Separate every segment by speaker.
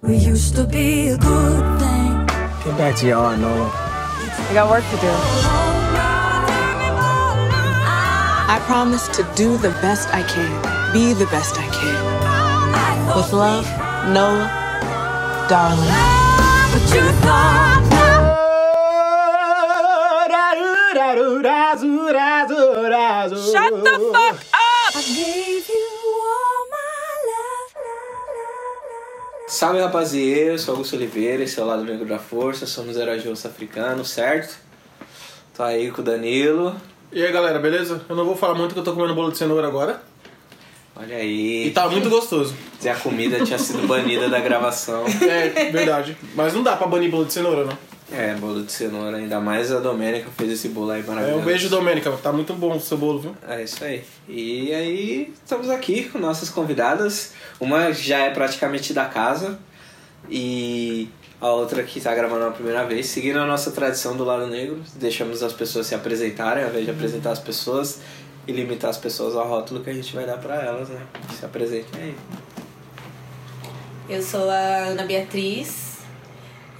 Speaker 1: We used to be a good thing.
Speaker 2: Get back to y'all, I know.
Speaker 3: I got work to do. I promise to do the best I can, be the best I can. With love, Noah, darling.
Speaker 1: But you thought
Speaker 2: Shut the fuck
Speaker 1: I gave you all my love. love,
Speaker 4: Salve rapaziê, eu sou Augusto Oliveira, esse é o Lado Negro da Força, somos heróis de osso africano, certo? Tô aí com o Danilo,
Speaker 5: E aí galera, beleza? Eu não vou falar muito que eu tô comendo bolo de cenoura agora.
Speaker 4: olha aí.
Speaker 5: E tá muito gostoso.
Speaker 4: Se a comida tinha sido banida da gravação.
Speaker 5: É, verdade. Mas não dá pra banir bolo de cenoura, não.
Speaker 4: É, bolo de cenoura, ainda mais a Domênica fez esse bolo aí
Speaker 5: É,
Speaker 4: maravilhoso.
Speaker 5: um beijo, Domênica. Tá muito bom o seu bolo, viu?
Speaker 4: É isso aí. E aí, estamos aqui com nossas convidadas. Uma já é praticamente da casa e a outra que está gravando a primeira vez. Seguindo a nossa tradição do lado negro, deixamos as pessoas se apresentarem, ao invés de apresentar as pessoas e limitar as pessoas ao rótulo que a gente vai dar para elas, né? Se apresentem aí.
Speaker 6: Eu sou a Ana Beatriz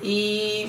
Speaker 6: e.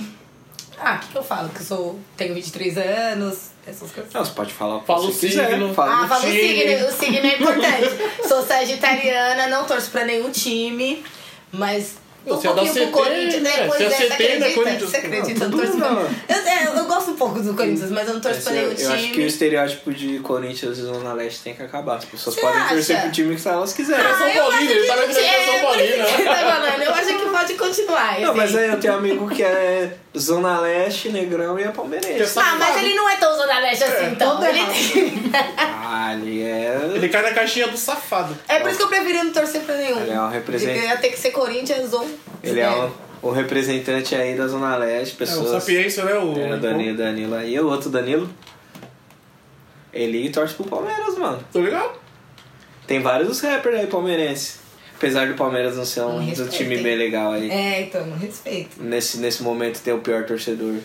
Speaker 6: Ah, o que, que eu falo? Que eu sou. tenho 23 anos, essas coisas.
Speaker 4: Não, você pode falar o que
Speaker 5: Fala o
Speaker 4: você quiser.
Speaker 5: signo.
Speaker 4: Fala
Speaker 6: Ah,
Speaker 4: o
Speaker 6: fala o
Speaker 4: signo.
Speaker 6: signo, o signo é importante. sou sagitariana, não torço pra nenhum time, mas. tô um
Speaker 5: Você é da CT, né? Você é
Speaker 6: Pois
Speaker 5: CT,
Speaker 6: você acredita?
Speaker 5: né, Corinthians? Ah.
Speaker 6: Você acredita? Eu
Speaker 4: Não,
Speaker 6: não torço pra.
Speaker 4: tudo
Speaker 6: Eu, é, eu gosto um pouco do Corinthians, mas eu não torço
Speaker 4: Esse
Speaker 6: pra
Speaker 5: é,
Speaker 6: nenhum
Speaker 4: eu, eu acho que o
Speaker 6: time.
Speaker 4: estereótipo de Corinthians e Zona Leste tem que acabar. As pessoas
Speaker 6: Você
Speaker 4: podem torcer
Speaker 6: acha?
Speaker 4: pro time que elas quiserem.
Speaker 6: Ah, eu
Speaker 5: Paulino,
Speaker 6: acho
Speaker 5: ele
Speaker 6: que
Speaker 5: tá
Speaker 6: não
Speaker 5: vendo que ele é São
Speaker 6: tinha- por isso que
Speaker 5: Paulino.
Speaker 6: ele tá falando. Eu acho que pode continuar.
Speaker 4: Não, mas
Speaker 6: assim.
Speaker 4: aí eu tenho um amigo que é Zona Leste, Negrão e é palmeirense.
Speaker 6: Ah, mas ele não é tão Zona Leste assim, então. Ele tem-
Speaker 4: Ah, ele é.
Speaker 5: Ele cai na caixinha do safado.
Speaker 6: É por isso que eu prefiro não torcer pra nenhum.
Speaker 4: Ele é um representante.
Speaker 6: Ia ter que ser Corinthians ou.
Speaker 4: Ele é um, um representante aí da Zona Leste,
Speaker 5: É, o
Speaker 4: pessoas.
Speaker 5: Sapiência, né? O...
Speaker 4: É, o Danilo, Danilo aí. E o outro Danilo? Ele torce pro Palmeiras, mano.
Speaker 5: Tô ligado?
Speaker 4: Tem vários rappers aí palmeirense. Apesar do Palmeiras não ser um,
Speaker 6: Me
Speaker 4: do
Speaker 6: respeita,
Speaker 4: time
Speaker 6: hein?
Speaker 4: bem legal aí.
Speaker 6: É, então, respeito.
Speaker 4: Nesse, nesse momento tem o pior torcedor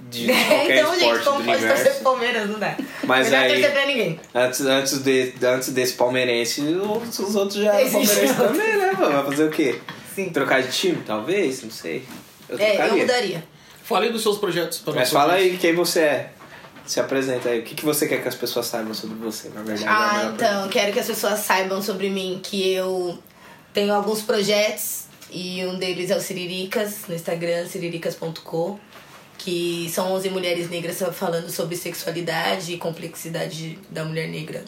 Speaker 4: de qualquer
Speaker 6: então,
Speaker 4: esporte
Speaker 6: gente, como
Speaker 4: do
Speaker 6: pode
Speaker 4: universo.
Speaker 6: torcer pro Palmeiras? Não dá.
Speaker 4: Mas
Speaker 6: Melhor
Speaker 4: aí-
Speaker 6: torcer pra ninguém.
Speaker 4: Antes, antes, de, antes desse palmeirense, os, os outros já eram
Speaker 6: Existe
Speaker 4: palmeirenses
Speaker 6: outro.
Speaker 4: também, né? mano? Vai fazer o quê?
Speaker 6: Sim.
Speaker 4: Trocar de time, talvez? Não sei. Eu
Speaker 6: É, eu
Speaker 4: trocaria.
Speaker 6: mudaria.
Speaker 5: Falei dos seus projetos. pra
Speaker 4: Mas
Speaker 5: nós.
Speaker 4: fala aí quem você é. Se apresenta aí. O que, que você quer que as pessoas saibam sobre você, na verdade? é a
Speaker 6: Ah,
Speaker 4: melhor
Speaker 6: então, quero que as pessoas saibam sobre mim que eu tenho alguns projetos e um deles é o Siriricas, no Instagram, siriricas.com, que são 11 mulheres negras falando sobre sexualidade e complexidade da mulher negra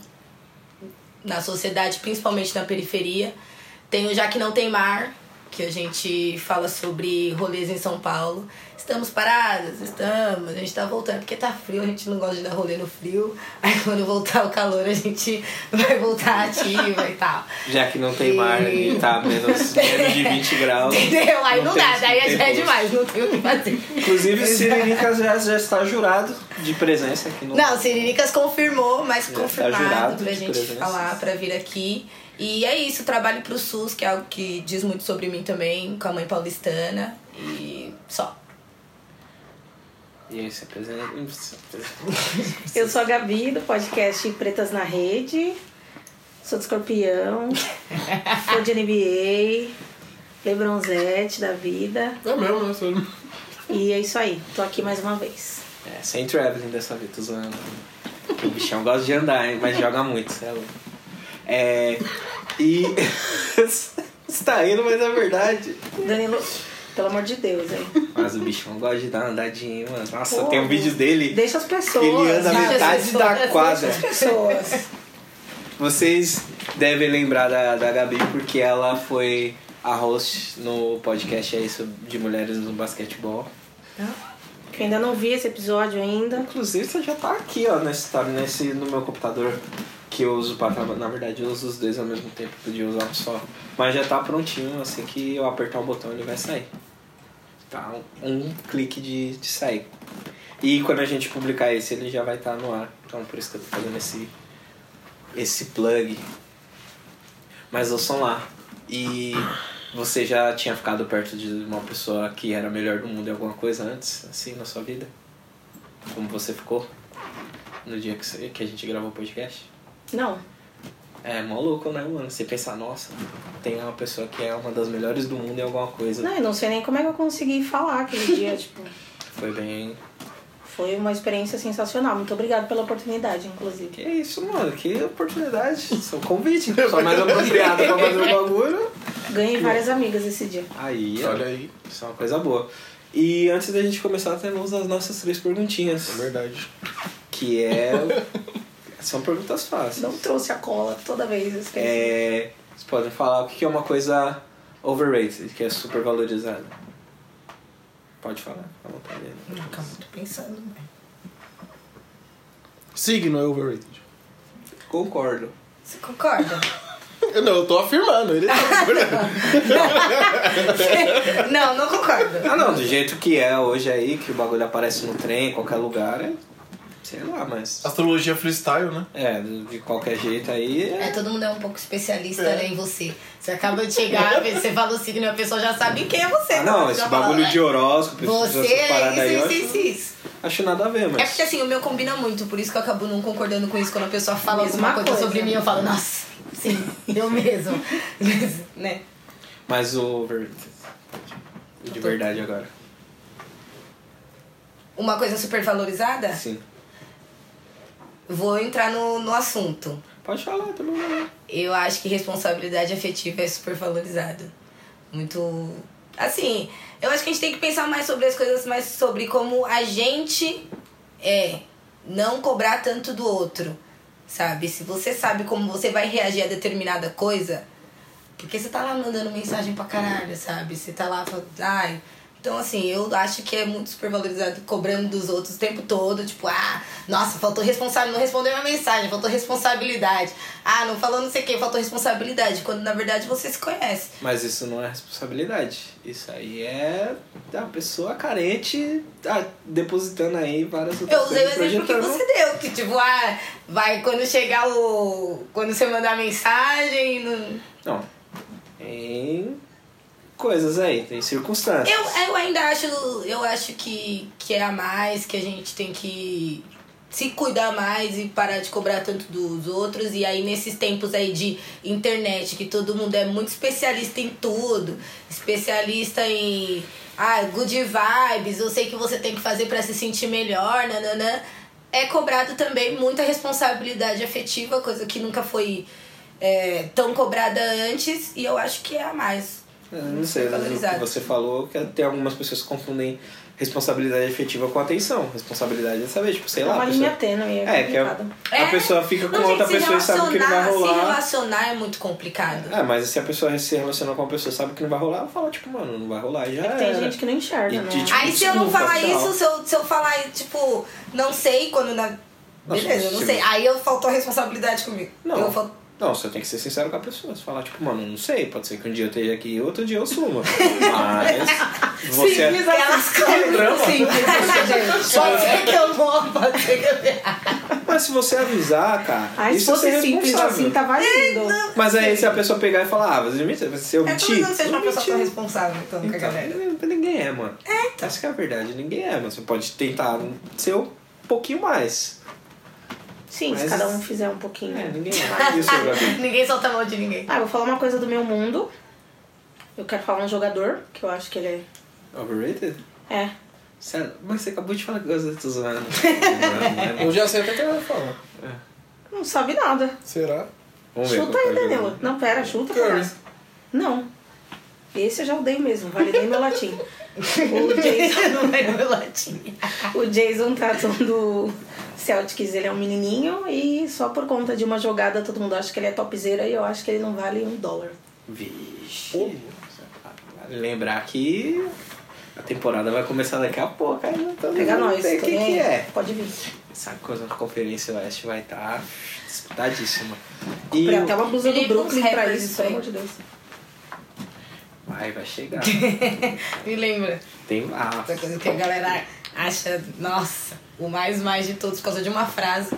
Speaker 6: na sociedade, principalmente na periferia. Tem o Já Que Não Tem Mar, que a gente fala sobre rolês em São Paulo. Estamos paradas, estamos, a gente tá voltando, porque tá frio, a gente não gosta de dar rolê no frio. Aí quando voltar o calor, a gente vai voltar ativa e tal.
Speaker 4: Já que não tem mar e tá menos, menos de 20 graus.
Speaker 6: Entendeu? Aí não, dá,
Speaker 4: tem-
Speaker 6: daí
Speaker 4: tem
Speaker 6: já é
Speaker 4: gosto.
Speaker 6: demais, não tem o que fazer.
Speaker 4: Inclusive, Siririca já, já está jurado de presença aqui no.
Speaker 6: Não, Siriricas confirmou, mas
Speaker 4: tá
Speaker 6: confirmado
Speaker 4: jurado de
Speaker 6: pra
Speaker 4: né?
Speaker 6: gente
Speaker 4: presença.
Speaker 6: falar, pra vir aqui. E é isso, trabalho pro SUS, que é algo que diz muito sobre mim também, com a mãe paulistana. E só.
Speaker 4: E aí, se apresenta. Hum, se apresenta.
Speaker 7: Eu sou a Gabi, do podcast Pretas na Rede. Sou de escorpião. sou de NBA. Lebronzete da vida.
Speaker 5: É mesmo, né? Sou-
Speaker 7: E é isso aí. Tô aqui mais uma vez.
Speaker 4: É, sem traveling dessa vez, tô zoando. O bichão gosta de andar, hein, mas joga muito, cê é louco. É. E. Você tá indo, mas é verdade.
Speaker 7: Danilo, pelo amor de Deus, hein?
Speaker 4: Mas o bichão gosta de dar uma andadinha, hein, mano. Nossa,
Speaker 7: Pô,
Speaker 4: tem um vídeo dele.
Speaker 7: Deixa as pessoas.
Speaker 4: que ele anda
Speaker 7: sabe?
Speaker 4: metade da quadra.
Speaker 6: Pessoas.
Speaker 4: Vocês devem lembrar da, da Gabi porque ela foi a host no podcast aí sobre- de mulheres no basquetebol.
Speaker 7: Que ainda não vi esse episódio ainda.
Speaker 4: Inclusive, você já tá aqui, ó, nesse, tá nesse, no meu computador que eu uso pra trabalhar. Na verdade, eu uso os dois ao mesmo tempo, podia usar um só. Mas já tá prontinho, assim que eu apertar o botão ele vai sair. Tá um, um clique de, de sair. E quando a gente publicar esse, ele já vai estar no ar. Então, por isso que eu tô fazendo esse, esse plug. Mas ouçam lá. E você já tinha ficado perto de uma pessoa que era a melhor do mundo em alguma coisa antes, assim, na sua vida? como você ficou no dia que, você- que a gente gravou o podcast?
Speaker 7: Não.
Speaker 4: É maluco, né, mano? Você pensar, nossa, tem uma pessoa que é uma das melhores do mundo em alguma coisa.
Speaker 7: Não, eu não sei nem como é que eu consegui falar aquele dia, tipo.
Speaker 4: Foi bem.
Speaker 7: Foi uma experiência sensacional. Muito obrigada pela oportunidade, inclusive.
Speaker 4: Que isso, mano? Que oportunidade. Só um convite. Só mais apropriado pra fazer o bagulho.
Speaker 7: Ganhei várias amigas esse dia.
Speaker 4: Aí,
Speaker 5: Olha aí.
Speaker 4: isso é uma coisa boa. E antes da gente começar, temos as nossas três
Speaker 5: É
Speaker 4: perguntinhas.
Speaker 5: verdade.
Speaker 4: Que é. São perguntas fáceis.
Speaker 7: Não trouxe a cola toda vez, eu esqueci.
Speaker 4: É, vocês podem falar o que que é uma coisa overrated, que é super valorizada. Pode falar, à vontade. né?
Speaker 6: Fica muito pensando, né?
Speaker 5: Signo é overrated.
Speaker 4: Concordo.
Speaker 6: Você concorda?
Speaker 5: Não, eu tô afirmando. Ele tá afirmando.
Speaker 6: não, não concordo.
Speaker 4: Ah não, do jeito que é hoje aí, que o bagulho aparece no trem, em qualquer lugar, é. Sei lá, mas.
Speaker 5: Astrologia freestyle, né?
Speaker 4: É, de qualquer jeito aí
Speaker 6: É,
Speaker 4: é.
Speaker 6: todo mundo é um pouco especialista né, em você. Você acaba de chegar, você fala o signo e a pessoa já sabe quem é você.
Speaker 4: Ah não,
Speaker 6: Já
Speaker 4: esse
Speaker 6: fala,
Speaker 4: bagulho
Speaker 6: "Ah,
Speaker 4: de horóscopo, essas
Speaker 6: Você
Speaker 4: paradas aí, eu
Speaker 6: é isso,
Speaker 4: acho,
Speaker 6: isso, isso, isso.
Speaker 4: acho nada a ver,
Speaker 6: É porque
Speaker 4: mas.
Speaker 6: assim, o meu combina muito, por isso que eu acabo não concordando com isso quando a pessoa fala
Speaker 7: Mesma
Speaker 6: alguma coisa,
Speaker 7: coisa.
Speaker 6: sobre mim, eu falo, nossa, sim, eu mesmo. né?
Speaker 4: Mas o overrated. De verdade agora.
Speaker 6: Uma coisa super valorizada,
Speaker 4: Sim.
Speaker 6: vou entrar no, no assunto.
Speaker 4: Pode falar, tá pelo menos.
Speaker 6: Eu acho que responsabilidade afetiva é super valorizado. Muito. Assim, eu acho que a gente tem que pensar mais sobre as coisas, mas sobre como a gente é. Não cobrar tanto do outro, sabe? Se você sabe como você vai reagir a determinada coisa, porque você tá lá mandando mensagem pra caralho, sabe? Você tá lá falando, ai. Então, assim, eu acho que é muito supervalorizado cobrando dos outros o tempo todo. Tipo, ah, nossa, faltou responsável, não respondeu minha mensagem, faltou responsabilidade. Ah, não falou não sei o que, faltou responsabilidade. Quando na verdade você se conhece.
Speaker 4: Mas isso não é responsabilidade. Isso aí é da pessoa carente ah, depositando aí várias outras
Speaker 6: Eu usei o
Speaker 4: coisas,
Speaker 6: exemplo que
Speaker 4: projetando.
Speaker 6: você deu, que tipo, ah, vai quando chegar o. Quando você mandar mensagem. Não...
Speaker 4: Não. Tem coisas aí, tem circunstâncias.
Speaker 6: Eu, eu ainda acho, eu acho que, que é a mais, que a gente tem que se cuidar mais e parar de cobrar tanto dos outros. E aí, nesses tempos aí de internet, que todo mundo é muito especialista em tudo, especialista em ah, good vibes, eu sei que você tem que fazer pra se sentir melhor, nananã. É cobrado também muita responsabilidade afetiva, coisa que nunca foi é, tão cobrada antes, e eu acho que é a mais.
Speaker 4: Eu não sei, mas o que
Speaker 6: Valorizado.
Speaker 4: você falou que tem algumas pessoas que confundem responsabilidade efetiva com atenção. Responsabilidade é saber, tipo, sei
Speaker 7: É
Speaker 4: lá.
Speaker 7: uma
Speaker 4: a
Speaker 7: linha
Speaker 4: pessoa-
Speaker 7: tênue, é
Speaker 4: É, que a,
Speaker 7: complicado.
Speaker 4: a
Speaker 6: É.
Speaker 4: pessoa fica com
Speaker 6: Não,
Speaker 4: outra
Speaker 6: gente, se
Speaker 4: pessoa e sabe que não vai
Speaker 6: relacionar- Se
Speaker 4: rolar.
Speaker 6: relacionar é muito complicado.
Speaker 4: É, mas se a pessoa se relaciona com uma pessoa e sabe que não vai rolar, ela fala, tipo, mano, não vai rolar.
Speaker 6: É
Speaker 4: e Já
Speaker 7: Tem
Speaker 4: era.
Speaker 7: gente que não enxerga,
Speaker 4: É. E tipo,
Speaker 7: né?
Speaker 4: de-
Speaker 6: Aí se eu não
Speaker 4: Desculpa,
Speaker 6: falar
Speaker 4: tchau.
Speaker 6: isso, se eu, se eu falar, tipo, não sei quando na. Beleza, eu não
Speaker 4: se-
Speaker 6: sei. Aí eu faltou a responsabilidade comigo.
Speaker 4: Não.
Speaker 6: Eu fal-
Speaker 4: Não, você tem que ser sincero com a pessoa. Você falar, tipo, mano, não sei, pode ser que um dia eu esteja aqui e outro dia eu suma. Mas você é,
Speaker 6: Elas cobram sim. Pode ser que eu morra, pode ser que eu perca.
Speaker 4: Mas se você avisar, cara,
Speaker 7: Ah, se
Speaker 4: isso é
Speaker 7: fosse
Speaker 4: ser
Speaker 7: simples assim,
Speaker 4: responsável.
Speaker 7: tá valendo.
Speaker 4: Mas aí se a pessoa pegar e falar, ah, você mentiu, se eu
Speaker 6: É todo
Speaker 4: menti.
Speaker 6: mundo seja
Speaker 4: eu
Speaker 6: uma pessoa
Speaker 4: menti.
Speaker 6: tão responsável, então, com a
Speaker 4: Então,
Speaker 6: galera.
Speaker 4: ninguém é, mano. É,
Speaker 7: então.
Speaker 4: Essa que é a verdade, ninguém é, mas você pode tentar ser um pouquinho mais.
Speaker 7: Sim, se
Speaker 4: Mas-
Speaker 7: cada um fizer um pouquinho.
Speaker 4: É, ninguém é. Isso, Gabi.
Speaker 6: Ninguém solta a mão de ninguém.
Speaker 7: Ah, eu vou falar uma coisa do meu mundo. Eu quero falar um jogador, que eu acho que ele
Speaker 4: Overrated?
Speaker 7: é. É.
Speaker 4: Sério? Mas você acabou de falar que gosta de né? zoando. Não,
Speaker 5: Eu
Speaker 4: não.
Speaker 5: já sei até o que ela vai falar.
Speaker 7: Não sabe nada.
Speaker 5: Será?
Speaker 4: Vamos ver
Speaker 7: chuta
Speaker 4: qual
Speaker 7: aí,
Speaker 4: que é o
Speaker 7: Danilo.
Speaker 4: jogo.
Speaker 7: Não, pera, chuta,
Speaker 5: Curry.
Speaker 7: palhaço. Não. Esse eu já odeio mesmo, validei meu latim. O Jason,
Speaker 6: Não vai no meu latim.
Speaker 7: o Jason Tatum do Celtics, ele é um menininho e só por conta de uma jogada todo mundo acha que ele é topzera e eu acho que ele não vale um dólar.
Speaker 4: Vixe. Vale Lembrar que a temporada vai começar daqui a pouco. Aí não tô
Speaker 7: Pega nós.
Speaker 4: O que,
Speaker 7: também.
Speaker 4: que é?
Speaker 7: Pode vir.
Speaker 4: Essa coisa na Conferência Oeste vai estar disputadíssima. E
Speaker 7: Comprei
Speaker 4: o-
Speaker 7: até uma blusa do
Speaker 6: Ele com os
Speaker 7: Brooklyn pra
Speaker 6: rappers,
Speaker 7: isso, né?
Speaker 6: isso
Speaker 7: pelo
Speaker 6: aí.
Speaker 7: amor de Deus.
Speaker 4: vai, vai chegar.
Speaker 6: Me lembra.
Speaker 4: Tem ah,
Speaker 6: Essa coisa que a galera acha, nossa, o mais mais de todos por causa de uma frase.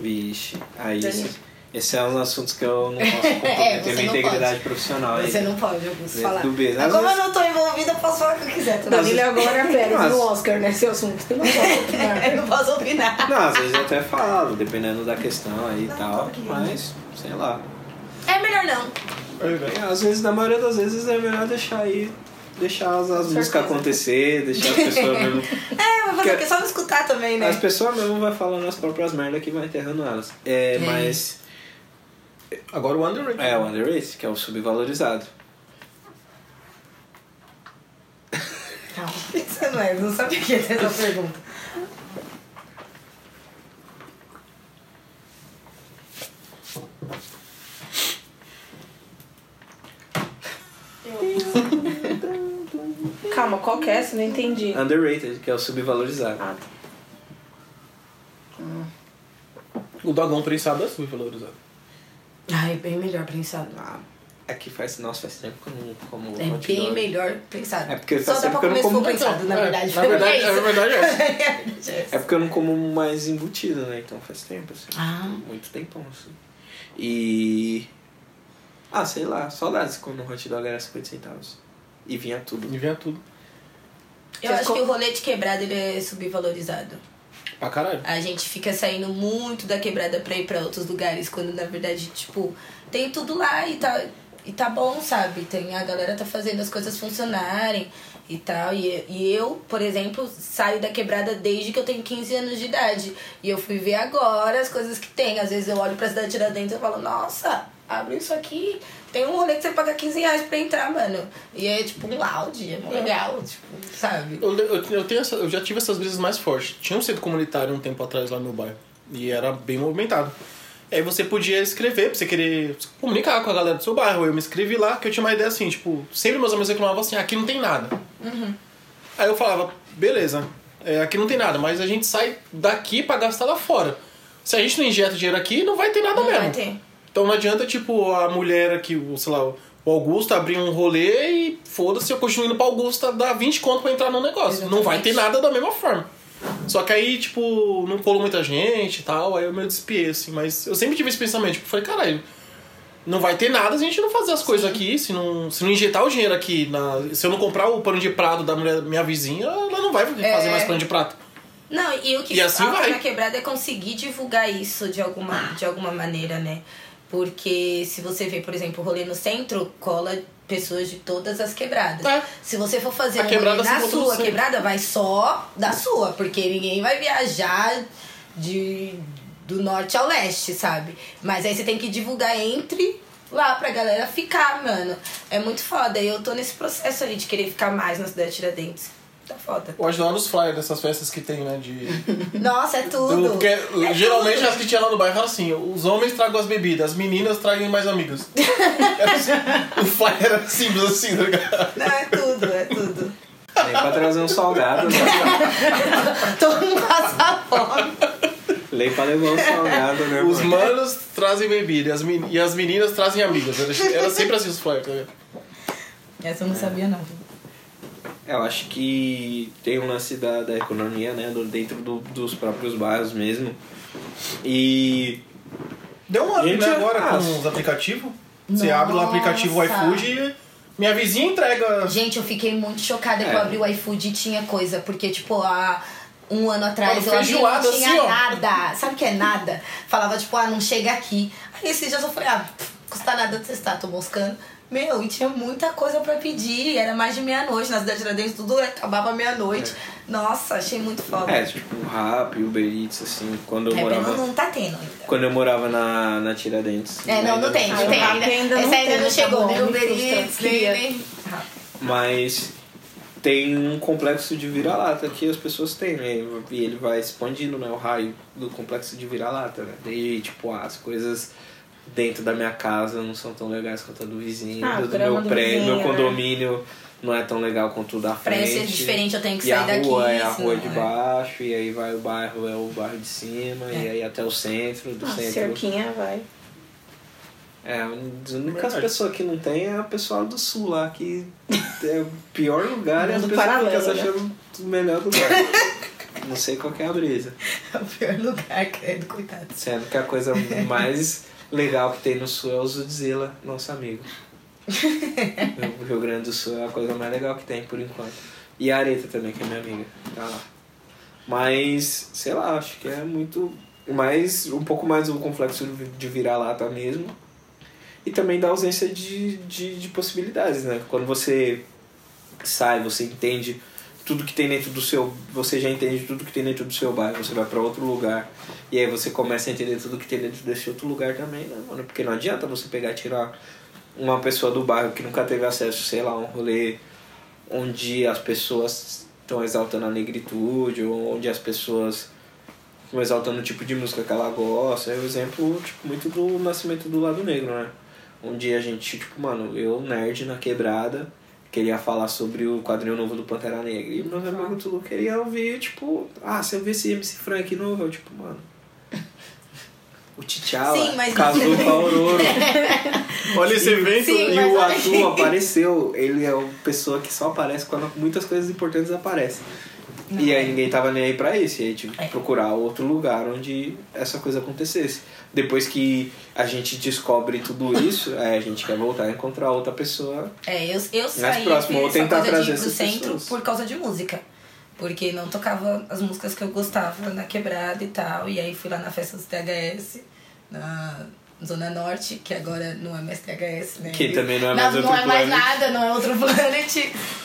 Speaker 4: Vixe. Aí, esses são os assuntos que eu não
Speaker 7: É,
Speaker 4: posso comprometer
Speaker 6: você
Speaker 4: minha
Speaker 6: não
Speaker 4: integridade
Speaker 6: pode.
Speaker 4: profissional. aí.
Speaker 6: Você não pode, Augusto,
Speaker 4: Dentro
Speaker 6: falar.
Speaker 4: do business.
Speaker 6: Mas como eu não tô envolvida, eu posso falar o que eu quiser. Tá?
Speaker 7: Danilo é agora
Speaker 4: Nossa.
Speaker 7: Pérez do Oscar, né? Esse assunto. Eu não posso opinar.
Speaker 6: Eu não posso opinar.
Speaker 4: Não, às vezes eu até falo, dependendo da questão aí e tal. Mas sei lá.
Speaker 6: É melhor não.
Speaker 4: É, às vezes, na maioria das vezes, é melhor deixar aí, deixar as, as músicas acontecer, deixar as pessoas mesmo.
Speaker 6: É, mas você
Speaker 4: Quer-
Speaker 6: quer só não escutar também, né?
Speaker 4: As pessoas mesmo vão falando as próprias merdas que vai enterrando elas. É, mas.
Speaker 5: Agora o Underrated.
Speaker 4: É o underrated, que é o subvalorizado.
Speaker 6: Você não, é, não sabe o que é essa pergunta.
Speaker 7: Calma, qual que é essa? Não entendi.
Speaker 4: Underrated, que é o subvalorizado.
Speaker 7: Ah,
Speaker 5: O Dogão Prensado é subvalorizado.
Speaker 6: Ai, bem melhor pensado.
Speaker 4: Ah, Aqui faz. Nossa, faz tempo É que eu não como.
Speaker 6: É
Speaker 4: hot
Speaker 6: bem
Speaker 4: dog.
Speaker 6: melhor pensado.
Speaker 4: É porque
Speaker 6: só
Speaker 4: faz
Speaker 6: dá
Speaker 4: tempo
Speaker 6: pra
Speaker 4: que eu não
Speaker 6: comer se
Speaker 4: como
Speaker 6: for
Speaker 4: muito.
Speaker 6: pensado, na
Speaker 5: É,
Speaker 6: verdade.
Speaker 5: na verdade,
Speaker 6: É isso.
Speaker 5: na verdade é.
Speaker 4: É porque eu não como mais embutido, né? Então faz tempo, assim.
Speaker 6: Ah.
Speaker 4: Muito tempão, assim. E. Ah, sei lá, saudades quando o hot dog era 50 centavos. E vinha tudo.
Speaker 5: Me vem tudo.
Speaker 6: Eu acho que o rolê de quebrada ele é subvalorizado.
Speaker 5: Pra caralho.
Speaker 6: A gente fica saindo muito da quebrada pra ir pra outros lugares, quando na verdade, tipo, tem tudo lá e tá, e tá bom, sabe? Tem, a galera tá fazendo as coisas funcionarem e tal. E, e eu, por exemplo, saio da quebrada desde que eu tenho 15 anos de idade. E eu fui ver agora as coisas que tem. Às vezes eu olho pra cidade de Tiradentes e eu falo, nossa, abre isso aqui. Tem um rolê que você paga 15 reais pra entrar, mano. E é tipo um loud, é mó legal, tipo, sabe?
Speaker 5: Eu, eu, eu tenho essa- eu já tive essas brisas mais fortes. Tinha um centro comunitário um tempo atrás lá no meu bairro. E era bem movimentado. Aí você podia escrever, pra você querer se comunicar com a galera do seu bairro. Eu me inscrevi lá, que eu tinha uma ideia assim, tipo, sempre meus amigos reclamavam assim, aqui não tem nada.
Speaker 6: Uhum.
Speaker 5: Aí eu falava, beleza, é, aqui não tem nada, mas a gente sai daqui pra gastar lá fora. Se a gente não injeta dinheiro aqui, não vai ter nada
Speaker 6: Não
Speaker 5: mesmo.
Speaker 6: vai ter.
Speaker 5: Então não adianta, tipo, a mulher aqui, o, sei lá, o Augusto abrir um rolê e foda-se, eu continuo indo pra Augusta dar 20 conto pra entrar no negócio. Não vai ter nada da mesma forma. Só que aí, tipo, não colou muita gente e tal, aí eu me despiei, assim. Mas eu sempre tive esse pensamento, tipo, falei, caralho, não vai ter nada se a gente não fazer as coisas aqui, se não, se não injetar o dinheiro aqui. na- se eu não comprar o pano de prato da mulher- minha vizinha, ela não vai fazer
Speaker 6: É.
Speaker 5: mais pano de prato.
Speaker 6: Não, e o que
Speaker 5: E assim
Speaker 6: falta
Speaker 5: vai.
Speaker 6: na quebrada é conseguir divulgar isso de alguma, de alguma maneira, né? Porque se você vê, por exemplo, o rolê no centro, cola pessoas de todas as quebradas.
Speaker 5: É.
Speaker 6: Se você for fazer
Speaker 5: A
Speaker 6: um
Speaker 5: quebrada
Speaker 6: rolê na
Speaker 5: se encontra no
Speaker 6: sua
Speaker 5: centro.
Speaker 6: quebrada, vai só da sua, porque ninguém vai viajar de, do norte ao leste, sabe? Mas aí você tem que divulgar entre lá pra galera ficar, mano. É muito foda. E eu tô nesse processo aí de querer ficar mais na cidade de Tiradentes. Tá foda.
Speaker 5: Eu acho da hora os flyers dessas festas que tem, né? De.
Speaker 6: Nossa, é tudo.
Speaker 5: Porque
Speaker 6: É
Speaker 5: geralmente
Speaker 6: tudo.
Speaker 5: as que tinha lá no bairro era assim: os homens tragam as bebidas, as meninas tragam mais amigas. Era assim, o flyer era simples assim, tá ligado?
Speaker 6: Não, é tudo, é tudo.
Speaker 4: Nem pra trazer um salgado, né?
Speaker 6: Todo mundo passa fome.
Speaker 4: Nem pra levar um salgado, né?
Speaker 5: Os
Speaker 4: mano?
Speaker 5: manos trazem bebida e as, men- e as meninas trazem amigas. Era, era sempre assim os flyers, tá ligado?
Speaker 6: Essa eu não sabia, não.
Speaker 4: Eu acho que tem um lance da, da economia, né? do- dentro do- dos próprios bairros mesmo. E.
Speaker 5: Deu uma
Speaker 4: Gente,
Speaker 5: né, agora
Speaker 4: ah,
Speaker 5: com os aplicativos. Você abre lá o aplicativo
Speaker 6: Nossa.
Speaker 5: iFood e minha vizinha entrega.
Speaker 6: Gente, eu fiquei muito chocada que
Speaker 4: É.
Speaker 6: eu abri o iFood e tinha coisa, porque, tipo, há um ano atrás
Speaker 5: Mano,
Speaker 6: eu abri e
Speaker 5: feijoada,
Speaker 6: não tinha
Speaker 5: assim, ó.
Speaker 6: nada. Sabe o que é nada? Falava, tipo, ah, não chega aqui. Aí esse dia eu só falei, ah, pff, custa nada testar, tô moscando. Meu, e tinha muita coisa pra pedir. Era mais de meia-noite. Na cidade de Tiradentes tudo acabava meia-noite.
Speaker 5: É.
Speaker 6: Nossa, achei muito foda.
Speaker 4: É, tipo, o Rap, o Uber Eats, assim. Quando eu
Speaker 6: É,
Speaker 4: morava.
Speaker 6: não, não tá tendo ainda.
Speaker 4: Quando eu morava na, na Tiradentes. né,
Speaker 6: É, não,
Speaker 4: ainda
Speaker 6: não tem, não tem
Speaker 4: funcionava.
Speaker 6: ainda.
Speaker 7: ainda
Speaker 6: Essa
Speaker 7: não
Speaker 6: ainda
Speaker 7: tem,
Speaker 6: não
Speaker 7: tá
Speaker 6: chegou,
Speaker 7: bom,
Speaker 6: nem o
Speaker 7: me
Speaker 6: Uber
Speaker 7: frustra,
Speaker 6: Eats,
Speaker 7: queria.
Speaker 6: nem-
Speaker 4: Mas tem um complexo de vira-lata que as pessoas têm, né? E ele vai expandindo, né? O raio do complexo de vira-lata, né? Desde, tipo, ah, as coisas dentro da minha casa não são tão legais quanto a do vizinho,
Speaker 7: Ah,
Speaker 4: do, do
Speaker 7: grama
Speaker 4: meu
Speaker 7: do
Speaker 4: prédio,
Speaker 7: vizinho,
Speaker 4: meu
Speaker 7: né?
Speaker 4: condomínio não é tão legal quanto o da
Speaker 6: Pra eu
Speaker 4: frente.
Speaker 6: ser diferente, eu tenho que
Speaker 4: e a
Speaker 6: sair daqui,
Speaker 4: rua é a
Speaker 6: senão
Speaker 4: rua de
Speaker 6: é.
Speaker 4: baixo, e aí vai o bairro, é o bairro de cima, e aí até o centro, do
Speaker 7: Ah,
Speaker 4: centro
Speaker 7: cerquinha, vai.
Speaker 4: é, as únicas
Speaker 5: Verdade.
Speaker 4: pessoas que não tem é a pessoa do sul lá, que é o pior lugar é e as
Speaker 7: Mundo
Speaker 4: pessoas ficam
Speaker 7: paralelo,
Speaker 4: tá se
Speaker 7: né?
Speaker 4: achando o melhor lugar. não sei qual que é a brisa.
Speaker 6: É o pior lugar, credo, coitado.
Speaker 4: Sendo que a coisa mais legal que tem no sul é o Zudzilla, nosso amigo. o Rio Grande do Sul é a coisa mais legal que tem, por enquanto. E a Areta também, que é minha amiga. Tá lá. Mas, sei lá, acho que é muito. Mas um pouco mais o complexo de virar lata mesmo. E também da ausência de, de, de possibilidades, né? Quando você sai, você entende tudo que tem dentro do seu. Você já entende tudo que tem dentro do seu bairro, você vai para outro lugar. E aí você começa a entender tudo que tem dentro desse outro lugar também, né, mano? Porque não adianta você pegar e tirar uma pessoa do bairro que nunca teve acesso, sei lá, a um rolê onde as pessoas estão exaltando a negritude, ou onde as pessoas estão exaltando o tipo de música que ela gosta. É um exemplo tipo, muito do nascimento do lado negro, né? Onde a gente, tipo, mano, eu, nerd na quebrada, queria falar sobre o quadrinho novo do Pantera Negra. E meu amigo tudo queria ouvir, tipo, ah, se eu ver esse MC Frank novo, eu, tipo, mano. O T'Challa
Speaker 6: Sim, mas-
Speaker 4: casou com a Aurora.
Speaker 5: Olha esse evento.
Speaker 6: Sim,
Speaker 4: e
Speaker 6: mas
Speaker 4: o
Speaker 6: olha-
Speaker 4: Atu apareceu. Ele é uma pessoa que só aparece quando muitas coisas importantes aparecem. E aí ninguém tava nem aí pra isso. E aí
Speaker 6: É.
Speaker 4: tive que procurar outro lugar onde essa coisa acontecesse. Depois que a gente descobre tudo isso, aí a gente quer voltar a encontrar outra pessoa.
Speaker 6: É, eu, eu saí
Speaker 4: próximo,
Speaker 6: fiz
Speaker 4: vou tentar
Speaker 6: essa coisa
Speaker 4: trazer
Speaker 6: de ir pro
Speaker 4: essas
Speaker 6: centro
Speaker 4: pessoas.
Speaker 6: por causa de música. Porque não tocava as músicas que eu gostava na quebrada e tal. E aí fui lá na festa dos THS, na Zona Norte, que agora não é mais THS, né?
Speaker 4: Que também não é mais
Speaker 6: não,
Speaker 4: outro
Speaker 6: é mais
Speaker 4: planet.
Speaker 6: nada, não é outro planet.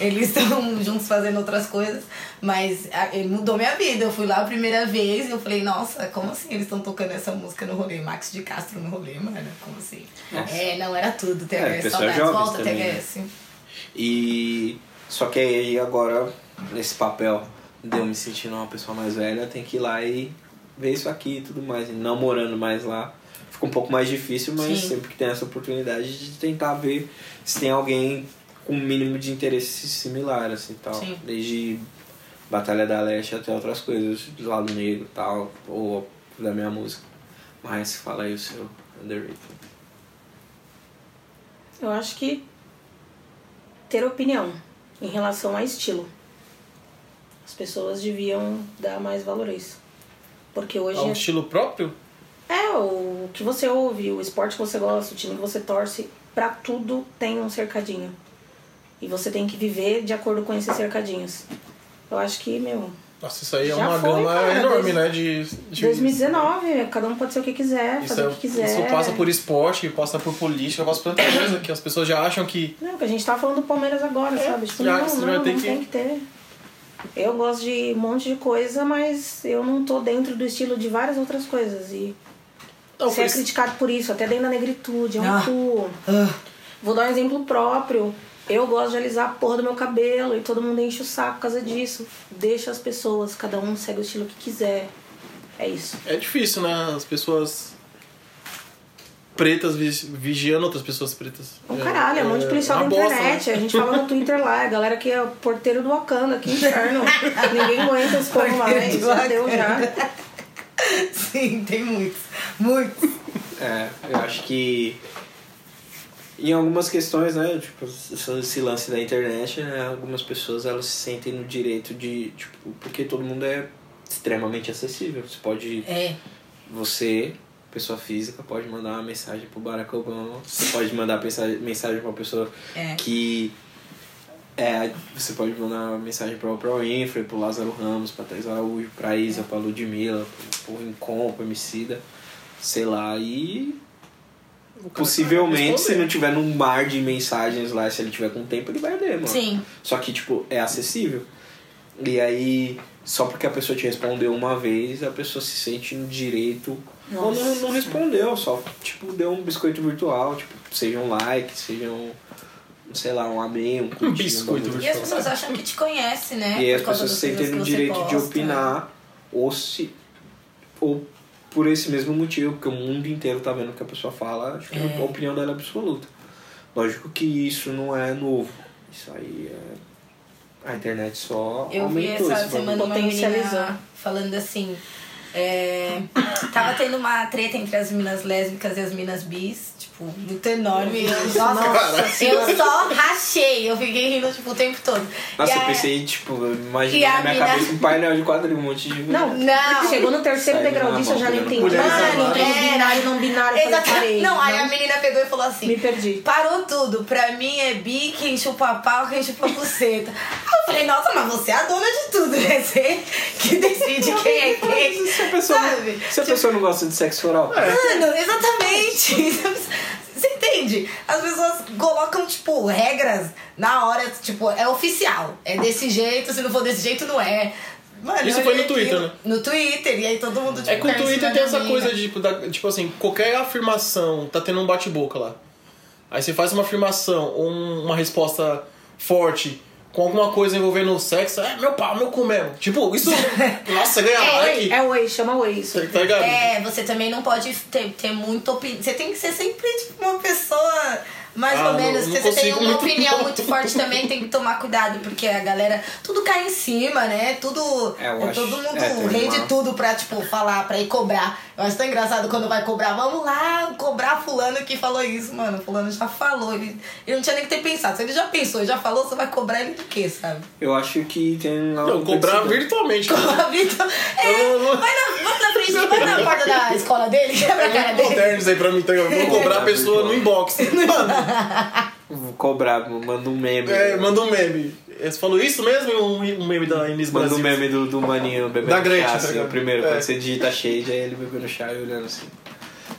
Speaker 6: Eles estão juntos fazendo outras coisas. Mas a- ele mudou minha vida. Eu fui lá a primeira vez e eu falei, nossa, como assim eles estão tocando essa música no rolê? Max de Castro no rolê, mano. Como assim? É, não era tudo, THS.
Speaker 4: É, pessoal
Speaker 6: saudades,
Speaker 4: jovens
Speaker 6: volta,
Speaker 4: também, né?
Speaker 6: THS.
Speaker 4: E só que aí agora, nesse papel de eu me sentindo uma pessoa mais velha, tem que ir lá e ver isso aqui e tudo mais. E não morando mais lá, fica um pouco mais difícil, mas
Speaker 6: Sim.
Speaker 4: sempre que tem essa oportunidade de tentar ver se tem alguém com um mínimo de interesse similar, assim, tal.
Speaker 6: Sim.
Speaker 4: Desde Batalha da Leste até outras coisas, do lado negro e tal, ou da minha música. Mas fala aí o seu underrated.
Speaker 7: Eu acho que ter opinião em relação a estilo. As pessoas deviam dar mais valor a isso. Porque hoje.
Speaker 5: É um estilo próprio?
Speaker 7: É, o que você ouve, o esporte que você gosta, o time que você torce, pra tudo tem um cercadinho. E você tem que viver de acordo com esses cercadinhos. Eu acho que, meu,
Speaker 5: Nossa, isso aí é
Speaker 7: Já
Speaker 5: uma
Speaker 7: foi,
Speaker 5: gama
Speaker 7: cara,
Speaker 5: enorme,
Speaker 7: dois-
Speaker 5: né? De, de-
Speaker 7: 2019, cada um pode ser o que quiser,
Speaker 5: Isso,
Speaker 7: fazer
Speaker 5: é-
Speaker 7: o que quiser.
Speaker 5: isso passa por esporte, passa por política, passa por tanta coisa que as pessoas já acham que.
Speaker 7: Não, que a gente tava falando do Palmeiras agora, sabe? Tipo,
Speaker 5: É, Já,
Speaker 7: não,
Speaker 5: você
Speaker 7: não,
Speaker 5: vai ter
Speaker 7: não
Speaker 5: que-
Speaker 7: tem que ter. Eu gosto de um monte de coisa, mas eu não tô dentro do estilo de várias outras coisas. E
Speaker 5: Não,
Speaker 7: ser
Speaker 5: foi,
Speaker 7: criticado por isso, até dentro da negritude, é um
Speaker 6: Ah.
Speaker 7: cu. Vou dar um exemplo próprio. Eu gosto de alisar a porra do meu cabelo e todo mundo enche o saco por causa disso. Deixa as pessoas, cada um segue o estilo que quiser. É isso.
Speaker 5: é difícil, né? As pessoas pretas vi- vigiando outras pessoas pretas.
Speaker 7: Um caralho, é um monte de policial na
Speaker 5: uma bosta,
Speaker 7: internet.
Speaker 5: né?
Speaker 7: A gente fala no Twitter lá, a galera que é o porteiro do Wakanda, que inferno. Ninguém aguenta os povos mais.
Speaker 6: Porteiro do
Speaker 7: né? Já deu já.
Speaker 6: Sim, tem muitos. Muitos.
Speaker 4: É, eu acho que em algumas questões, né, tipo, esse esse lance da internet, né, algumas pessoas elas se sentem no direito de, tipo, porque todo mundo é extremamente acessível. Você pode,
Speaker 6: É.
Speaker 4: você, pessoa física, pode mandar uma mensagem pro Barack Obama, você pode mandar mensagem, mensagem pra uma pessoa
Speaker 6: É.
Speaker 4: que é, você pode mandar uma mensagem pra Oprah Winfrey, pro Lázaro Ramos, pra Thais Araújo, pra Isa, pra Ludmilla, pro, pro Rincon, pro Emicida, sei lá, e possivelmente se não tiver num mar de mensagens lá, se ele tiver com tempo, ele vai ler, mano.
Speaker 6: Sim.
Speaker 4: Só que, tipo, é acessível. E aí, só porque a pessoa te respondeu uma vez, a pessoa se sente no direito. Ou não, não respondeu, só, tipo, deu um biscoito virtual, tipo, seja um like, seja um, sei lá, um amém, um curtir,
Speaker 5: biscoito
Speaker 4: bagulho.
Speaker 6: E as pessoas acham que te conhece, né?
Speaker 4: E aí as
Speaker 6: Por causa
Speaker 4: pessoas
Speaker 6: das
Speaker 4: se sentem
Speaker 6: coisas
Speaker 4: no
Speaker 6: que você
Speaker 4: direito de
Speaker 6: posta.
Speaker 4: opinar, ou se. ou por esse mesmo motivo, porque o mundo inteiro tá vendo o que a pessoa fala, acho que a opinião dela é absoluta. Lógico que isso não é novo. Isso aí é. A internet só
Speaker 6: Eu vi
Speaker 4: aumentou
Speaker 6: essa
Speaker 4: esse bagulho.
Speaker 6: semana uma
Speaker 7: Potencializou.
Speaker 6: menina falando assim. é, tava tendo uma treta entre as minas lésbicas e as minas bis, tipo, muito enorme. Eu, nossa, eu só rachei, eu fiquei rindo tipo, o tempo todo.
Speaker 4: Nossa,
Speaker 6: E
Speaker 4: eu
Speaker 6: a-
Speaker 4: pensei, tipo, eu
Speaker 6: E
Speaker 4: imaginei
Speaker 6: a
Speaker 4: na minha
Speaker 6: mina-
Speaker 4: cabeça um painel de quadrinho, um monte de.
Speaker 7: Não,
Speaker 6: Não.
Speaker 7: Chegou no terceiro
Speaker 4: Saiu
Speaker 7: degrau
Speaker 4: na
Speaker 7: disso, eu já não
Speaker 4: mão,
Speaker 7: entendi.
Speaker 5: né?
Speaker 7: Mano,
Speaker 5: Mano,
Speaker 7: entendi
Speaker 6: era.
Speaker 7: binário, não binário, eu falei,
Speaker 6: Exatamente.
Speaker 7: parei.
Speaker 6: Não, aí a menina pegou e falou assim:
Speaker 7: Me perdi.
Speaker 6: Parou tudo. Pra mim é bi, quem chupa pau, quem chupa buceta. Aí Eu falei, nossa, mas você é a dona de tudo, né? Você que decide quem é quem.
Speaker 4: Se a pessoa,
Speaker 6: Sabe? Tipo-
Speaker 4: se a pessoa não gosta de sexo oral,
Speaker 5: É.
Speaker 6: Mano, exatamente. Você entende? As pessoas colocam, tipo, regras na hora, tipo, é oficial. É desse jeito, se não for desse jeito, não é. Mano,
Speaker 5: Isso
Speaker 6: eu
Speaker 5: foi no
Speaker 6: olhei
Speaker 5: Twitter,
Speaker 6: aquilo-
Speaker 5: né?
Speaker 6: No Twitter, e aí todo mundo, tipo,
Speaker 5: É que o
Speaker 6: caiu em
Speaker 5: Twitter
Speaker 6: cima
Speaker 5: tem
Speaker 6: da
Speaker 5: essa
Speaker 6: mina.
Speaker 5: coisa de, tipo, da- tipo assim, qualquer afirmação tá tendo um bate-boca lá. Aí você faz uma afirmação ou um- uma resposta forte com alguma coisa envolvendo o sexo, é meu pau, meu cu mesmo. Tipo, isso. nossa, ganha like.
Speaker 7: É oi, chama oi isso.
Speaker 5: Tá ligado?
Speaker 6: É, você também não pode ter, ter muita opinião. Você tem que ser sempre tipo, uma pessoa mais
Speaker 5: Ah,
Speaker 6: ou
Speaker 5: não-
Speaker 6: menos.
Speaker 5: não
Speaker 6: Se você tem
Speaker 5: consigo
Speaker 6: uma
Speaker 5: muito,
Speaker 6: opinião
Speaker 5: não.
Speaker 6: muito forte também, tem que tomar cuidado, porque a galera. Tudo cai em cima, né? Tudo.
Speaker 4: É, eu
Speaker 6: é
Speaker 4: acho-
Speaker 6: todo mundo
Speaker 4: é, tem
Speaker 6: rei
Speaker 4: uma-
Speaker 6: de tudo pra, tipo, falar, pra ir cobrar. Eu acho tão engraçado quando vai cobrar. Vamos lá, cobrar fulano que falou isso, mano. Fulano já falou. Ele, ele não tinha nem que ter pensado. Se ele já pensou e já falou, você vai cobrar ele do quê, sabe?
Speaker 4: eu acho que tem algo.
Speaker 5: Não, cobrar
Speaker 4: parecido.
Speaker 5: virtualmente.
Speaker 6: Então, é, vai, na, vai na frente, vai na porta da escola dele, quebra a cara
Speaker 5: Muito
Speaker 6: dele.
Speaker 5: modernos aí pra mim, tá ligado? Vou cobrar a pessoa no inbox. Mano,
Speaker 4: Vou Cobrar, manda um meme.
Speaker 5: é, manda um meme. Você falou isso mesmo? Um, um meme da Inês
Speaker 4: Manda
Speaker 5: Brasil?
Speaker 4: o meme do, do maninho bebendo
Speaker 5: Da Gretchen,
Speaker 4: chá,
Speaker 5: tá
Speaker 4: assim,
Speaker 5: ligado?
Speaker 4: o primeiro,
Speaker 5: É.
Speaker 4: quando você digita shade, aí ele bebendo chá e olhando assim.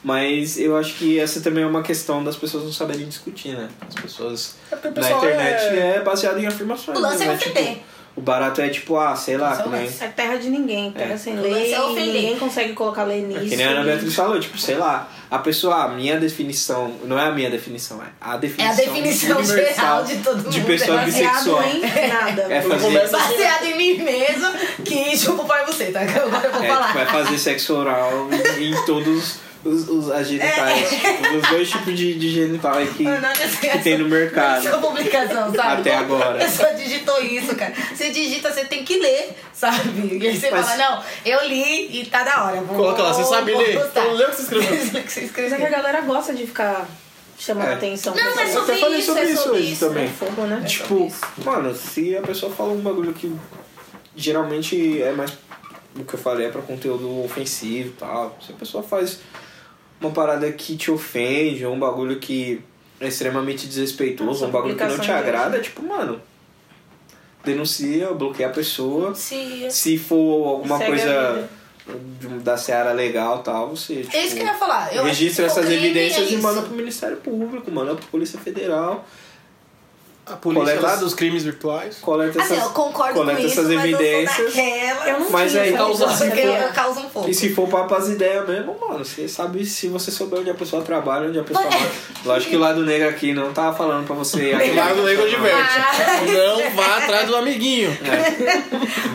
Speaker 4: Mas eu acho que essa também é uma questão das pessoas não saberem discutir, né? As pessoas
Speaker 5: É porque o
Speaker 4: na
Speaker 5: pessoal
Speaker 4: internet
Speaker 5: é-
Speaker 4: é... baseado em afirmações.
Speaker 6: O lance
Speaker 4: né?
Speaker 6: é
Speaker 4: Tipo,
Speaker 6: ofender.
Speaker 4: o barato é tipo, ah, sei lá,
Speaker 6: Isso é
Speaker 4: que
Speaker 6: o
Speaker 4: nem,
Speaker 6: lance.
Speaker 7: Isso é terra de ninguém, terra sem
Speaker 6: O
Speaker 7: lei,
Speaker 6: lance é ofender.
Speaker 7: ninguém consegue colocar lei
Speaker 4: é
Speaker 7: nisso.
Speaker 4: que nem a Ana Beatriz falou, tipo, sei lá, a pessoa, a minha definição, não é a minha definição, é a
Speaker 6: É
Speaker 4: definição.
Speaker 6: a definição
Speaker 4: universal
Speaker 6: geral de todo mundo.
Speaker 4: De pessoa
Speaker 6: é
Speaker 7: Baseado
Speaker 4: bissexual.
Speaker 7: em nada.
Speaker 4: É fazer,
Speaker 5: começo
Speaker 4: é,
Speaker 6: Baseado em mim mesmo, que chupa o pai você, tá? Agora eu vou
Speaker 4: tipo,
Speaker 6: falar.
Speaker 4: é fazer sexo oral em, em todos os, os as genitais.
Speaker 6: É.
Speaker 4: Tipo, os dois tipos de, de genital que,
Speaker 6: Mano, olha
Speaker 4: que
Speaker 6: essa-
Speaker 4: tem no mercado.
Speaker 6: Essa é publicação, sabe?
Speaker 4: Até
Speaker 6: Como
Speaker 4: agora.
Speaker 6: A pessoa digitou isso, cara. Você digita, você tem que ler, sabe? E aí você
Speaker 4: Mas-
Speaker 6: fala, não, eu li e tá da hora. Vou,
Speaker 5: Coloca lá, você sabe
Speaker 6: vou
Speaker 5: ler?
Speaker 6: postar.
Speaker 5: Então lê o que você escreveu.
Speaker 6: Lê o que você
Speaker 7: Mas é que a
Speaker 6: escreveu.
Speaker 7: galera gosta de ficar chamando
Speaker 4: É.
Speaker 7: atenção.
Speaker 6: Não, mas
Speaker 4: Eu
Speaker 6: sobre
Speaker 4: até falei
Speaker 6: isso,
Speaker 4: sobre
Speaker 6: é
Speaker 4: isso
Speaker 6: sobre
Speaker 4: hoje
Speaker 6: isso.
Speaker 4: também.
Speaker 7: é fogo, né?
Speaker 4: Tipo, mano, se a pessoa fala um bagulho que geralmente é mais. O que eu falei é pra conteúdo ofensivo e tal. Se a pessoa faz uma parada que te ofende, ou um bagulho que é extremamente desrespeitoso,
Speaker 7: Nossa,
Speaker 4: um bagulho que não te
Speaker 7: publicação de
Speaker 4: agrada,
Speaker 7: hoje.
Speaker 4: tipo, mano. Denuncia, bloqueia a pessoa.
Speaker 6: Sim.
Speaker 4: Se for alguma
Speaker 7: Segue a
Speaker 4: coisa
Speaker 7: vida.
Speaker 4: de- um, da Seara legal e tal, você. Tipo,
Speaker 6: É isso que eu ia falar. Eu
Speaker 4: registra
Speaker 6: acho que o
Speaker 4: essas
Speaker 6: crime é
Speaker 4: evidências e
Speaker 6: isso.
Speaker 4: manda pro Ministério Público, manda pra Polícia Federal.
Speaker 5: A polícia
Speaker 4: Coleta-
Speaker 5: lá dos crimes virtuais.
Speaker 4: coleta
Speaker 6: Assim,
Speaker 4: essas,
Speaker 6: eu concordo
Speaker 4: coleta
Speaker 6: com isso,
Speaker 4: essas
Speaker 6: mas eu sou
Speaker 4: evidências.
Speaker 6: daquela...
Speaker 7: Eu não
Speaker 4: Mas
Speaker 7: tinha
Speaker 4: aí-
Speaker 7: essa visão.
Speaker 6: Porque eu causo um pouco.
Speaker 4: E se for papo as ideias mesmo, mano, você sabe se você souber onde a pessoa trabalha, onde a pessoa mora. Lógico que o lado negro aqui não tá falando pra você.
Speaker 5: O Lago Negro diverte.
Speaker 6: Mas-
Speaker 5: Não vá atrás do amiguinho.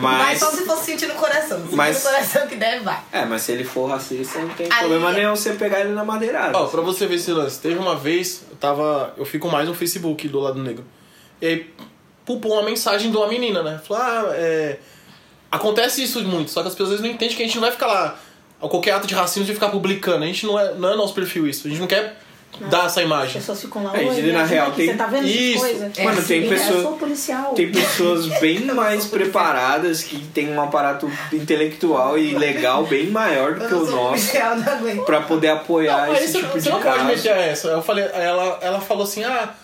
Speaker 6: Mas
Speaker 4: Mas,
Speaker 6: só se fosse sentir no coração. Se
Speaker 4: Mas-
Speaker 6: no coração que der, vai.
Speaker 4: é, mas se ele for racista, não tem
Speaker 6: Aí-
Speaker 4: problema nenhum você pegar ele na madeirada.
Speaker 5: Ó, pra você ver esse lance, teve uma vez, eu tava. Eu fico mais no Facebook do lado negro. E aí pulpou uma mensagem de uma menina, né? Falou, ah, é. Acontece isso muito, só que as pessoas não entendem que a gente não vai ficar lá. a Qualquer ato de racismo de ficar publicando. A gente não é. Não é nosso perfil isso. A gente não quer dar essa
Speaker 7: As
Speaker 5: imagem.
Speaker 7: pessoas ficam lá,
Speaker 4: É,
Speaker 7: oi,
Speaker 4: gente, na
Speaker 7: me ajuda
Speaker 4: real,
Speaker 7: aqui,
Speaker 4: tem-
Speaker 7: você tá vendo
Speaker 5: Isso.
Speaker 7: essa coisa?
Speaker 4: Mano,
Speaker 6: É,
Speaker 4: tem
Speaker 6: sim,
Speaker 4: pessoa-
Speaker 7: né? Eu sou policial.
Speaker 4: Tem pessoas bem mais preparadas que tem um aparato intelectual e legal bem maior do que o
Speaker 6: Eu sou
Speaker 4: nosso
Speaker 6: oficial, não aguento.
Speaker 4: pra poder apoiar
Speaker 5: Não, aí
Speaker 4: esse
Speaker 5: você,
Speaker 4: tipo
Speaker 5: você
Speaker 4: de
Speaker 5: não pode
Speaker 4: caso.
Speaker 5: meter essa. Eu falei, aí ela, ela falou assim, ah,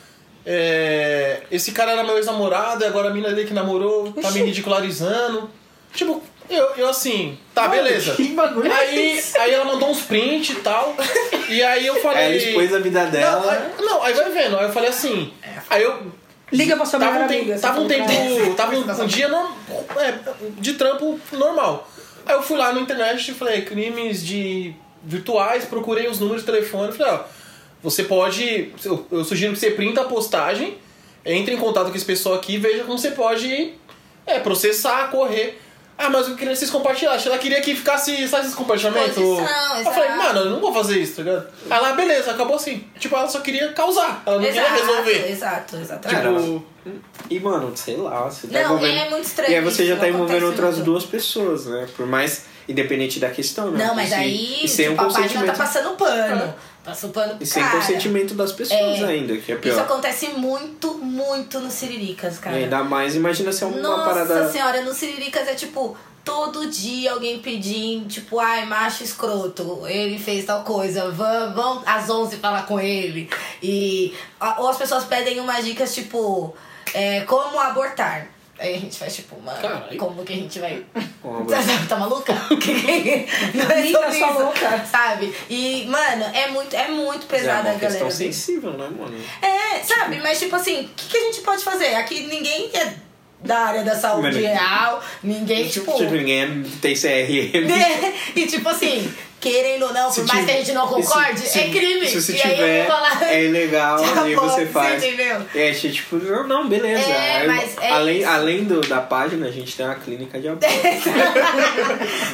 Speaker 5: é, esse cara era meu ex-namorado, e agora a mina dele que namorou tá me ridicularizando. Tipo, eu, eu assim, tá, beleza.
Speaker 4: Que bagulho é
Speaker 5: Aí, aí ela mandou uns print e tal. E aí eu falei.
Speaker 4: Aí ela expôs a vida dela.
Speaker 5: Não, aí- não, aí vai vendo. Aí eu falei assim.
Speaker 6: É,
Speaker 5: Aí eu.
Speaker 7: Liga pra sua
Speaker 5: Tava um,
Speaker 7: melhor
Speaker 5: tempo-
Speaker 7: amiga,
Speaker 5: tava um
Speaker 7: você falou
Speaker 5: tempo.
Speaker 7: pra
Speaker 5: Tava um, um dia norm- é, de trampo normal. Aí eu fui lá na internet e falei, crimes de virtuais, procurei os números de telefone, falei, ó, você pode. Eu, eu sugiro que você printa a postagem, entre em contato com esse pessoal aqui e veja como você pode é, processar, correr. Ah, mas eu queria que vocês compartilhassem. Ela queria que ficasse, sabe, esses compartilhamentos?
Speaker 6: Exposição,
Speaker 5: eu falei,
Speaker 6: exato.
Speaker 5: mano, eu não vou fazer isso, tá ligado? Ela, beleza, acabou assim. Tipo, ela só queria causar, ela não queria resolver.
Speaker 6: exato, exato.
Speaker 4: Cara,
Speaker 5: Tipo,
Speaker 4: E, mano, sei lá, você tá
Speaker 6: Não,
Speaker 4: envolvendo.
Speaker 6: é muito estranho
Speaker 4: E aí você já
Speaker 6: isso,
Speaker 4: tá envolvendo
Speaker 6: acontece
Speaker 4: outras
Speaker 6: muito.
Speaker 4: duas pessoas, né? Por mais independente da questão, né?
Speaker 6: Não, mas
Speaker 4: E sem-
Speaker 6: aí
Speaker 4: E sem
Speaker 6: tipo,
Speaker 4: um
Speaker 6: a página tá
Speaker 4: consentimento. É.
Speaker 6: passando pano. Passou pano pro
Speaker 4: E sem
Speaker 6: cara.
Speaker 4: consentimento das pessoas
Speaker 6: É.
Speaker 4: ainda, que é pior.
Speaker 6: Isso acontece muito, muito no Siriricas, cara.
Speaker 4: E ainda mais, imagina se é uma
Speaker 6: Nossa
Speaker 4: parada.
Speaker 6: senhora, no Siriricas é tipo, todo dia alguém pedindo, tipo, ai, macho escroto, ele fez tal coisa, vão, vão às 11 falar com ele. E, a- ou as pessoas pedem umas dicas, tipo, é, como abortar. Aí a gente faz tipo, mano,
Speaker 5: Caralho.
Speaker 6: como que a gente vai.
Speaker 4: Uma
Speaker 6: Tá,
Speaker 4: coisa.
Speaker 6: tá- tá maluca? Que que- Não é
Speaker 7: Amiga,
Speaker 6: sobre
Speaker 7: sua
Speaker 6: isso,
Speaker 7: louca.
Speaker 6: Sabe? E, mano, é muito, é muito pesada
Speaker 4: é
Speaker 6: a
Speaker 4: uma
Speaker 6: galera.
Speaker 4: questão sensível, né, mano?
Speaker 6: É, sabe? Mas, tipo assim, o que, que a gente pode fazer? Aqui ninguém é da área da saúde
Speaker 4: Mas-
Speaker 6: real, ninguém, tipo.
Speaker 4: Tipo, ninguém é- tem CRM.
Speaker 6: né? E, tipo assim, querendo ou não, por
Speaker 4: Se
Speaker 6: mais que a
Speaker 4: tiver-
Speaker 6: gente não
Speaker 4: se-
Speaker 6: concorde,
Speaker 4: se-
Speaker 6: é crime.
Speaker 4: Se você
Speaker 6: e aí eu
Speaker 4: tiver,
Speaker 6: vou falar.
Speaker 4: é ilegal,
Speaker 6: Tá
Speaker 4: aí
Speaker 6: bom,
Speaker 4: você
Speaker 6: você
Speaker 4: faz.
Speaker 6: entendeu?
Speaker 4: É, achei, tipo, não, não, beleza.
Speaker 6: É,
Speaker 4: Aí,
Speaker 6: mas é
Speaker 4: além
Speaker 6: isso.
Speaker 4: além do, da página, a gente tem uma clínica de aborto.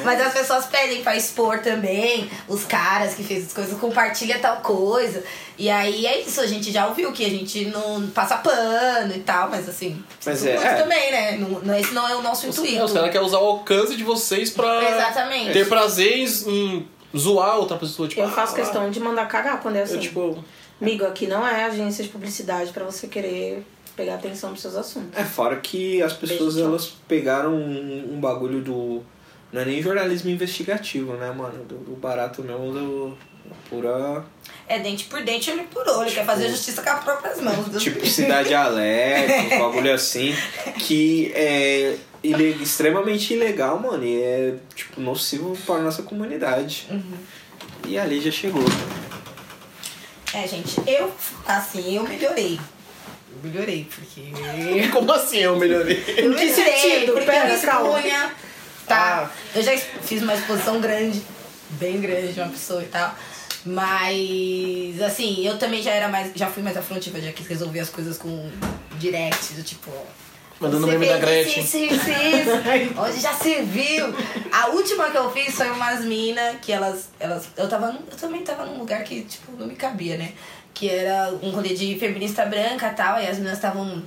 Speaker 6: Mas as pessoas pedem pra expor também os caras que fez as coisas, compartilha tal coisa. E aí é isso, a gente já ouviu que a gente não passa pano e tal, mas assim,
Speaker 4: Mas
Speaker 6: isso
Speaker 4: é-
Speaker 6: tudo
Speaker 4: é.
Speaker 6: também, né? Não, não- esse não é o nosso
Speaker 5: Os,
Speaker 6: intuito.
Speaker 5: é, os caras querem usar o alcance de vocês pra
Speaker 6: Exatamente.
Speaker 5: ter prazer em, em zoar outra pessoa. Tipo,
Speaker 7: Eu faço
Speaker 5: ah,
Speaker 7: questão de mandar cagar quando é assim.
Speaker 5: Eu, tipo,
Speaker 7: Amigo, aqui não é agência de publicidade pra você querer pegar atenção nos seus assuntos.
Speaker 4: É, fora que as pessoas,
Speaker 7: Beijo,
Speaker 4: elas pegaram um, um bagulho do... Não é nem jornalismo investigativo, né, mano? Do, do barato mesmo, do... Pura.
Speaker 6: É dente por dente, olho por olho, quer fazer justiça com as próprias mãos. Deus
Speaker 4: Tipo
Speaker 6: me livre.
Speaker 4: Cidade Alerta, um bagulho assim, que é ile- extremamente ilegal, mano, e é, tipo, nocivo para nossa comunidade. E ali já chegou.
Speaker 6: É, gente, eu, assim, eu melhorei. Eu melhorei, porque.
Speaker 5: como assim eu melhorei?
Speaker 6: Eu
Speaker 7: Em que
Speaker 6: melhorei,
Speaker 7: sentido?
Speaker 6: Porque
Speaker 7: Pera,
Speaker 6: eu
Speaker 7: calma.
Speaker 6: expunha, tá? Eu já ex- fiz uma exposição grande, bem grande de uma pessoa e tal. Mas, assim, eu também já era mais. Já fui mais afrontiva, já quis resolver as coisas com direct, do tipo.
Speaker 5: Mandando
Speaker 6: você
Speaker 5: meme da
Speaker 6: fez
Speaker 5: Gretchen.
Speaker 6: Isso, isso, isso. Hoje já se viu. A última que eu fiz foi umas minas que elas. elas eu, tava, num- eu também tava num lugar que, tipo, não me cabia, né? Que era um rolê de feminista branca e tal, e as meninas estavam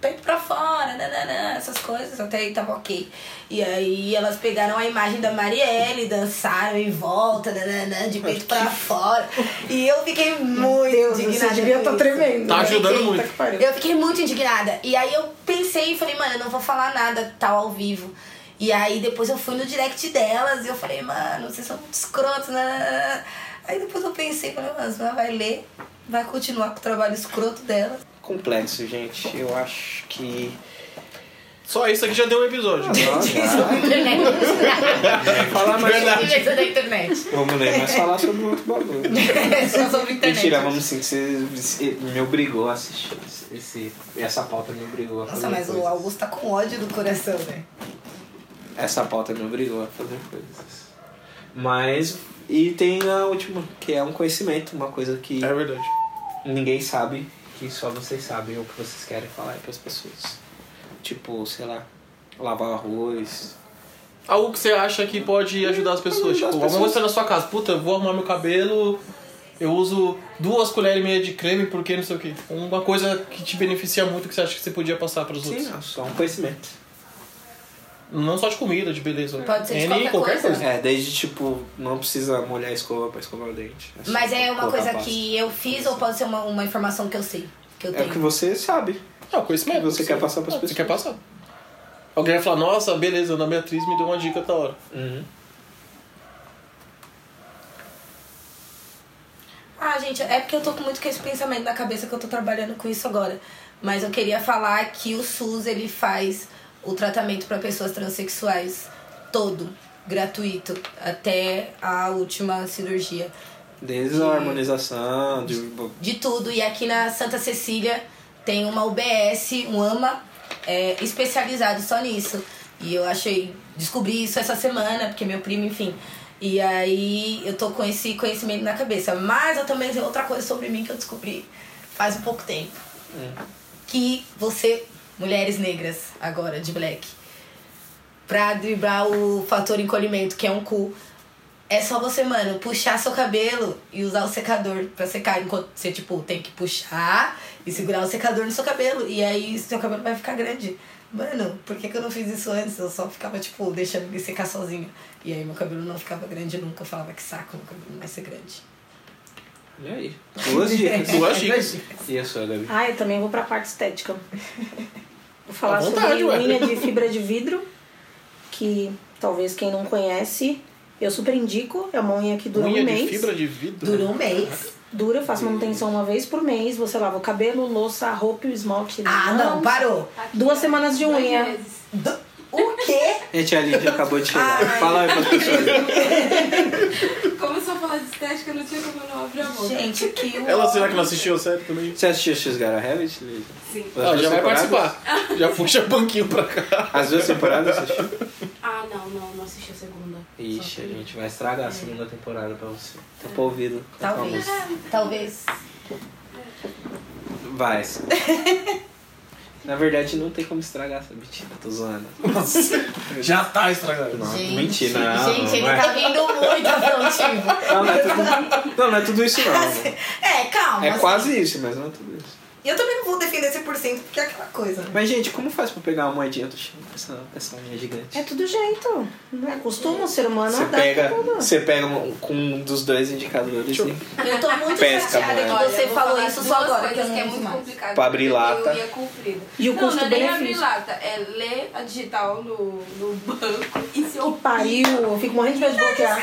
Speaker 6: peito pra fora, nananã, essas coisas, até aí tava ok. E aí elas pegaram a imagem da Marielle, dançaram em volta, nananã, de peito pra fora. E eu fiquei muito
Speaker 7: Deus, você
Speaker 6: indignada.
Speaker 7: devia
Speaker 6: com
Speaker 7: tá
Speaker 6: isso.
Speaker 7: tremendo.
Speaker 5: Tá ajudando
Speaker 6: Fiquei-
Speaker 5: muito.
Speaker 7: Puta que pariu.
Speaker 6: eu fiquei muito indignada. E aí eu pensei e falei, mano, eu não vou falar nada tal ao vivo. E aí depois eu fui no direct delas e eu falei, mano, vocês são muito escrotos, né? Aí depois eu pensei, falei, mano, você vai ler, vai continuar com o trabalho escroto delas.
Speaker 4: Complexo, gente. Eu acho que.
Speaker 5: Só isso aqui já deu um episódio.
Speaker 4: Ah, já. falar mais
Speaker 5: Verdade.
Speaker 6: Beleza da internet.
Speaker 4: Vamos ler, mas falar sobre outro bagulho.
Speaker 6: Só sobre internet.
Speaker 4: Mentira, vamos sim, que você você me obrigou a assistir. Esse, essa pauta me obrigou a
Speaker 6: Nossa,
Speaker 4: fazer
Speaker 6: mas o
Speaker 4: coisas.
Speaker 6: Augusto tá com ódio do coração, né?
Speaker 4: Essa pauta me obrigou a fazer coisas. Mas. E tem a última, que é um conhecimento, uma coisa que
Speaker 5: É verdade.
Speaker 4: ninguém sabe, que só vocês sabem o que vocês querem falar para as pessoas. Tipo, sei lá, lavar o arroz.
Speaker 5: Algo que você acha que pode ajudar as pessoas.
Speaker 4: Ajudar
Speaker 5: Tipo,
Speaker 4: as
Speaker 5: alguma coisa na sua casa. Puta, eu vou arrumar meu cabelo. Eu uso duas colheres e meia de creme porque não sei o que. Uma coisa que te beneficia muito que você acha que você podia passar pros outros.
Speaker 4: Sim, é só um conhecimento.
Speaker 5: Não só de comida, de beleza. né?
Speaker 6: Pode ser de
Speaker 5: N,
Speaker 6: qualquer coisa.
Speaker 4: É, desde tipo, não precisa molhar a escova pra escovar o dente. só
Speaker 6: Mas é uma
Speaker 4: colocar
Speaker 6: coisa
Speaker 4: pasta.
Speaker 6: que eu fiz ou pode ser uma, uma informação que eu sei? Que eu
Speaker 4: É
Speaker 6: tenho.
Speaker 4: o que você sabe.
Speaker 5: É, o conhecimento.
Speaker 4: Você quer passar pras
Speaker 5: Ah, Você
Speaker 4: pessoas.
Speaker 5: quer passar. Alguém vai falar, nossa, beleza, a Ana Beatriz me deu uma dica da hora.
Speaker 4: Uhum.
Speaker 6: Ah, gente, é porque eu tô com muito com esse pensamento na cabeça que eu tô trabalhando com isso agora. Mas eu queria falar que o SUS ele faz o tratamento pra pessoas transexuais todo, gratuito, até a última cirurgia.
Speaker 4: Desde a harmonização, de
Speaker 6: De tudo. E aqui na Santa Cecília tem uma UBS, um AMA, é, especializado só nisso. E eu achei. Descobri isso essa semana, porque meu primo, enfim. E aí eu tô com esse conhecimento na cabeça. Mas eu também tenho outra coisa sobre mim que eu descobri faz um pouco tempo. Que você, mulheres negras, agora de black, pra driblar o fator encolhimento, que é um cu. É só você, mano, puxar seu cabelo e usar o secador pra secar. Enquanto você, tipo, tem que puxar e segurar o secador no seu cabelo. E aí seu cabelo vai ficar grande. Mano, por que, que eu não fiz isso antes? Eu só ficava, tipo, deixando ele secar sozinho. E aí meu cabelo não ficava grande nunca. Eu falava que saco, meu cabelo não vai ser grande.
Speaker 4: E aí? Duas dicas.
Speaker 5: Duas dicas.
Speaker 4: E a sua, Gabi?
Speaker 7: Ah, eu também vou pra parte estética. Vou falar
Speaker 5: À vontade,
Speaker 7: sobre
Speaker 5: ué.
Speaker 7: unha de fibra de vidro, que talvez quem não conhece, eu super indico. É uma unha que dura
Speaker 5: Unha
Speaker 7: um
Speaker 5: de
Speaker 7: mês.
Speaker 5: fibra de vidro.
Speaker 6: Durou um mês.
Speaker 7: dura, eu faço manutenção uma vez por mês. Você lava o cabelo, louça, a roupa e o esmalte.
Speaker 6: Ah, não, parou.
Speaker 7: Duas semanas de unha.
Speaker 6: Do- O quê?
Speaker 4: Gente, a Lídia acabou de chegar.
Speaker 6: Ai.
Speaker 4: Fala aí pras pessoas.
Speaker 1: Começou a falar de estética, não tinha como não abrir a boca.
Speaker 6: Gente, que o...
Speaker 5: Ela será que não assistiu a série também?
Speaker 4: Você assistiu X Gara Rabbit, Lídia?
Speaker 1: Sim.
Speaker 4: As
Speaker 5: Ah,
Speaker 4: duas
Speaker 5: já vai
Speaker 4: temporadas?
Speaker 5: participar. Já puxa banquinho pra cá.
Speaker 4: As duas temporadas você assistiu?
Speaker 1: Ah, não, não, não assisti a segunda.
Speaker 4: Ixi, a
Speaker 1: Só
Speaker 4: gente vai estragar a segunda temporada pra você. Tá pro ouvido. cantar uma
Speaker 6: Talvez.
Speaker 4: música.
Speaker 6: Talvez.
Speaker 4: Vai. Na verdade, não tem como estragar essa mentira. Tô zoando.
Speaker 5: Já tá estragado.
Speaker 4: Não,
Speaker 6: Gente,
Speaker 4: mentira. Não,
Speaker 6: gente,
Speaker 4: não,
Speaker 6: ele
Speaker 4: é.
Speaker 6: tá vindo muito afrontivo.
Speaker 4: não, não é tudo, não, não é tudo isso, não.
Speaker 6: É, calma.
Speaker 4: É
Speaker 6: assim.
Speaker 4: quase isso, mas não é tudo isso.
Speaker 6: Eu também não vou defender 100% porque é aquela coisa. né?
Speaker 4: Mas, gente, como faz pra pegar uma moedinha do chão? Essa, essa unha gigante.
Speaker 7: É tudo jeito. Não é costume, o ser humano
Speaker 4: Você
Speaker 7: adapta
Speaker 4: pega,
Speaker 7: tudo.
Speaker 4: você pega um- com um dos dois indicadores e
Speaker 6: Eu tô muito
Speaker 4: Pesca,
Speaker 6: chateada
Speaker 4: mano.
Speaker 6: que você
Speaker 1: eu vou
Speaker 6: falou
Speaker 1: falar
Speaker 6: isso
Speaker 1: de
Speaker 6: só
Speaker 1: duas
Speaker 6: agora, que eu
Speaker 1: coisas
Speaker 6: não
Speaker 1: que é
Speaker 6: uso
Speaker 1: muito
Speaker 6: mais.
Speaker 1: complicado.
Speaker 4: Pra abrir
Speaker 1: Eu
Speaker 4: lata.
Speaker 1: ia comprida.
Speaker 7: E o
Speaker 1: não, não é nem
Speaker 7: custo-benefício?
Speaker 1: abrir lata, é ler a digital no, no banco e se
Speaker 7: Que
Speaker 1: eu
Speaker 7: pariu, eu fico morrendo de medo de bloquear.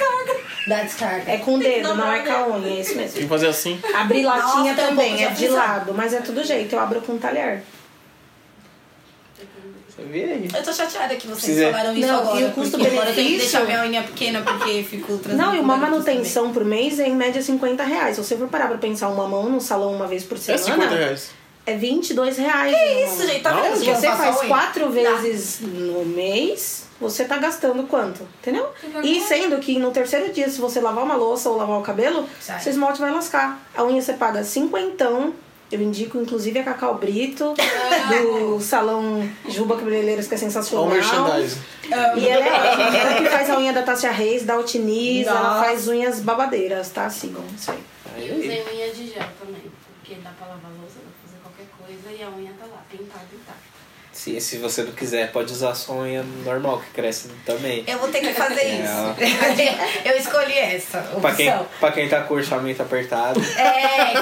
Speaker 6: Dá descarga.
Speaker 7: É com o dedo, não é com a unha, é isso mesmo.
Speaker 5: Tem que fazer assim.
Speaker 7: Abrir latinha
Speaker 6: Nossa, tem um pouco
Speaker 7: também,
Speaker 6: de
Speaker 7: é de
Speaker 6: aflição.
Speaker 7: lado, mas é tudo jeito. Eu abro com um talher.
Speaker 4: você vê aí.
Speaker 6: Eu tô chateada que vocês
Speaker 4: Precisa-
Speaker 6: falaram isso
Speaker 7: Não,
Speaker 6: agora.
Speaker 7: e o custo
Speaker 6: porque agora eu tenho que
Speaker 7: benefício?
Speaker 6: deixar minha unha pequena porque fico
Speaker 7: Não, e uma manutenção por mês é em média 50 reais. Se você for parar pra pensar uma mão num salão uma vez por
Speaker 5: É
Speaker 7: semana,
Speaker 5: 50 reais.
Speaker 7: é 22 reais.
Speaker 6: Que
Speaker 7: uma
Speaker 6: isso,
Speaker 7: mão.
Speaker 6: gente? Tá
Speaker 5: Não,
Speaker 6: vendo?
Speaker 7: Se
Speaker 6: que eu
Speaker 7: você
Speaker 6: faço a
Speaker 7: faz
Speaker 6: unha?
Speaker 7: quatro
Speaker 6: Dá.
Speaker 7: vezes no mês, você tá gastando quanto? Entendeu? E sendo que no terceiro dia, se você lavar uma louça ou lavar o cabelo,
Speaker 6: Sai.
Speaker 7: seu esmalte vai lascar. A unha você paga cinquentão. Eu indico, inclusive, a Cacau Brito,
Speaker 6: Ah.
Speaker 7: do salão Juba Cabeleireiros, que é
Speaker 5: Olha
Speaker 7: sensacional.
Speaker 5: o merchandising.
Speaker 7: E ela é ótima. Ela que faz a unha da Tássia Reis, da Altiniz, ela
Speaker 6: Nossa.
Speaker 7: faz unhas babadeiras, tá? Sigam isso aí.
Speaker 4: Aí,
Speaker 1: Eu
Speaker 4: aí.
Speaker 1: usei unha de gel também, porque dá pra lavar louça, dá pra fazer qualquer coisa e a unha tá lá, pintada e tá.
Speaker 4: Se, se você não quiser, pode usar a sua unha normal, que cresce também.
Speaker 1: É
Speaker 6: Eu vou ter que fazer isso. eu escolhi essa opção.
Speaker 4: É. Pra quem, pra quem tá com o orçamento apertado,
Speaker 6: É,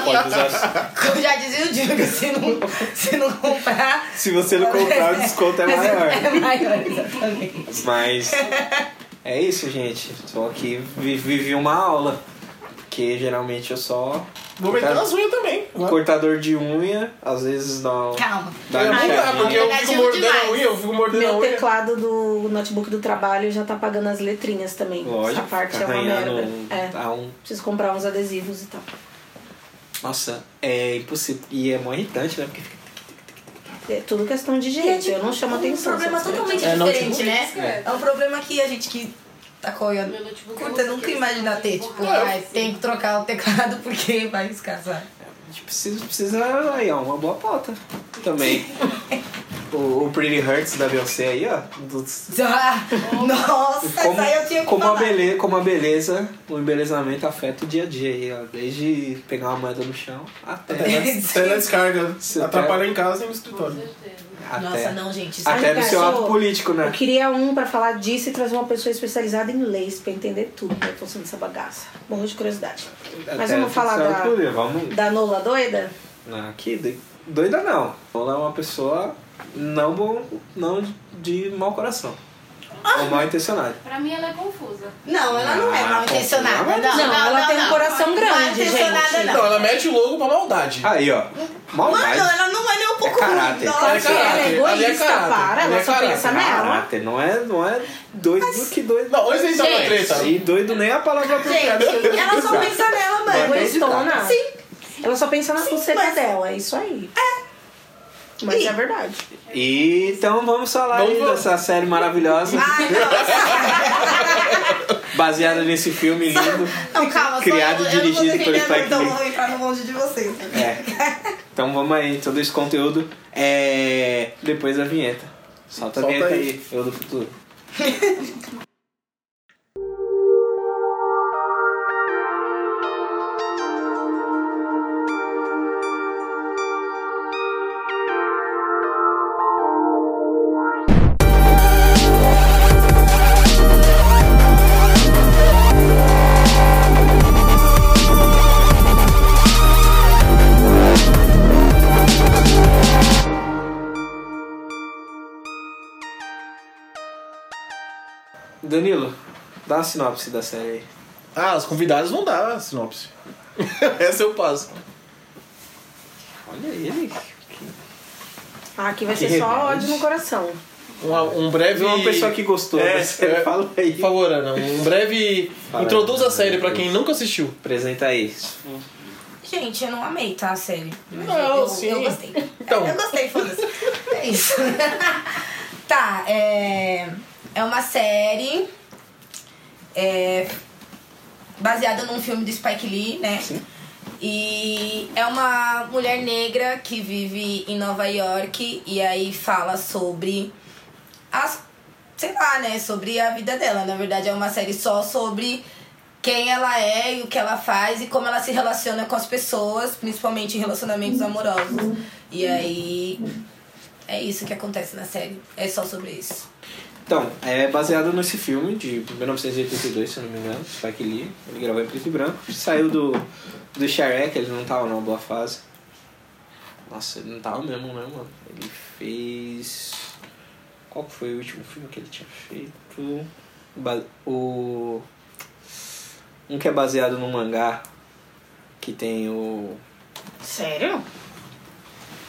Speaker 4: pode
Speaker 6: que
Speaker 4: usar.
Speaker 6: eu, eu já dizia o Diego, se não, se não comprar...
Speaker 4: Se você não comprar, o desconto é maior.
Speaker 6: É maior, exatamente.
Speaker 4: Mas é isso, gente. Só que vi- vivi uma aula. Porque geralmente eu só.
Speaker 5: Vou meter
Speaker 4: corta-
Speaker 5: nas unhas também.
Speaker 4: Cortador de unha, às vezes não.
Speaker 6: Calma.
Speaker 4: Dá
Speaker 5: Eu
Speaker 4: uma
Speaker 5: não dá, É, porque
Speaker 4: puxadinha.
Speaker 5: eu
Speaker 6: Negativo
Speaker 5: fico mordendo
Speaker 6: demais.
Speaker 5: a unha, eu fico mordendo a
Speaker 7: Meu
Speaker 4: é.
Speaker 5: unha.
Speaker 7: teclado do notebook do trabalho já tá pagando as letrinhas também.
Speaker 4: Lógico,
Speaker 7: Essa parte
Speaker 4: fica
Speaker 7: é uma
Speaker 4: arranhando
Speaker 7: merda.
Speaker 4: um-
Speaker 7: É.
Speaker 4: dá um-
Speaker 7: Preciso comprar uns adesivos e tal.
Speaker 4: Nossa, é impossível. E é mó irritante, né? Porque fica-
Speaker 7: É tudo questão de
Speaker 6: E é
Speaker 7: jeito,
Speaker 6: de-
Speaker 7: eu não chamo atenção.
Speaker 6: Um problema
Speaker 7: sabe?
Speaker 6: totalmente
Speaker 5: É, não,
Speaker 6: diferente,
Speaker 5: tipo,
Speaker 6: né? É. um problema que a gente que tá correndo
Speaker 1: Meu notebook é
Speaker 6: curta
Speaker 1: eu uso
Speaker 6: nunca
Speaker 1: aquele
Speaker 6: imagina
Speaker 1: teclado
Speaker 6: ter.
Speaker 1: de
Speaker 6: Tipo,
Speaker 1: borracha,
Speaker 6: ai,
Speaker 1: assim.
Speaker 6: tem que trocar o teclado porque vai escasar.
Speaker 4: A gente precisa, precisa aí, ó, uma boa pauta também. o, o Pretty Hurts da Beyoncé aí, ó. um dos-
Speaker 6: Ah, Nossa,
Speaker 4: como,
Speaker 6: essa aí eu tinha que
Speaker 4: como a
Speaker 6: falar.
Speaker 4: beleza, como a beleza, o embelezamento afeta o dia a dia aí, ó. Desde pegar uma moeda no chão até.
Speaker 6: né?
Speaker 5: Até na descarga.
Speaker 4: Você
Speaker 5: Atrapalha em casa e no escritório.
Speaker 6: Nossa,
Speaker 4: até
Speaker 6: não, gente. isso
Speaker 7: Ah,
Speaker 4: até
Speaker 7: Ai,
Speaker 4: no seu
Speaker 7: cara,
Speaker 4: ato
Speaker 7: eu-
Speaker 4: político,
Speaker 7: Eu
Speaker 4: né?
Speaker 7: queria um pra falar disso e trazer uma pessoa especializada em leis pra entender tudo. né? Eu tô sendo essa bagaça. Morro de curiosidade. Mas
Speaker 4: Até
Speaker 7: vamos falar
Speaker 4: no seu ato
Speaker 7: da,
Speaker 4: político, Vamos.
Speaker 7: da Nola doida?
Speaker 4: Não, aqui, doi- doida não. Ela é uma pessoa não, bom, não de mau coração.
Speaker 6: Ah!
Speaker 4: Ou mal intencionada.
Speaker 1: Pra mim ela é confusa.
Speaker 6: Não, ela não é
Speaker 4: Ah,
Speaker 6: mal intencionada. Não,
Speaker 4: confia, mas-
Speaker 6: não,
Speaker 7: Não, ela tem um coração grande,
Speaker 6: Mal intencionada,
Speaker 7: gente.
Speaker 5: Não,
Speaker 6: não.
Speaker 5: Então, ela mete o logo pra maldade.
Speaker 4: Aí, ó. Maldade.
Speaker 6: Mano, ela não é nem um pouco ruim.
Speaker 4: caráter,
Speaker 6: Nossa, né?
Speaker 5: é caráter.
Speaker 7: ela é
Speaker 5: Ali é
Speaker 7: egoísta,
Speaker 5: caráter,
Speaker 7: para.
Speaker 5: ali
Speaker 7: Ela
Speaker 5: é
Speaker 7: só
Speaker 5: caráter.
Speaker 4: né?
Speaker 7: pensa nela.
Speaker 4: Caráter, não é, não é doido que doido.
Speaker 5: Não, antes de entrar na
Speaker 1: Gente.
Speaker 5: treta.
Speaker 4: E doido nem é a palavra apropriada.
Speaker 6: Gente, ela é só pensa nela,
Speaker 7: Ela é
Speaker 6: mano.
Speaker 7: Egoístona.
Speaker 6: Sim.
Speaker 7: Ela só pensa na pulseira
Speaker 6: mas-
Speaker 7: dela, é isso aí. É. Mas
Speaker 6: Ih.
Speaker 7: é verdade.
Speaker 4: E então vamos falar
Speaker 5: Vamos,
Speaker 4: aí
Speaker 5: vamos.
Speaker 4: dessa série maravilhosa,
Speaker 6: Ai, nossa.
Speaker 4: baseada nesse filme lindo.
Speaker 6: Não, calma, só
Speaker 4: Criado e
Speaker 6: eu, eu não vou
Speaker 4: dirigido por
Speaker 6: defender, não,
Speaker 4: Spike
Speaker 6: então
Speaker 4: Lee.
Speaker 6: eu vou entrar no bonde de vocês.
Speaker 4: É. Então vamos aí, todo esse conteúdo é depois da vinheta. Solta,
Speaker 5: Solta
Speaker 4: a vinheta
Speaker 5: aí.
Speaker 4: aí. eu do futuro. Danilo, dá a sinopse da série aí.
Speaker 5: Ah, os convidados não dá a sinopse. Essa eu passo.
Speaker 4: Olha ele.
Speaker 7: Ah, aqui vai
Speaker 4: Que
Speaker 7: ser só
Speaker 4: rebelde.
Speaker 7: ódio no coração.
Speaker 5: Uma- um breve.
Speaker 4: Teve uma pessoa que gostou.
Speaker 5: É,
Speaker 4: né? Você
Speaker 5: é.
Speaker 4: fala aí.
Speaker 5: Por favor, Ana, um breve.
Speaker 4: Fala aí.
Speaker 5: Introduza a série pra quem nunca assistiu.
Speaker 4: Apresenta aí.
Speaker 6: Gente, eu não amei, tá? A série. Mas
Speaker 5: Não,
Speaker 6: eu,
Speaker 5: sim.
Speaker 6: Eu gostei.
Speaker 5: Então.
Speaker 6: Eu gostei, foda-se. É isso. tá, é... É uma série... É... Baseada num filme do Spike Lee, né? E é uma mulher negra que vive em Nova York e aí fala sobre as, sei lá, né, sobre a vida dela. Na verdade, é uma série só sobre quem ela é e o que ela faz e como ela se relaciona com as pessoas, principalmente em relacionamentos amorosos. E aí é isso que acontece na série. É só sobre isso.
Speaker 4: Então, é baseado nesse filme de 1982, se eu não me engano, Spike Lee. Ele gravou em preto e branco. Saiu do, do Shrek, ele não tava numa boa fase. Nossa, ele não tava mesmo, né, mano? Ele fez... Qual que foi o último filme que ele tinha feito? Ba- O... Um que é baseado num mangá que tem o...
Speaker 7: Sério?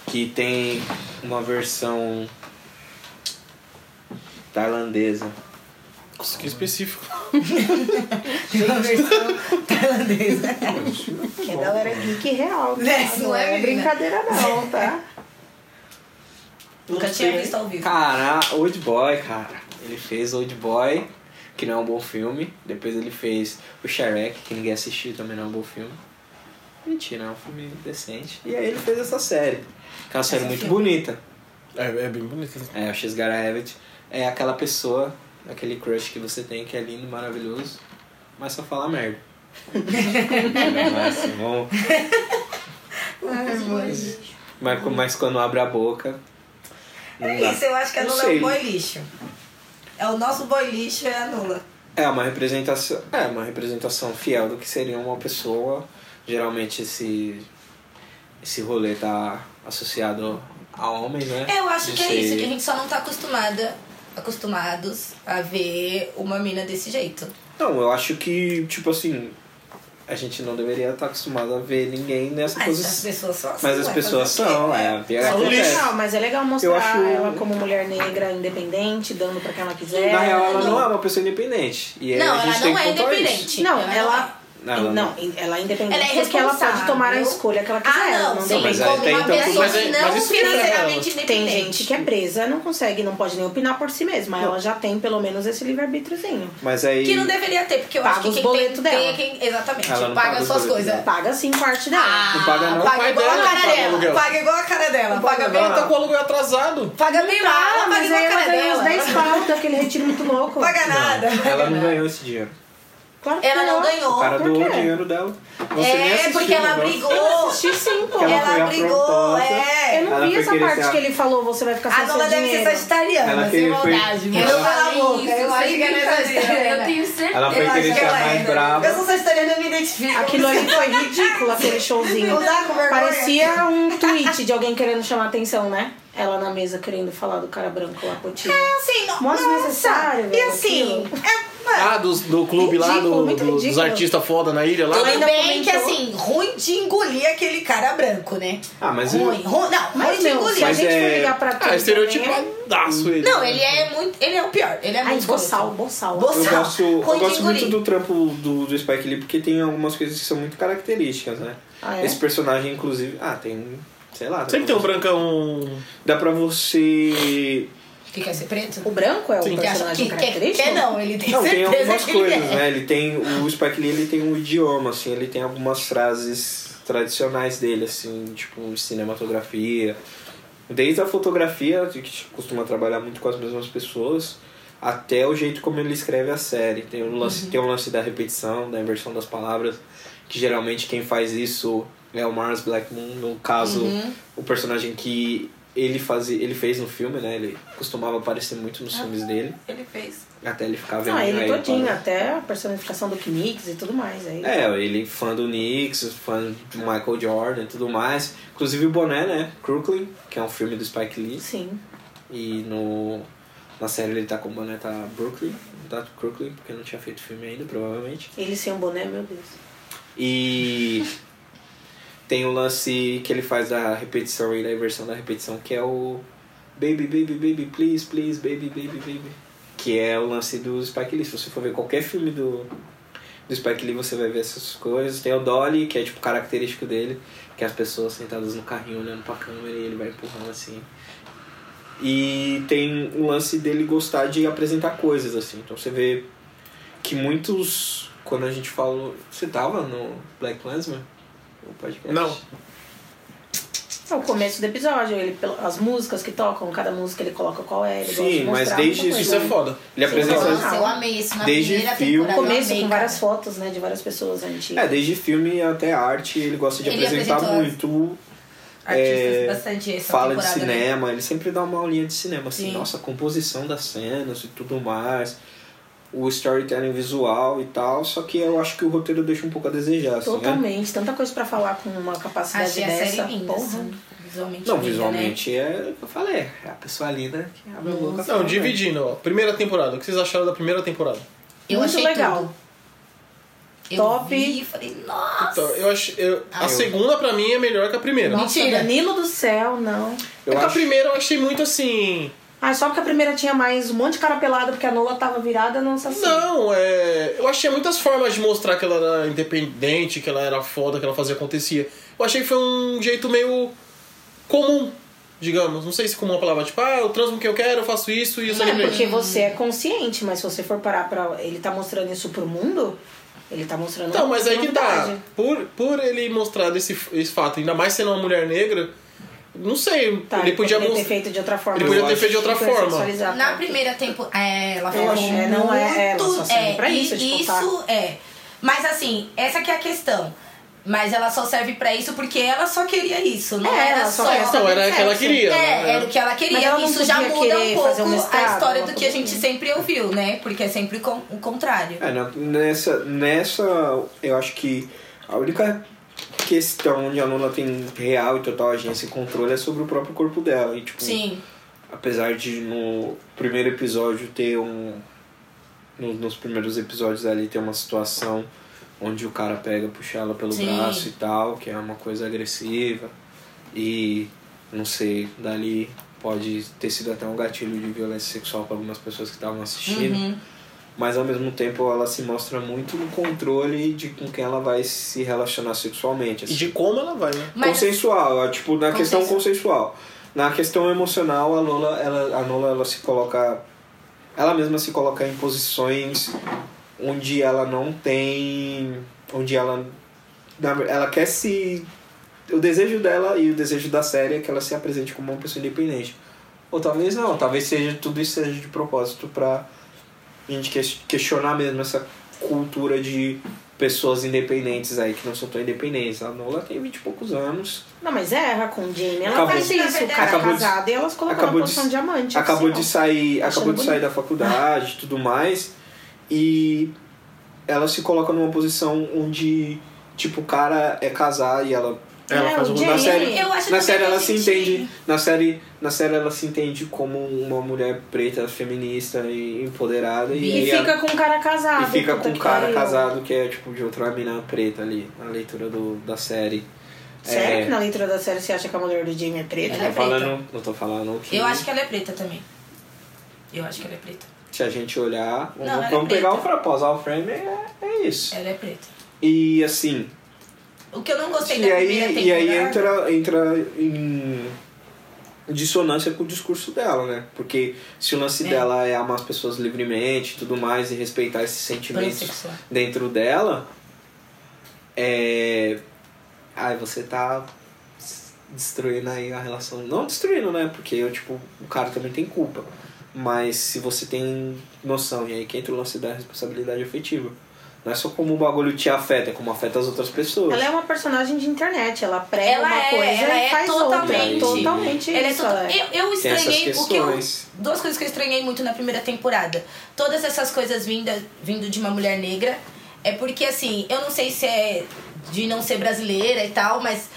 Speaker 4: que tem uma versão tailandesa.
Speaker 5: Nossa, Que é específico.
Speaker 6: Uma versão tailandesa.
Speaker 7: Que galera geek real. Tá?
Speaker 6: Né? Não
Speaker 7: Não
Speaker 6: é,
Speaker 7: é
Speaker 6: menina?
Speaker 7: brincadeira não, tá?
Speaker 6: Nunca tinha visto ao vivo.
Speaker 4: Cara, Old Boy, cara. Ele fez Old Boy, que não é um bom filme. Depois ele fez o Shrek, que ninguém assistiu, também não é um bom filme. Mentira, é um filme decente. E aí ele fez essa série. Que é uma série muito bonita.
Speaker 5: É, é bem bonito. né?
Speaker 4: É, o Shesgara Evett é aquela pessoa, aquele crush que você tem que é lindo, maravilhoso, mas só fala merda. mas, assim, vamos- mas, mas quando abre a boca. não
Speaker 6: É
Speaker 4: dá.
Speaker 6: isso, eu acho que a
Speaker 4: Não
Speaker 6: Nula é
Speaker 4: sei.
Speaker 6: um boi lixo. É o nosso boi lixo, é a Nula.
Speaker 4: É uma representação, é uma representação fiel do que seria uma pessoa. Geralmente esse esse rolê tá associado a homens, né?
Speaker 6: Eu acho
Speaker 4: De
Speaker 6: que é
Speaker 4: ser-
Speaker 6: isso, que a gente só não tá acostumada, acostumados a ver uma mina desse jeito.
Speaker 4: Não, eu acho que tipo assim a gente não deveria estar acostumado a ver ninguém nessa
Speaker 6: Mas as
Speaker 4: posição.
Speaker 6: pessoas são assim.
Speaker 4: Mas as
Speaker 6: ué,
Speaker 4: pessoas
Speaker 6: fazer o quê?
Speaker 4: são, é. é
Speaker 6: um
Speaker 5: São
Speaker 4: acontece.
Speaker 5: lixo.
Speaker 7: Não, mas é legal mostrar
Speaker 4: Eu acho-
Speaker 7: ela como mulher negra, independente, dando pra quem ela quiser.
Speaker 4: Na real, ela não é uma pessoa independente. E
Speaker 6: Não,
Speaker 4: a gente
Speaker 6: ela
Speaker 4: tem que
Speaker 6: não é
Speaker 4: pontuar
Speaker 6: independente.
Speaker 7: Não,
Speaker 6: não
Speaker 7: ela.
Speaker 4: isso. Não, ela
Speaker 7: não, ela é independente
Speaker 6: Ela é
Speaker 7: porque ela pode
Speaker 6: responsável.
Speaker 7: tomar a escolha que ela quiser.
Speaker 6: Ah,
Speaker 7: ela
Speaker 6: não,
Speaker 7: não
Speaker 6: sim.
Speaker 4: Não, mas
Speaker 7: depende.
Speaker 6: como
Speaker 4: até
Speaker 6: uma
Speaker 4: então-
Speaker 6: pessoa
Speaker 5: mas é-
Speaker 6: que não
Speaker 5: mas isso que é
Speaker 6: financeiramente
Speaker 5: pra
Speaker 6: independente.
Speaker 7: Tem gente que é presa, não consegue, não pode nem opinar por si mesma. Ela já tem pelo menos esse livre-arbítriozinho.
Speaker 4: Mas aí.
Speaker 6: Que não deveria ter, porque eu
Speaker 7: Paga
Speaker 6: acho que
Speaker 7: os
Speaker 6: quem
Speaker 7: boletos
Speaker 6: tem, tem
Speaker 7: dela.
Speaker 6: é quem, exatamente,
Speaker 4: Ela não paga
Speaker 6: paga
Speaker 4: os
Speaker 6: suas
Speaker 4: boletos
Speaker 6: coisas.
Speaker 4: dela.
Speaker 7: Paga sim parte
Speaker 6: Ah,
Speaker 7: dela.
Speaker 4: Não paga não. O
Speaker 6: Paga
Speaker 5: pai
Speaker 6: igual a
Speaker 5: dela
Speaker 6: cara
Speaker 5: paga
Speaker 6: dela.
Speaker 5: aluguel.
Speaker 6: Paga igual a cara dela. Paga bem.
Speaker 5: Ela tá com o aluguel atrasado.
Speaker 6: Paga bem mal,
Speaker 7: Ah,
Speaker 6: paga
Speaker 7: mas aí
Speaker 6: igual a
Speaker 7: ela
Speaker 6: cara
Speaker 7: ganhou
Speaker 6: dela.
Speaker 7: os 10 pau daquele retiro muito louco.
Speaker 6: Paga nada.
Speaker 4: Ela não ganhou esse dinheiro.
Speaker 7: Claro que
Speaker 6: Ela não
Speaker 4: O
Speaker 6: ganhou.
Speaker 4: cara
Speaker 7: por
Speaker 4: doou o
Speaker 7: quê?
Speaker 4: dinheiro dela. Você nem
Speaker 6: É,
Speaker 4: assistiu né?
Speaker 6: porque ela
Speaker 4: o negócio.
Speaker 7: Eu
Speaker 6: brigou.
Speaker 7: assisti sim, pô.
Speaker 4: Ela foi
Speaker 6: Ela brigou,
Speaker 4: afrontosa.
Speaker 6: é.
Speaker 7: Eu não
Speaker 4: Ela
Speaker 7: vi
Speaker 4: foi
Speaker 7: essa
Speaker 4: querer
Speaker 7: parte
Speaker 4: ser a-
Speaker 7: que ele falou, você vai ficar
Speaker 6: A
Speaker 7: sem
Speaker 6: Lola
Speaker 7: seu
Speaker 6: deve ser
Speaker 7: dinheiro.
Speaker 4: Ela
Speaker 6: sagitariana, sem
Speaker 4: teve- foi-
Speaker 6: maldade.
Speaker 4: Eu
Speaker 6: mano.
Speaker 1: falei
Speaker 6: Fala boca,
Speaker 1: isso,
Speaker 6: eu acho
Speaker 1: sei
Speaker 6: que ela é
Speaker 1: Eu
Speaker 6: sagitariana.
Speaker 1: tenho certeza.
Speaker 4: Ela foi
Speaker 6: Eu acho
Speaker 4: querer
Speaker 6: que
Speaker 4: ser a
Speaker 6: ela
Speaker 4: mais
Speaker 6: é.
Speaker 4: brava.
Speaker 6: Eu sou sagitariana, eu me identifico.
Speaker 7: Aquilo ali foi ridículo, aquele showzinho.
Speaker 6: Não dá com vergonha.
Speaker 7: Parecia um tweet de alguém querendo chamar atenção, né? Ela na mesa querendo falar do cara branco lá, cotinho.
Speaker 6: assim, no-
Speaker 7: Mó desnecessário,
Speaker 6: nossa, E
Speaker 7: velho,
Speaker 6: assim,
Speaker 7: aquilo.
Speaker 6: é, mano,
Speaker 5: Ah, dos- do clube lá,
Speaker 7: Ridículo,
Speaker 5: do-
Speaker 7: muito
Speaker 5: do- dos
Speaker 7: ridículo.
Speaker 5: artistas foda na ilha lá. né?
Speaker 6: tudo
Speaker 7: ainda
Speaker 6: bem que
Speaker 7: comentou.
Speaker 6: assim, ruim de engolir aquele cara branco, né?
Speaker 4: Ah, mas eu-
Speaker 6: ruim, ruim, não, ruim
Speaker 7: Mas,
Speaker 6: de
Speaker 7: meu, se
Speaker 6: engolir.
Speaker 7: a
Speaker 4: Mas
Speaker 7: gente
Speaker 4: é-
Speaker 7: for ligar pra tudo
Speaker 5: Ah,
Speaker 7: também, é-
Speaker 5: estereotipadaço ele.
Speaker 6: Não, ele é muito, ele é o pior, ele é
Speaker 7: Ai,
Speaker 6: muito
Speaker 7: boçal,
Speaker 6: boçal.
Speaker 7: boçal.
Speaker 4: Eu
Speaker 6: Boçal.
Speaker 4: gosto, eu
Speaker 6: Ruim de
Speaker 4: gosto muito
Speaker 6: engolir.
Speaker 4: do trampo do, do Spike Lee porque tem algumas coisas que são muito características, né?
Speaker 7: Ah, é?
Speaker 4: Esse personagem, inclusive. Ah, tem. Sei lá. dá
Speaker 5: Sempre
Speaker 4: pra
Speaker 5: tem um
Speaker 4: você-
Speaker 5: brancão.
Speaker 4: Dá pra você.
Speaker 6: Que quer ser preto?
Speaker 7: O branco é o
Speaker 5: Sim.
Speaker 6: Que acha
Speaker 7: personagem
Speaker 6: que quer,
Speaker 7: característico?
Speaker 6: quer não, ele tem
Speaker 4: Não, tem
Speaker 6: certeza
Speaker 4: algumas
Speaker 6: que ele
Speaker 4: coisas,
Speaker 6: é.
Speaker 4: né? Ele tem. O Spike Lee ele tem um idioma, assim, ele tem algumas frases tradicionais dele, assim, tipo cinematografia. Desde a fotografia, que costuma trabalhar muito com as mesmas pessoas, até o jeito como ele escreve a série. Tem um lance,
Speaker 6: Uhum.
Speaker 4: tem um lance da repetição, da inversão das palavras, que geralmente quem faz isso é o Mars Blackmon, no caso,
Speaker 7: Uhum.
Speaker 4: o personagem que ele, fazia, ele fez no filme, né? Ele costumava aparecer muito nos filmes dele.
Speaker 6: Ele fez.
Speaker 4: Até ele ficar vendo
Speaker 7: Ah, ele
Speaker 4: aí,
Speaker 7: todinho,
Speaker 4: falando.
Speaker 7: até a personificação do Knicks e tudo mais. Aí.
Speaker 4: É, ele fã do Knicks, fã de Michael Jordan e tudo mais. Inclusive o boné, né? Crooklyn, que é um filme do Spike Lee.
Speaker 7: Sim.
Speaker 4: E no, na série ele tá com o boné tá Brooklyn, não tá Crooklyn, porque não tinha feito filme ainda, provavelmente.
Speaker 7: Ele sem um boné, meu Deus.
Speaker 4: E tem o lance que ele faz da repetição e da inversão da repetição, que é o Baby, Baby, Baby, Please, Please, Baby, Baby, Baby. Que é o lance do Spike Lee. Se você for ver qualquer filme do, do Spike Lee, você vai ver essas coisas. Tem o Dolly, que é tipo característico dele, que é as pessoas sentadas no carrinho olhando pra câmera e ele vai empurrando assim. E tem o lance dele gostar de apresentar coisas, assim. Então você vê que muitos. Quando a gente falou. Você tava no Black Klansman? O podcast?
Speaker 5: Não.
Speaker 7: É o começo do episódio, ele, pel- as músicas que tocam, cada música ele coloca qual é.
Speaker 4: Sim,
Speaker 7: Ele gosta de
Speaker 4: mas
Speaker 7: mostrar
Speaker 4: desde
Speaker 7: muita
Speaker 5: Isso
Speaker 7: coisa.
Speaker 5: é foda.
Speaker 4: Ele apresenta.
Speaker 7: Sim,
Speaker 6: Nossa, eu amei isso na
Speaker 4: Desde
Speaker 6: primeira
Speaker 4: filme.
Speaker 6: temporada.
Speaker 7: O começo
Speaker 6: eu amei,
Speaker 7: com várias
Speaker 6: cara.
Speaker 7: fotos, né, de várias pessoas
Speaker 4: É,
Speaker 7: antigas.
Speaker 4: desde filme até arte, ele gosta de
Speaker 6: Ele
Speaker 4: apresentar
Speaker 6: apresentou-
Speaker 4: muito.
Speaker 8: Artistas
Speaker 4: é,
Speaker 8: bastante essa
Speaker 4: fala de
Speaker 8: temporada, né?
Speaker 4: cinema, ele sempre dá uma aulinha de cinema, assim,
Speaker 8: Sim.
Speaker 4: nossa, a composição das cenas e tudo mais, o storytelling visual e tal, só que eu acho que o roteiro deixa um pouco a desejar, assim, né?
Speaker 7: Totalmente, tanta coisa pra falar com uma capacidade
Speaker 6: Achei a
Speaker 7: dessa.
Speaker 6: série linda.
Speaker 7: Porra.
Speaker 6: assim.
Speaker 8: Visualmente.
Speaker 4: Não,
Speaker 8: linda,
Speaker 4: visualmente é o que eu falei, é a pessoa linda que abre a né? boca.
Speaker 5: Não,
Speaker 4: fala,
Speaker 5: dividindo, ó. Primeira temporada. O que vocês acharam da primeira temporada?
Speaker 6: Eu
Speaker 7: Muito
Speaker 6: achei
Speaker 7: legal.
Speaker 6: tudo. Eu
Speaker 7: Top.
Speaker 6: vi e falei, nossa.
Speaker 5: Então, eu acho. eu- a
Speaker 4: eu-
Speaker 5: segunda, pra mim, é melhor que a primeira.
Speaker 7: Tá. Nossa,
Speaker 6: Mentira.
Speaker 7: Danilo do céu, não.
Speaker 5: É
Speaker 4: Eu
Speaker 5: que a
Speaker 4: acho,
Speaker 5: primeira eu achei muito assim.
Speaker 7: Ah, só porque a primeira tinha mais um monte de cara pelada, porque a Nola tava virada, nossa assim.
Speaker 5: Não, é. Eu achei muitas formas de mostrar que ela era independente, que ela era foda, que ela fazia acontecia. Eu achei que foi um jeito meio comum, digamos. Não sei se comum é a palavra, tipo, ah, eu transo com quem eu quero, eu faço isso e isso
Speaker 7: É
Speaker 5: ali.
Speaker 7: porque você é consciente, mas se você for parar pra. Ele tá mostrando isso pro mundo, ele tá mostrando.
Speaker 5: Então, mas aí que tá.
Speaker 7: novidade.
Speaker 5: Por, por ele mostrar desse, esse fato, ainda mais sendo uma mulher negra, não sei.
Speaker 7: Tá,
Speaker 5: ele podia
Speaker 7: ter
Speaker 5: mostrar.
Speaker 7: feito de outra forma.
Speaker 5: Ele podia
Speaker 4: Eu
Speaker 5: ter
Speaker 4: acho
Speaker 5: feito de outra forma.
Speaker 7: Hipersexualizar,
Speaker 6: Na
Speaker 7: tá.
Speaker 6: primeira temporada. É, ela
Speaker 7: Eu
Speaker 6: falou
Speaker 7: acho, né? Não é ela, só serve pra
Speaker 6: e
Speaker 7: isso, tipo, tá.
Speaker 6: isso é. Mas assim, essa que é a questão. Mas ela só serve pra isso porque ela só queria isso, não
Speaker 7: É,
Speaker 6: era
Speaker 7: ela só
Speaker 6: só.
Speaker 7: quer
Speaker 5: Não, era o que ela
Speaker 7: Sexo.
Speaker 5: queria. né?
Speaker 6: É, era o que ela queria.
Speaker 7: Mas ela não
Speaker 6: isso já
Speaker 7: podia
Speaker 6: muda um
Speaker 7: querer fazer
Speaker 6: pouco
Speaker 7: um
Speaker 6: a
Speaker 7: mestrado,
Speaker 6: história
Speaker 7: uma
Speaker 6: do que
Speaker 7: coisa
Speaker 6: a gente
Speaker 7: assim.
Speaker 6: sempre ouviu, né? Porque é sempre o con- o contrário.
Speaker 4: é, na- nessa, nessa, eu acho que a única questão onde a Luna tem real e total agência e controle é sobre o próprio corpo dela. E, tipo,
Speaker 6: Sim.
Speaker 4: apesar de no primeiro episódio ter um no- nos primeiros episódios ali ter uma situação onde o cara pega puxa ela pelo
Speaker 6: Sim.
Speaker 4: braço e tal que é uma coisa agressiva e não sei dali pode ter sido até um gatilho de violência sexual para algumas pessoas que estavam assistindo
Speaker 6: Uhum.
Speaker 4: mas ao mesmo tempo ela se mostra muito no controle de com quem ela vai se relacionar sexualmente
Speaker 5: E
Speaker 4: assim.
Speaker 5: de como ela vai, né?
Speaker 6: Mas
Speaker 4: Consensual, é, tipo, na questão
Speaker 6: Consensual.
Speaker 4: consensual. Na questão emocional, a Lola, ela, a Lola, ela se coloca... Ela mesma se coloca em posições onde ela não tem... Onde ela... na ver- Ela quer se... O desejo dela e o desejo da série é que ela se apresente como uma pessoa independente. Ou talvez não, talvez seja tudo isso seja de propósito pra gente que- questionar mesmo essa cultura de pessoas independentes aí que não são tão independentes. A Nola tem vinte e poucos anos.
Speaker 7: Não, mas erra com o Jamie. Ela
Speaker 4: Acabou.
Speaker 7: faz isso, o cara
Speaker 4: Acabou de-
Speaker 7: casado, e elas colocam na
Speaker 4: acabou de-
Speaker 7: posição de, diamante.
Speaker 4: acabou
Speaker 7: assim,
Speaker 4: de
Speaker 7: ó.
Speaker 4: sair,
Speaker 7: Achando
Speaker 4: acabou de sair da faculdade, tudo mais. E ela se coloca numa posição onde tipo o cara é casar e ela
Speaker 5: Ela
Speaker 7: É,
Speaker 5: faz
Speaker 7: o
Speaker 5: um
Speaker 7: Jamie-
Speaker 4: na série,
Speaker 6: Eu acho
Speaker 4: na
Speaker 6: que
Speaker 4: série
Speaker 6: também
Speaker 4: ela
Speaker 6: faz
Speaker 4: se
Speaker 6: sentido.
Speaker 4: entende, na série, na série ela se entende como uma mulher preta, feminista e empoderada
Speaker 7: E,
Speaker 4: e,
Speaker 7: fica com o cara casado.
Speaker 4: E fica
Speaker 7: puta
Speaker 4: com o
Speaker 7: que
Speaker 4: cara
Speaker 7: pariu.
Speaker 4: casado que é tipo de outra mina preta ali, na leitura do, da série.
Speaker 7: Sério
Speaker 4: É,
Speaker 7: que na leitura da série você acha que a mulher do Jamie é preta?
Speaker 6: Ela é
Speaker 4: Não tô falando, não tô falando que
Speaker 6: Eu acho que ela é preta também. Eu acho que ela é preta.
Speaker 4: se a gente olhar, vamos,
Speaker 6: ela é
Speaker 4: vamos pegar o
Speaker 6: preta.
Speaker 4: pra pausar o frame, é, é isso.
Speaker 6: Ela é preta.
Speaker 4: E assim,
Speaker 6: O que eu não gostei
Speaker 4: e
Speaker 6: da
Speaker 4: aí,
Speaker 6: primeira temporada.
Speaker 4: e aí entra, entra em dissonância com o discurso dela, né? Porque se o lance
Speaker 6: É.
Speaker 4: dela é amar as pessoas livremente e tudo mais, e respeitar esses sentimentos
Speaker 6: Pansexual.
Speaker 4: dentro dela, é. Ai, você tá s- destruindo aí a relação. Não destruindo, né? Porque eu, tipo, o cara também tem culpa. Mas se você tem noção, e aí que entra o lance da responsabilidade afetiva. Não é só como o bagulho te afeta, é como afeta as outras pessoas.
Speaker 7: Ela é uma personagem de internet, ela prega
Speaker 6: Ela
Speaker 7: uma
Speaker 6: é,
Speaker 7: coisa
Speaker 6: ela
Speaker 7: e
Speaker 6: é
Speaker 7: faz
Speaker 6: totalmente.
Speaker 7: outra. Totalmente
Speaker 6: Ela é
Speaker 7: isso,
Speaker 6: tudo-
Speaker 7: ela é.
Speaker 6: Eu, eu
Speaker 4: Tem essas
Speaker 6: estranhei o que eu-
Speaker 4: questões.
Speaker 6: duas coisas que eu estranhei muito na primeira temporada. Todas essas coisas vinda, vindo de uma mulher negra. É porque, assim, eu não sei se é de não ser brasileira e tal, mas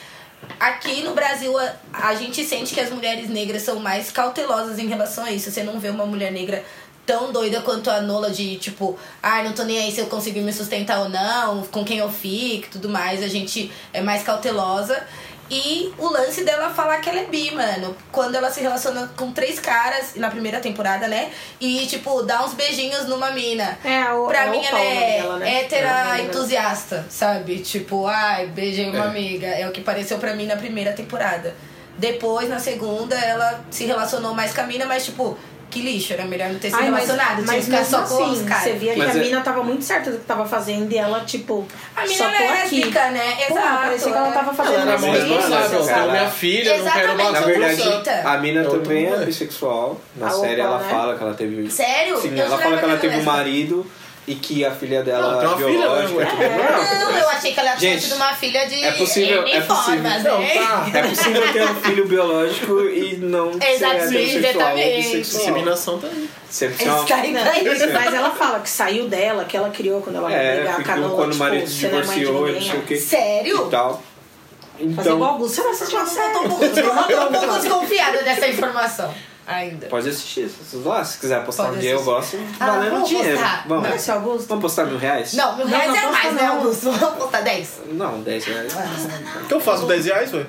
Speaker 6: aqui no Brasil a, a gente sente que as mulheres negras são mais cautelosas em relação a isso. Você não vê uma mulher negra tão doida quanto a Nola de tipo, ai, ah, não tô nem aí se eu conseguir me sustentar ou não, com quem eu fico e tudo mais. A gente é mais cautelosa. E o lance dela falar que ela é bi, mano. Quando ela se relaciona com três caras na primeira temporada, né? E, tipo, dá uns beijinhos numa mina.
Speaker 7: É, o,
Speaker 6: pra
Speaker 7: é
Speaker 6: mim,
Speaker 7: o
Speaker 6: ela
Speaker 7: Paulo
Speaker 6: é
Speaker 7: dela, né?
Speaker 6: hétera
Speaker 7: É, né?
Speaker 6: entusiasta, sabe? Tipo, ai, beijei uma
Speaker 5: É.
Speaker 6: amiga. É o que pareceu pra mim na primeira temporada. Depois, na segunda, ela se relacionou mais com a mina, mas, tipo, que lixo, era melhor não ter se
Speaker 7: Ai, mas-
Speaker 6: relacionado. Tinha que
Speaker 7: mas
Speaker 6: ficar
Speaker 7: mesmo
Speaker 6: só com
Speaker 7: assim,
Speaker 6: os
Speaker 7: você
Speaker 6: caras.
Speaker 7: via que
Speaker 4: Mas
Speaker 7: a
Speaker 4: é-
Speaker 7: mina tava muito certa do que tava fazendo e ela, tipo,
Speaker 6: A mina
Speaker 7: só tô
Speaker 6: era
Speaker 7: aqui.
Speaker 6: rica, né?
Speaker 7: Porra,
Speaker 6: Exato,
Speaker 7: parecia que ela
Speaker 6: é.
Speaker 7: tava fazendo
Speaker 5: Ela era
Speaker 7: isso.
Speaker 5: mais
Speaker 4: né?
Speaker 5: responsável.
Speaker 4: Cara,
Speaker 5: Eu minha filha, não quero
Speaker 6: exatamente,
Speaker 4: Na
Speaker 6: Ela
Speaker 5: bagunça.
Speaker 4: verdade,
Speaker 6: bonita.
Speaker 4: a mina
Speaker 5: Eu
Speaker 4: também é
Speaker 5: também.
Speaker 4: bissexual. Na
Speaker 7: A
Speaker 4: série
Speaker 7: Opa,
Speaker 4: ela
Speaker 7: né?
Speaker 4: fala que ela teve.
Speaker 6: Sério?
Speaker 4: Sim,
Speaker 6: Eu
Speaker 4: ela fala
Speaker 6: jurava
Speaker 4: que ela
Speaker 6: que
Speaker 4: teve
Speaker 6: era
Speaker 4: um
Speaker 6: lésbica.
Speaker 4: marido e que a filha dela
Speaker 5: Não, tem uma filha, né,
Speaker 4: biológica.
Speaker 5: ué?
Speaker 4: tudo bem, não,
Speaker 6: Não, eu achei que ela era
Speaker 4: Gente,
Speaker 6: fonte de uma filha de
Speaker 4: é possível, é
Speaker 6: uniformes,
Speaker 4: possível.
Speaker 6: né?
Speaker 5: Não, tá.
Speaker 4: É possível ter um filho biológico e não ser
Speaker 6: Exato,
Speaker 4: heterossexual ou
Speaker 6: É, exatamente.
Speaker 4: bissexual.
Speaker 5: Disseminação tá aí.
Speaker 4: Sempre tem uma-
Speaker 6: Está
Speaker 7: Não, mas ela fala que saiu dela, que ela criou quando ela vai
Speaker 4: É,
Speaker 7: brigar com a
Speaker 4: ficou
Speaker 7: Nola,
Speaker 4: quando o
Speaker 7: tipo,
Speaker 4: marido se
Speaker 7: você não é mãe de
Speaker 4: divorciou e não
Speaker 7: ninguém,
Speaker 4: sei o que
Speaker 6: Sério?
Speaker 4: e tal.
Speaker 7: Fazer igual
Speaker 4: Então,
Speaker 7: alguns. Você vai assistir uma
Speaker 6: Eu
Speaker 7: série?
Speaker 6: tô um pouco, eu tô um pouco desconfiada dessa informação ainda.
Speaker 4: pode assistir isso lá. Se quiser apostar
Speaker 6: Pode
Speaker 4: um dia, eu
Speaker 6: assistir.
Speaker 4: gosto.
Speaker 6: Ah,
Speaker 4: Valendo
Speaker 6: vamos
Speaker 4: dinheiro.
Speaker 6: apostar.
Speaker 4: Vamos.
Speaker 7: Vai ser Augusto?
Speaker 4: Vamos apostar mil reais?
Speaker 6: Não, mil reais
Speaker 7: não
Speaker 6: é
Speaker 7: posta
Speaker 6: mais, né,
Speaker 7: não.
Speaker 6: Augusto? Vamos botar 10.
Speaker 4: Não, 10 reais.
Speaker 5: O que eu faço? 10 reais, ué?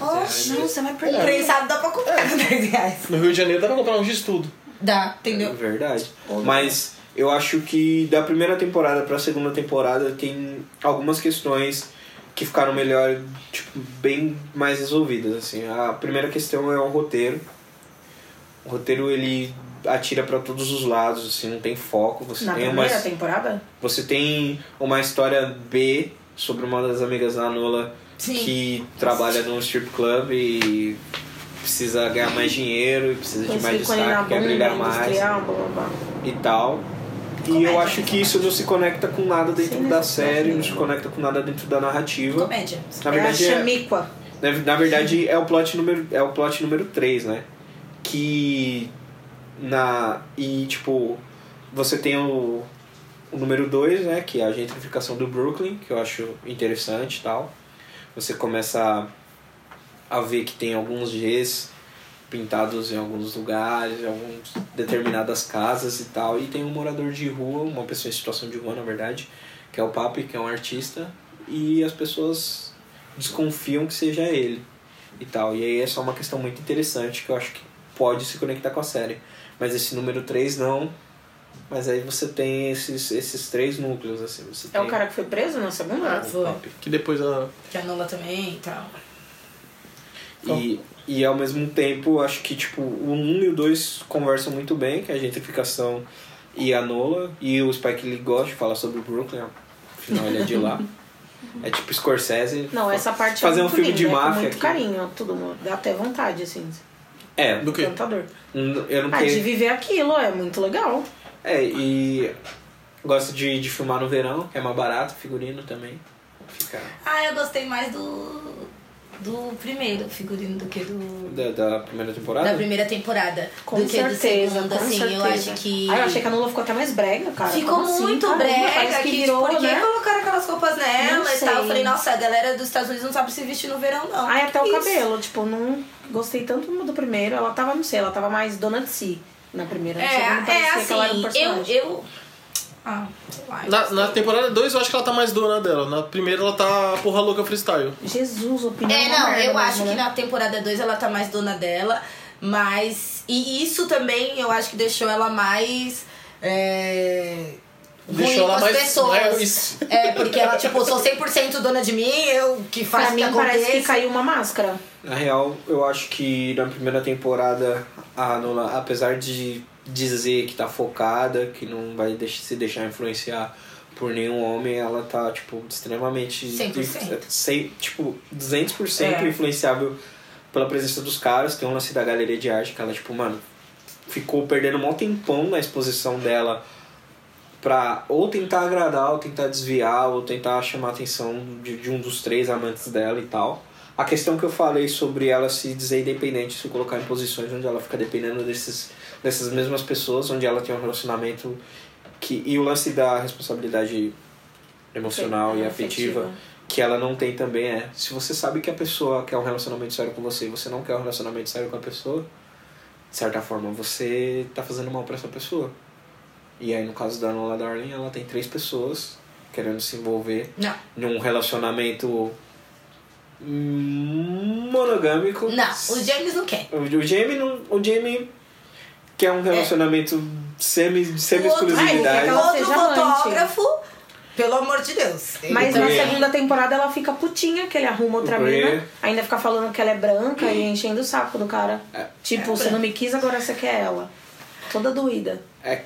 Speaker 7: Não, você vai
Speaker 6: Um
Speaker 7: perder.
Speaker 6: prensado dá pra
Speaker 7: É.
Speaker 6: comprar com 10 reais.
Speaker 5: No Rio de Janeiro dá pra comprar um de estudo.
Speaker 6: Dá,
Speaker 4: É
Speaker 6: entendeu?
Speaker 4: verdade. Mas eu acho que da primeira temporada pra segunda temporada tem algumas questões que ficaram melhor, tipo, bem mais resolvidas, assim. A primeira questão é o roteiro. O roteiro, ele atira pra todos os lados, assim, não tem foco. Você
Speaker 7: Na
Speaker 4: tem
Speaker 7: primeira
Speaker 4: uma...
Speaker 7: temporada?
Speaker 4: Você tem uma história B sobre uma das amigas da Nola
Speaker 6: Sim.
Speaker 4: que trabalha num strip club e precisa ganhar mais dinheiro e precisa de
Speaker 7: Eles
Speaker 4: mais
Speaker 7: ficam ali na
Speaker 4: destaque, quer
Speaker 7: bunda, né,
Speaker 4: brilhar mais
Speaker 7: industrial, blá, blá, blá.
Speaker 4: e tal. E eu acho que isso não se conecta com nada dentro
Speaker 7: é Sim,
Speaker 4: da
Speaker 7: isso é
Speaker 4: série,
Speaker 7: verdade.
Speaker 4: não se conecta com nada dentro da narrativa.
Speaker 6: Comédia.
Speaker 4: Na
Speaker 7: É a
Speaker 4: verdade, é-
Speaker 7: Chamiqua.
Speaker 4: na, na verdade é o plot número é o plot número 3, né? Que na e tipo você tem o, o número 2, né, que é a gentrificação do Brooklyn, que eu acho interessante e tal. Você começa a, a ver que tem alguns Gs pintados em alguns lugares, em algumas determinadas casas e tal. E tem um morador de rua, uma pessoa em situação de rua, na verdade, que é o Papi, que é um artista, e as pessoas desconfiam que seja ele e tal. E aí é só uma questão muito interessante que eu acho que pode se conectar com a série. Mas esse número 3 não. Mas aí você tem esses, esses três núcleos, assim. Você
Speaker 7: É
Speaker 4: tem
Speaker 7: o cara que foi preso na segunda?
Speaker 4: o Papi.
Speaker 5: Que depois a.
Speaker 6: Que anula também e tal.
Speaker 4: E, e ao mesmo tempo, acho que tipo, o 1 e o 2 conversam muito bem, que é a gentrificação e a Nola. E o Spike Lee gosta de falar sobre o Brooklyn, afinal ele é de lá. É tipo Scorsese.
Speaker 7: Não, essa parte
Speaker 4: Fazer
Speaker 7: é
Speaker 4: um
Speaker 7: muito
Speaker 4: filme
Speaker 7: linda,
Speaker 4: de
Speaker 7: é com
Speaker 4: máfia
Speaker 7: muito
Speaker 4: aqui.
Speaker 7: carinho, tudo. mano. Dá até vontade, assim.
Speaker 4: É,
Speaker 5: Do quê?
Speaker 7: Encantador.
Speaker 4: n- eu não
Speaker 7: Ah, de
Speaker 4: tenho.
Speaker 7: viver aquilo, é muito legal.
Speaker 4: É, e gosto de, de filmar no verão, que é mais barato, figurino também. Fica.
Speaker 6: Ah, eu gostei mais do. do primeiro figurino do que do.
Speaker 4: Da, da primeira temporada?
Speaker 6: Da primeira temporada.
Speaker 7: Com
Speaker 6: do que
Speaker 7: certeza,
Speaker 6: do segundo,
Speaker 7: com
Speaker 6: assim.
Speaker 7: certeza.
Speaker 6: Eu acho que.
Speaker 7: Ah, eu achei que a Nula ficou até mais brega, cara.
Speaker 6: Ficou
Speaker 7: Como assim,
Speaker 6: muito
Speaker 7: caramba?
Speaker 6: brega,
Speaker 7: Parece
Speaker 6: que,
Speaker 7: que
Speaker 6: tipo,
Speaker 7: virou,
Speaker 6: por que
Speaker 7: né?
Speaker 6: colocaram aquelas roupas nela
Speaker 7: Não
Speaker 6: e tal? Eu
Speaker 7: sei.
Speaker 6: falei, nossa, a galera dos Estados Unidos não sabe se vestir no verão, não.
Speaker 7: Aí até o
Speaker 6: Isso.
Speaker 7: cabelo, tipo, não gostei tanto do primeiro. Ela tava, não sei, ela tava mais dona de si na primeira.
Speaker 6: É,
Speaker 7: Na segunda
Speaker 6: é
Speaker 7: né? parecia que ela era um
Speaker 6: assim, eu,
Speaker 7: personagem.
Speaker 6: eu... Ah, sei lá.
Speaker 5: Na, na temporada 2 eu acho que ela tá mais dona dela. Na primeira ela tá porra louca freestyle.
Speaker 7: Jesus, opinião
Speaker 6: É,
Speaker 7: é uma
Speaker 6: não,
Speaker 7: merda
Speaker 6: eu
Speaker 7: mesmo,
Speaker 6: acho
Speaker 7: né?
Speaker 6: que na temporada 2 ela tá mais dona dela, mas... E isso também eu acho que deixou ela mais... É...
Speaker 5: Deixou ela
Speaker 6: ruim com as
Speaker 5: mais- né,
Speaker 6: pessoas.
Speaker 5: mais-
Speaker 6: É, porque ela, tipo, sou 100% dona de mim, eu que faço
Speaker 7: Pra
Speaker 6: o que
Speaker 7: mim parece que
Speaker 6: aconteça.
Speaker 7: caiu uma máscara.
Speaker 4: Na real, eu acho que na primeira temporada a Nola, apesar de dizer que tá focada, que não vai deix- se deixar influenciar por nenhum homem, ela tá, tipo, extremamente...
Speaker 6: 100%.
Speaker 4: Cem- tipo, 200%
Speaker 6: É.
Speaker 4: influenciável pela presença dos caras. Tem um lance da galeria de arte que ela, tipo, mano, ficou perdendo um tempão na exposição dela pra ou tentar agradar, ou tentar desviar, ou tentar chamar a atenção de, de um dos três amantes dela e tal. A questão que eu falei sobre ela se dizer independente, se colocar em posições onde ela fica dependendo desses, dessas mesmas pessoas, onde ela tem um relacionamento que. E o lance da responsabilidade emocional e afetiva, que ela não tem também é. Se você sabe que a pessoa quer um relacionamento sério com você e você não quer um relacionamento sério com a pessoa, de certa forma, você tá fazendo mal para essa pessoa. E aí, no caso da Nola Darling, ela tem três pessoas querendo se envolver
Speaker 6: Não.
Speaker 4: num um relacionamento monogâmico.
Speaker 6: Não, o James não quer.
Speaker 4: O, o Jamie não. O Jamie quer um relacionamento semi,
Speaker 6: É. O outro,
Speaker 4: semi-exclusividade.
Speaker 6: o outro
Speaker 7: Seja amante.
Speaker 6: fotógrafo, pelo amor de Deus.
Speaker 7: Mas
Speaker 4: Porque-
Speaker 7: na segunda temporada ela fica putinha que ele arruma outra
Speaker 4: Porque-
Speaker 7: mina. Ainda fica falando que ela é branca e enchendo o saco do cara.
Speaker 4: É.
Speaker 7: tipo, você não me quis, agora você quer ela. Toda doída.
Speaker 4: É,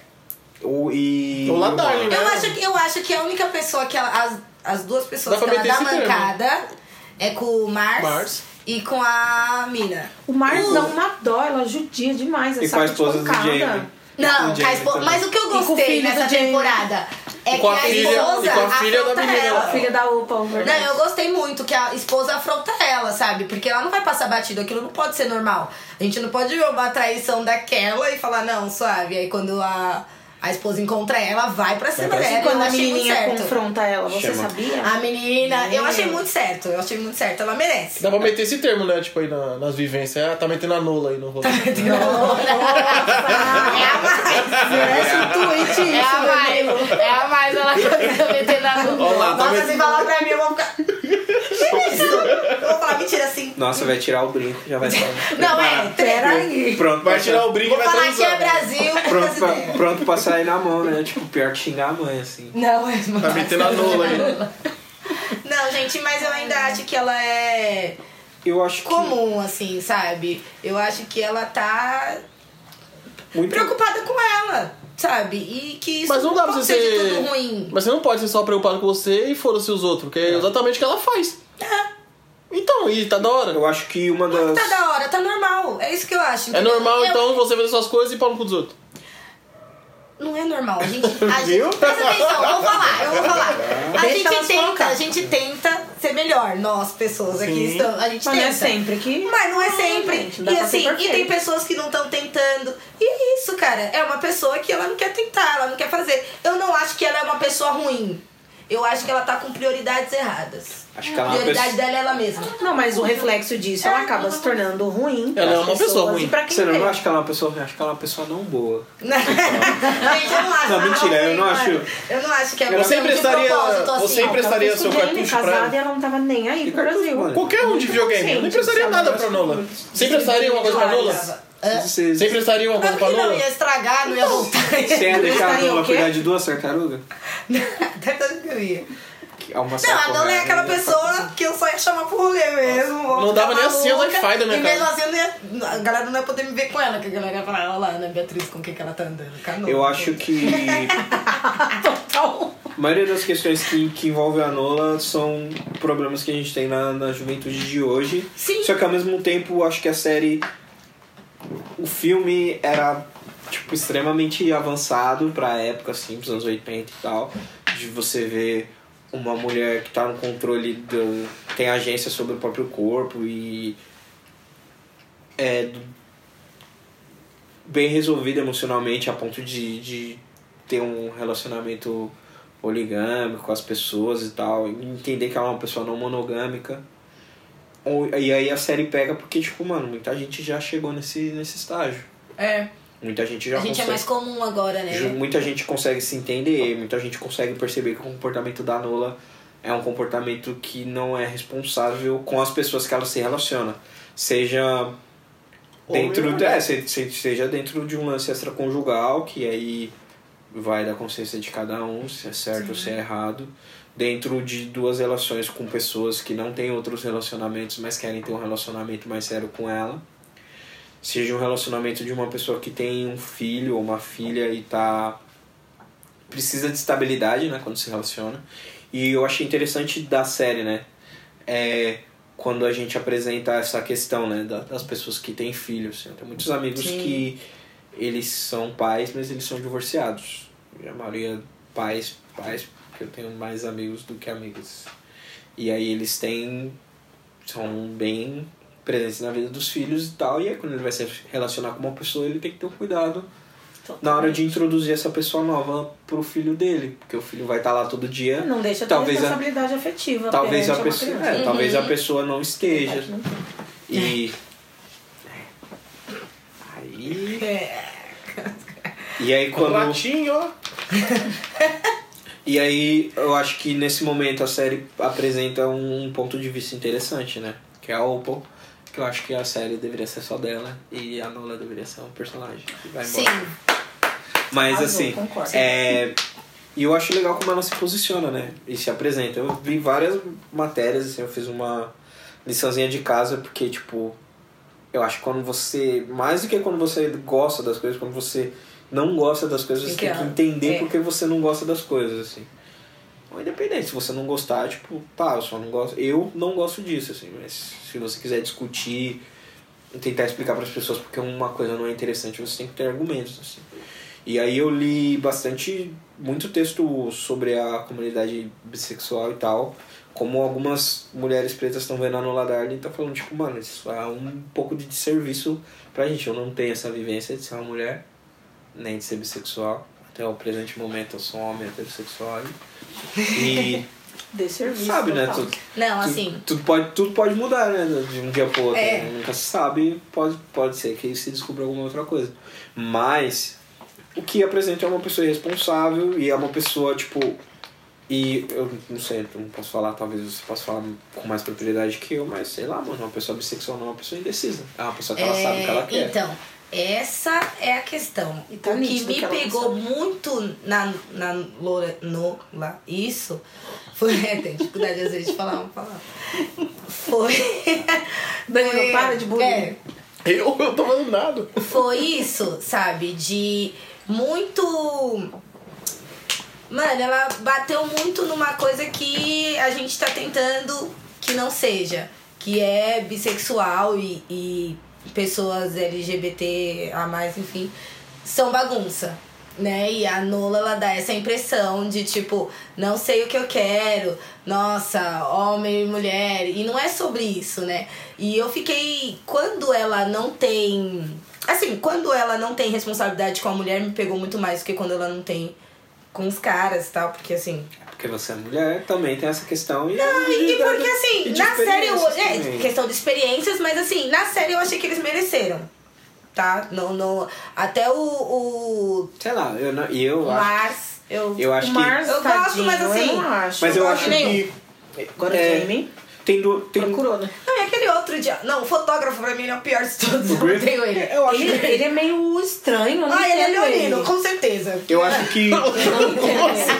Speaker 4: o, e.
Speaker 5: O Ladarne, né?
Speaker 6: Eu acho, que- eu acho que a única pessoa que ela, as, as duas pessoas
Speaker 5: Dá
Speaker 6: que
Speaker 5: pra
Speaker 6: ela dá
Speaker 5: meter esse termo.
Speaker 6: mancada é com o Mars,
Speaker 5: Mars.
Speaker 6: e com a Mina.
Speaker 7: O Marcos
Speaker 4: Uh.
Speaker 7: dá uma dó, ela judia demais.
Speaker 4: E
Speaker 7: essa
Speaker 4: com a esposa do Jamie.
Speaker 6: tá Não,
Speaker 4: O Jamie
Speaker 6: mas, pô,
Speaker 4: também.
Speaker 6: mas o que eu
Speaker 7: E com o
Speaker 6: gostei
Speaker 7: filho do
Speaker 6: nessa
Speaker 7: Jamie.
Speaker 6: temporada é
Speaker 5: E com a
Speaker 6: que a
Speaker 5: filha-
Speaker 6: esposa
Speaker 5: e com a filha da
Speaker 6: afronta
Speaker 5: menina. É
Speaker 6: ela.
Speaker 7: é A filha da UPA, o
Speaker 6: Não, eu gostei muito que a esposa afronta ela, sabe? Porque ela não vai passar batido, aquilo não pode ser normal. A gente não pode ver uma traição daquela e falar, não, suave. Aí quando a, a esposa encontra ela, vai pra cima
Speaker 4: pra
Speaker 6: dela.
Speaker 7: Quando
Speaker 6: eu
Speaker 7: a
Speaker 6: achei muito
Speaker 7: menininha
Speaker 6: certo. Ah,
Speaker 7: confronta ela, você
Speaker 4: Chama.
Speaker 7: sabia?
Speaker 6: A menina, eu achei muito certo, eu achei muito certo, ela merece.
Speaker 5: Dá pra meter esse termo, né? Tipo, aí na- nas vivências. Ah, tá metendo a nola aí no rolê.
Speaker 6: É a mais.
Speaker 7: Merece um tweet
Speaker 9: É a mais,
Speaker 7: isso,
Speaker 9: é a mais, ela quer meter na
Speaker 5: Olha lá, tá
Speaker 6: Nossa,
Speaker 5: metendo...
Speaker 6: se falar pra mim, eu vou ficar. Que isso? Eu vou falar mentira assim.
Speaker 4: Nossa, vai tirar o brinco, já vai estar.
Speaker 6: Não, é, peraí.
Speaker 4: Pronto,
Speaker 5: Vai tirar o brinco e
Speaker 6: Vou
Speaker 5: vai
Speaker 6: falar que é
Speaker 5: transar.
Speaker 6: Brasil,
Speaker 4: Pronto
Speaker 6: brasileiro.
Speaker 5: tá.
Speaker 4: pra, pronto pra sair na mão, né? Tipo, pior que xingar a mãe, assim.
Speaker 6: Não, é
Speaker 5: Tá metendo a nola aí.
Speaker 6: Não, gente, mas eu ainda acho que ela é
Speaker 4: Eu acho que
Speaker 6: comum, assim, sabe? Eu acho que ela tá
Speaker 4: muito.
Speaker 6: preocupada com ela, sabe? E que isso
Speaker 5: Mas não dá pra
Speaker 6: pode
Speaker 5: você
Speaker 6: ser de
Speaker 5: ser...
Speaker 6: tudo ruim.
Speaker 5: Mas você não pode ser só preocupado com você e foda-se os outros. Porque é exatamente o que ela faz. Então, e tá da hora.
Speaker 4: Eu acho que uma das.
Speaker 6: Tá da hora, tá normal. É isso que eu acho.
Speaker 5: É
Speaker 6: entendeu?
Speaker 5: normal,
Speaker 6: Eu-
Speaker 5: então, você fazer suas coisas e pau no cu dos outros.
Speaker 6: Não é normal, a gente. A gente presta atenção, eu vou falar, eu vou falar. A
Speaker 7: Deixa
Speaker 6: gente
Speaker 7: elas
Speaker 6: tenta,
Speaker 7: colocar.
Speaker 6: a gente tenta ser melhor, nós, pessoas aqui
Speaker 5: Sim.
Speaker 6: estamos. A gente
Speaker 7: Mas não
Speaker 6: tenta.
Speaker 7: é sempre que... Ah,
Speaker 6: Mas não é sempre.
Speaker 7: gente, não dá
Speaker 6: e
Speaker 7: pra ser
Speaker 6: assim, e
Speaker 7: perfeito.
Speaker 6: tem pessoas que não estão tentando. E é isso, cara. É uma pessoa que ela não quer tentar, ela não quer fazer. Eu não acho que ela é uma pessoa ruim. Eu acho que ela tá com prioridades erradas.
Speaker 4: Acho que ela é
Speaker 6: a
Speaker 4: uma
Speaker 6: prioridade
Speaker 4: pessoa-
Speaker 6: dela é ela mesma.
Speaker 7: Não, mas o reflexo disso, ela acaba se tornando ruim.
Speaker 5: Ela é
Speaker 7: pras
Speaker 5: uma pessoa
Speaker 7: pessoas
Speaker 5: ruim.
Speaker 7: E pra quem
Speaker 4: Você
Speaker 7: vê.
Speaker 4: não acha que ela é uma pessoa. eu Acho que ela é uma pessoa não boa.
Speaker 6: Gente, eu não acho.
Speaker 4: Não, mentira, eu não
Speaker 6: mano.
Speaker 4: acho-
Speaker 6: Eu não acho que é
Speaker 5: Você
Speaker 6: de
Speaker 5: emprestaria- você
Speaker 6: propósito, assim,
Speaker 5: empresta-
Speaker 6: ó.
Speaker 5: emprestaria
Speaker 7: Ah, Talvez
Speaker 5: seu
Speaker 7: o Jamie
Speaker 5: cartucho pra
Speaker 7: casada
Speaker 5: ela?
Speaker 7: e ela não tava nem aí
Speaker 4: Que
Speaker 7: pro
Speaker 4: cartucho,
Speaker 7: Brasil.
Speaker 4: mano?
Speaker 5: Qualquer um de videogame. Eu não emprestaria nada pra Nola. Você emprestaria uma coisa pra Nola?
Speaker 7: É.
Speaker 4: Você,
Speaker 5: Você emprestaria uma
Speaker 6: Mas
Speaker 5: coisa
Speaker 6: por
Speaker 5: pra
Speaker 6: que não Então.
Speaker 5: Nola?
Speaker 6: ia estragar, não ia voltar.
Speaker 4: você ia deixar a
Speaker 7: Gostaria o
Speaker 4: Nola
Speaker 7: quê?
Speaker 4: cuidar de duas tartarugas?
Speaker 6: Até tanto que eu ia.
Speaker 4: Que é uma
Speaker 6: Não, a
Speaker 4: sacola,
Speaker 6: Dona é
Speaker 4: né?
Speaker 6: aquela pessoa que eu só ia chamar pro rolê mesmo. vou
Speaker 5: não
Speaker 6: ficar
Speaker 5: dava nem assim o
Speaker 6: maluca.
Speaker 5: Wi-Fi da minha
Speaker 6: E
Speaker 5: casa.
Speaker 6: mesmo assim, eu não ia- a galera não ia poder me ver com ela, que a galera ia falar, olha lá, Ana Beatriz, com quem que ela tá andando. Ah, Canoa.
Speaker 4: Eu acho que.
Speaker 6: então,
Speaker 4: A maioria das questões que, que envolvem a Nola são problemas que a gente tem na, na juventude de hoje.
Speaker 6: Sim.
Speaker 4: Só que ao mesmo tempo, acho que a série. O filme era, tipo, extremamente avançado pra época, assim, dos anos 80 e tal. De você ver uma mulher que tá no controle do. tem agência sobre o próprio corpo e. É, do- bem resolvida emocionalmente a ponto de, de ter um relacionamento poligâmico com as pessoas e tal, e entender que ela é uma pessoa não monogâmica. Ou- E aí a série pega porque, tipo, mano, muita gente já chegou nesse, nesse estágio.
Speaker 6: É,
Speaker 4: Muita gente já
Speaker 6: a gente é
Speaker 4: consegue-
Speaker 6: mais comum agora, né?
Speaker 4: Ju- Muita gente consegue se entender, muita gente consegue perceber que o comportamento da Nola é um comportamento que não é responsável com as pessoas que ela se relaciona. Seja dentro, é, se- se- seja dentro de um lance extraconjugal, que aí vai da consciência de cada um, se é certo ou se é errado. Dentro de duas relações com pessoas que não têm outros relacionamentos, mas querem ter um relacionamento mais sério com ela seja um relacionamento de uma pessoa que tem um filho ou uma filha e tá precisa de estabilidade, né, quando se relaciona. E eu achei interessante da série, né, é quando a gente apresenta essa questão, né, da- das pessoas que têm filhos. Assim. Eu tenho muitos amigos
Speaker 6: Sim.
Speaker 4: que eles são pais, mas eles são divorciados. E a maioria pais, pais, porque eu tenho mais amigos do que amigos. E aí eles têm são bem presentes na vida dos filhos e tal. E aí, quando ele vai se relacionar com uma pessoa, ele tem que ter um cuidado na hora de introduzir essa pessoa nova pro filho dele. Porque o filho vai estar lá todo dia.
Speaker 7: É, Não deixa ter
Speaker 4: Talvez a-
Speaker 7: responsabilidade afetiva
Speaker 4: talvez, a
Speaker 7: perante uma
Speaker 4: pessoa,
Speaker 7: criança.
Speaker 4: é, talvez a pessoa não esteja. E. Aí. E aí quando.
Speaker 5: Latinho.
Speaker 4: E aí eu acho que nesse momento a série apresenta um ponto de vista interessante, né? Que é a Opal, que eu acho que a série deveria ser só dela e a Nola deveria ser um personagem que vai embora.
Speaker 6: Sim.
Speaker 4: Mas
Speaker 7: Arrasou,
Speaker 4: assim,
Speaker 7: concordo.
Speaker 4: é... e eu acho legal como ela se posiciona, né? E se apresenta. Eu vi várias matérias, assim, eu fiz uma liçãozinha de casa, porque, tipo, eu acho que quando você, mais do que quando você gosta das coisas, quando você não gosta das coisas,
Speaker 6: Tem
Speaker 4: você tem
Speaker 6: que-
Speaker 4: que entender
Speaker 6: é.
Speaker 4: porque você não gosta das coisas, assim. Ou independente, se você não gostar, tipo, tá, eu só não gosto. Eu não gosto disso, assim, mas se você quiser discutir, tentar explicar para as pessoas porque uma coisa não é interessante, você tem que ter argumentos, assim. E aí eu li bastante, muito texto sobre a comunidade bissexual e tal, como algumas mulheres pretas estão vendo a Nola Darling e tá falando, tipo, mano, isso é um pouco de desserviço pra gente. Eu não tenho essa vivência de ser uma mulher, nem de ser bissexual. Até o presente momento eu sou um homem heterossexual. E
Speaker 7: Dê serviço.
Speaker 4: sabe, né?
Speaker 7: total.
Speaker 4: Tudo,
Speaker 6: Não,
Speaker 4: tudo-
Speaker 6: assim.
Speaker 4: tudo, pode, tudo pode mudar, né? De um dia pro outro.
Speaker 6: É.
Speaker 4: né? Nunca se sabe, pode, pode ser que se descubra alguma outra coisa. Mas o que apresenta é uma pessoa irresponsável e é uma pessoa, tipo. E eu não sei, eu não posso falar, talvez você possa falar com mais propriedade que eu, mas sei lá, mano, uma pessoa bissexual não é uma pessoa indecisa. É uma pessoa que ela
Speaker 6: É,
Speaker 4: sabe o que ela quer.
Speaker 6: Então, essa é a questão.
Speaker 7: E tá
Speaker 6: o que
Speaker 7: nítido
Speaker 6: me
Speaker 7: que ela não
Speaker 6: pegou muito na, na Lore- no, lá, isso foi. é, Tem dificuldade às vezes de falar uma palavra. Foi.
Speaker 7: Danilo, para de bullying.
Speaker 6: É,
Speaker 5: Eu, eu tô falando nada.
Speaker 6: foi isso, sabe? De muito. Mano, ela bateu muito numa coisa que a gente tá tentando que não seja. Que é bissexual e, e pessoas LGBT a mais, enfim, são bagunça. Né? E a Nola ela dá essa impressão de tipo, não sei o que eu quero, nossa, homem e mulher. E não é sobre isso, né? E eu fiquei. Quando ela não tem. Assim, quando ela não tem responsabilidade com a mulher, me pegou muito mais do que quando ela não tem com os caras e tal, porque assim.
Speaker 4: Porque você é mulher, também tem essa questão. E é
Speaker 6: Não, e, e porque assim,
Speaker 4: e de
Speaker 6: na série eu.
Speaker 4: experiências
Speaker 6: É,
Speaker 4: também.
Speaker 6: questão de experiências, mas assim, na série eu achei que eles mereceram. Tá? Não, não. Até o. o
Speaker 4: Sei lá, eu não, e eu acho.
Speaker 6: Lars, eu.
Speaker 4: Eu
Speaker 7: O
Speaker 4: acho que.
Speaker 7: Mars,
Speaker 6: Eu gosto, mas
Speaker 7: tadinho,
Speaker 6: assim-
Speaker 7: Eu não acho.
Speaker 4: Mas eu
Speaker 6: não
Speaker 4: acho
Speaker 6: gosto nenhum.
Speaker 4: que.
Speaker 7: Agora
Speaker 4: é,
Speaker 7: o Jamie
Speaker 4: Tem, do, tem
Speaker 7: procurou, né?
Speaker 6: Não, e aquele outro dia. Não, o fotógrafo pra mim ele é o pior de todos.
Speaker 4: O
Speaker 6: Eu
Speaker 4: Griff?
Speaker 6: odeio ele.
Speaker 4: Eu acho,
Speaker 7: Ele, ele é meio estranho, eu não
Speaker 6: Ah, ele é
Speaker 7: entendo é
Speaker 6: leonino, com certeza.
Speaker 4: eu acho que.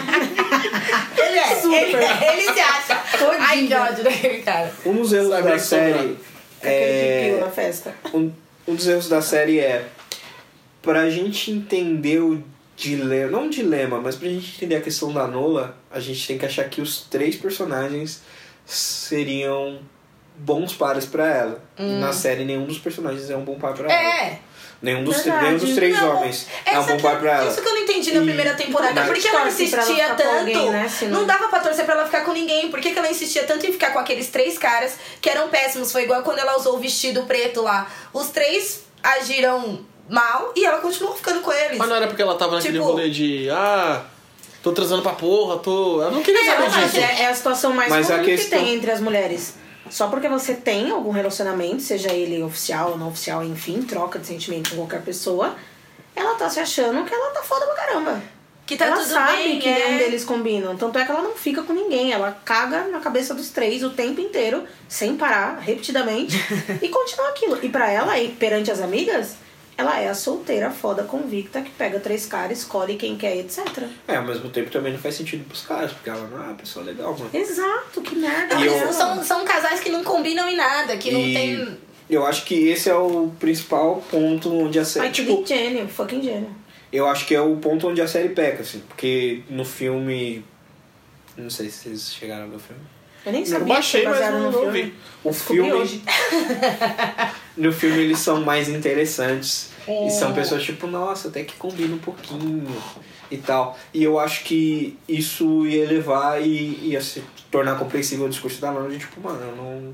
Speaker 6: Ele é.
Speaker 7: Super.
Speaker 6: Ele, ele se acha. Ai, que ódio daquele cara.
Speaker 4: Um dos erros
Speaker 5: Sabe
Speaker 4: da
Speaker 5: que
Speaker 4: série.
Speaker 7: Aquele de
Speaker 4: É,
Speaker 7: Bill na festa.
Speaker 4: um, um dos erros da série é. Pra gente entender o dilema. Não o dilema, mas pra gente entender a questão da Nola, a gente tem que achar que os três personagens seriam bons pares pra ela. E na série nenhum dos personagens é um bom par pra ela.
Speaker 6: Hum. É.
Speaker 4: Nenhum dos,
Speaker 7: Verdade.
Speaker 4: nenhum dos três
Speaker 6: Não,
Speaker 4: homens é um
Speaker 6: Essa
Speaker 4: bom
Speaker 6: que-
Speaker 4: par pra ela.
Speaker 6: Isso que eu não entendi na
Speaker 4: E-
Speaker 6: primeira temporada.
Speaker 4: mas
Speaker 6: Por que ela
Speaker 7: torce pra ela
Speaker 6: insistia
Speaker 7: ficar com
Speaker 6: tanto?
Speaker 7: alguém, né, se não-
Speaker 6: Não dava pra torcer pra ela ficar com ninguém. Por que, que ela insistia tanto em ficar com aqueles três caras que eram péssimos? Foi igual quando ela usou o vestido preto lá. Os três agiram mal e ela continuou ficando com eles.
Speaker 5: Mas não era porque ela tava naquele
Speaker 6: Tipo-
Speaker 5: rolê de. Ah, tô transando pra porra, tô. Ela não queria
Speaker 6: É,
Speaker 5: saber
Speaker 6: ela
Speaker 5: disso.
Speaker 7: Mas é, é a situação mais
Speaker 4: Mas a
Speaker 7: comum
Speaker 4: questão-
Speaker 7: que tem entre as mulheres. Só porque você tem algum relacionamento, seja ele oficial ou não oficial, enfim, troca de sentimento com qualquer pessoa, ela tá se achando que ela tá foda pra caramba.
Speaker 6: Que tá
Speaker 7: ela
Speaker 6: tudo
Speaker 7: sabe
Speaker 6: bem,
Speaker 7: que
Speaker 6: é.
Speaker 7: nenhum deles combinam. Tanto é que ela não fica com ninguém. Ela caga na cabeça dos três o tempo inteiro, sem parar, repetidamente, e continua aquilo. E pra ela, e perante as amigas, ela é a solteira foda convicta que pega três caras, escolhe quem quer, etc.
Speaker 4: É, ao mesmo tempo também não faz sentido pros caras, porque ela não é uma pessoa legal, mano.
Speaker 7: Exato, que merda.
Speaker 4: E eu-
Speaker 6: São, são casais que não combinam em nada, É que não
Speaker 4: E
Speaker 6: tem.
Speaker 4: Eu acho que esse é o principal ponto onde a série.
Speaker 7: Mas que
Speaker 4: Tipo,
Speaker 7: big gênio, fucking gênio.
Speaker 4: eu acho que é o ponto onde a série peca, assim. Porque no filme. Não sei se vocês chegaram a ver o filme.
Speaker 7: Eu nem sabia
Speaker 5: Eu baixei,
Speaker 7: que foi
Speaker 5: mas
Speaker 7: baseado
Speaker 5: não,
Speaker 7: no
Speaker 5: não
Speaker 7: filme.
Speaker 5: vi.
Speaker 4: O
Speaker 7: Descobri
Speaker 4: filme.
Speaker 7: hoje.
Speaker 4: No filme eles são mais interessantes.
Speaker 6: É.
Speaker 4: E são pessoas tipo, nossa, até que combina um pouquinho e tal. E eu acho que isso ia levar e ia se tornar compreensível o discurso da Lana de tipo, mano, eu não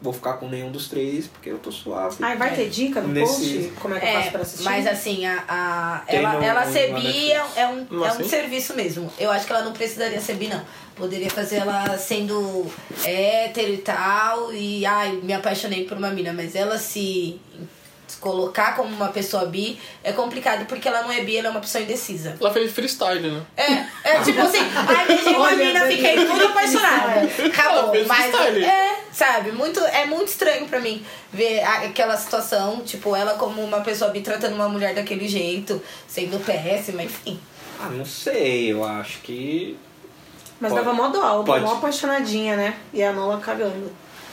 Speaker 4: vou ficar com nenhum dos três porque eu tô suave.
Speaker 7: Ai, vai ter dica no
Speaker 4: É, Nesse-
Speaker 7: post? Como é que eu
Speaker 6: É,
Speaker 7: faço pra assistir?
Speaker 6: mas assim, a, a-
Speaker 4: Tem
Speaker 6: ela,
Speaker 4: no-
Speaker 6: ela
Speaker 4: no-
Speaker 6: ser
Speaker 4: na
Speaker 6: bi é,
Speaker 4: Netflix.
Speaker 6: é um,
Speaker 5: Não
Speaker 6: é um
Speaker 5: assim?
Speaker 6: serviço mesmo. Eu acho que ela não precisaria ser bi, não. Poderia fazer ela sendo hétero e tal. E ai, me apaixonei por uma mina, mas ela se se colocar como uma pessoa bi é complicado porque ela não é bi, ela é uma pessoa indecisa.
Speaker 5: Ela fez freestyle, né?
Speaker 6: É, é tipo assim, ai, beijei uma mina, fiquei muito apaixonada.
Speaker 5: Ela
Speaker 6: Acabou,
Speaker 5: fez
Speaker 6: mas
Speaker 5: freestyle.
Speaker 6: é, sabe, muito, é muito estranho pra mim ver a- aquela situação, tipo, ela como uma pessoa bi tratando uma mulher daquele jeito, sendo péssima, enfim.
Speaker 4: Ah, não sei, eu acho que.
Speaker 7: Mas
Speaker 4: Pode.
Speaker 7: dava mó dó, ela tava
Speaker 4: Pode.
Speaker 7: mó apaixonadinha, né? E a Nola cagando.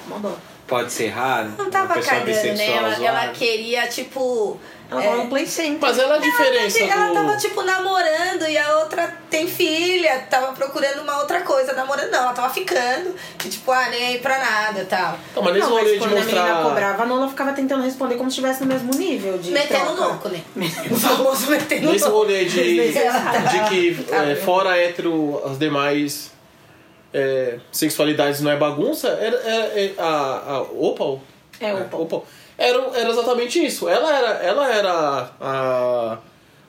Speaker 7: Mó dó.
Speaker 4: Pode ser raro.
Speaker 6: Não
Speaker 4: uma
Speaker 6: tava
Speaker 4: pessoa
Speaker 6: cagando, né?
Speaker 4: bissexual
Speaker 6: Ela,
Speaker 4: zoada.
Speaker 6: ela queria, tipo.
Speaker 7: Ela
Speaker 6: é,
Speaker 7: tava no play center.
Speaker 5: Mas ela é a diferença
Speaker 6: Ela
Speaker 5: do...
Speaker 6: tava, tipo, namorando e a outra tem filha, tava procurando uma outra coisa. Namorando não, ela tava ficando. E, tipo, ah, nem aí pra nada e tal.
Speaker 5: Não, mas nesse
Speaker 7: não, mas
Speaker 5: rolê de
Speaker 7: quando a menina
Speaker 5: mostrar...
Speaker 7: cobrava, a Nola ficava tentando responder como se estivesse no mesmo nível de
Speaker 6: Metendo
Speaker 7: troca.
Speaker 6: louco, né? O famoso metendo
Speaker 5: Nesse
Speaker 6: louco.
Speaker 5: rolê de,
Speaker 7: tá
Speaker 5: de que é, fora hétero, as demais é, sexualidades não é bagunça, era, era- é, a, a Opal.
Speaker 7: É, Opal.
Speaker 5: Era, era exatamente isso. Ela era, ela era a,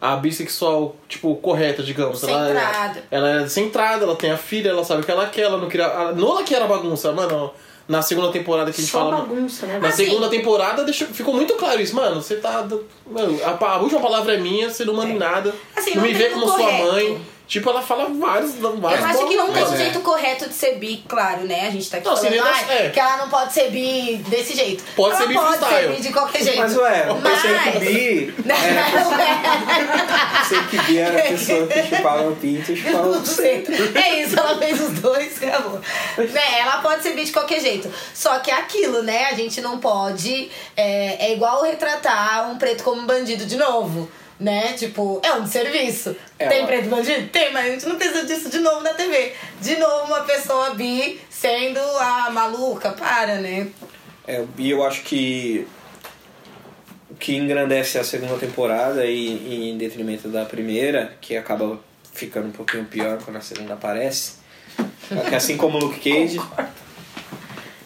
Speaker 5: a bissexual, tipo, correta, digamos. Ela era-
Speaker 6: Centrada.
Speaker 5: Ela é centrada, ela tem a filha, ela sabe o que ela quer, ela não queria. A Nola que era bagunça, mano. Na segunda temporada que a gente
Speaker 7: Só
Speaker 5: fala.
Speaker 7: bagunça, né?
Speaker 5: Na
Speaker 6: assim,
Speaker 7: velho?
Speaker 5: segunda temporada deixou, ficou muito claro isso, mano. Você tá. do- Mano, a, pa- a última palavra é minha, você não manda em nada.
Speaker 6: Assim,
Speaker 5: não
Speaker 6: não
Speaker 5: me
Speaker 6: tem
Speaker 5: vê
Speaker 6: o
Speaker 5: como
Speaker 6: correto.
Speaker 5: sua mãe. Tipo, ela fala vários. vários
Speaker 6: Eu acho que não tem
Speaker 5: bolas,
Speaker 6: um
Speaker 5: mano.
Speaker 6: jeito correto de ser bi, claro, né? A gente tá aqui
Speaker 5: Não,
Speaker 6: falando
Speaker 5: seria
Speaker 6: "Ai,
Speaker 5: dessa- é.
Speaker 6: que ela não pode ser bi desse jeito.
Speaker 5: Pode
Speaker 6: ela
Speaker 5: ser bi
Speaker 6: pode ser
Speaker 5: freestyle.
Speaker 6: bi de qualquer jeito.
Speaker 4: Mas ué, eu pensei que
Speaker 6: Mas-
Speaker 4: bi.
Speaker 6: Não, não é.
Speaker 4: Pensei que bi era a pessoa que chupava o pinto e chupava o
Speaker 6: Não
Speaker 4: buceta.
Speaker 6: sei. É isso, ela fez os dois, acabou. Né, ela pode ser bi de qualquer jeito. Só que é aquilo, né? A gente não pode. É, é igual retratar um preto como bandido de novo. Né? Tipo, é um desserviço.
Speaker 4: É,
Speaker 6: Tem
Speaker 4: ó.
Speaker 6: preto bandido? Tem, mas a gente não precisa disso de novo na TV. De novo, uma pessoa bi sendo a maluca. Para, né?
Speaker 4: É, e eu acho que o que engrandece a segunda temporada e, e em detrimento da primeira, que acaba ficando um pouquinho pior quando a segunda aparece, é que assim como o Luke Cage,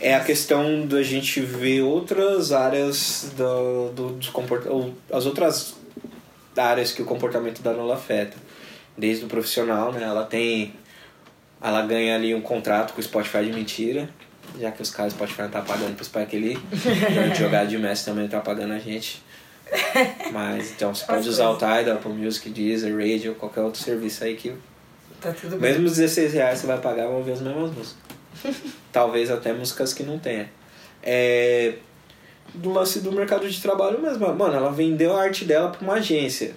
Speaker 4: é a questão da gente ver outras áreas do, do, dos comporta- ou as outras áreas que o comportamento da Nola afeta. Desde o profissional, né? Ela tem. Ela ganha ali um contrato com o Spotify de mentira, já que os caras Spotify não tá pagando pros pais que ele. E o jogar de mestre também não tá pagando a gente. Mas então você pode usar o Tidal, Apple Music, Deezer, Radio, qualquer outro serviço aí que
Speaker 6: Tá tudo bem.
Speaker 4: mesmo os 16 reais você vai pagar, vão ver as mesmas músicas. Talvez até músicas que não tenha. É, Do lance do mercado de trabalho mesmo. Mano, ela vendeu a arte dela pra uma agência.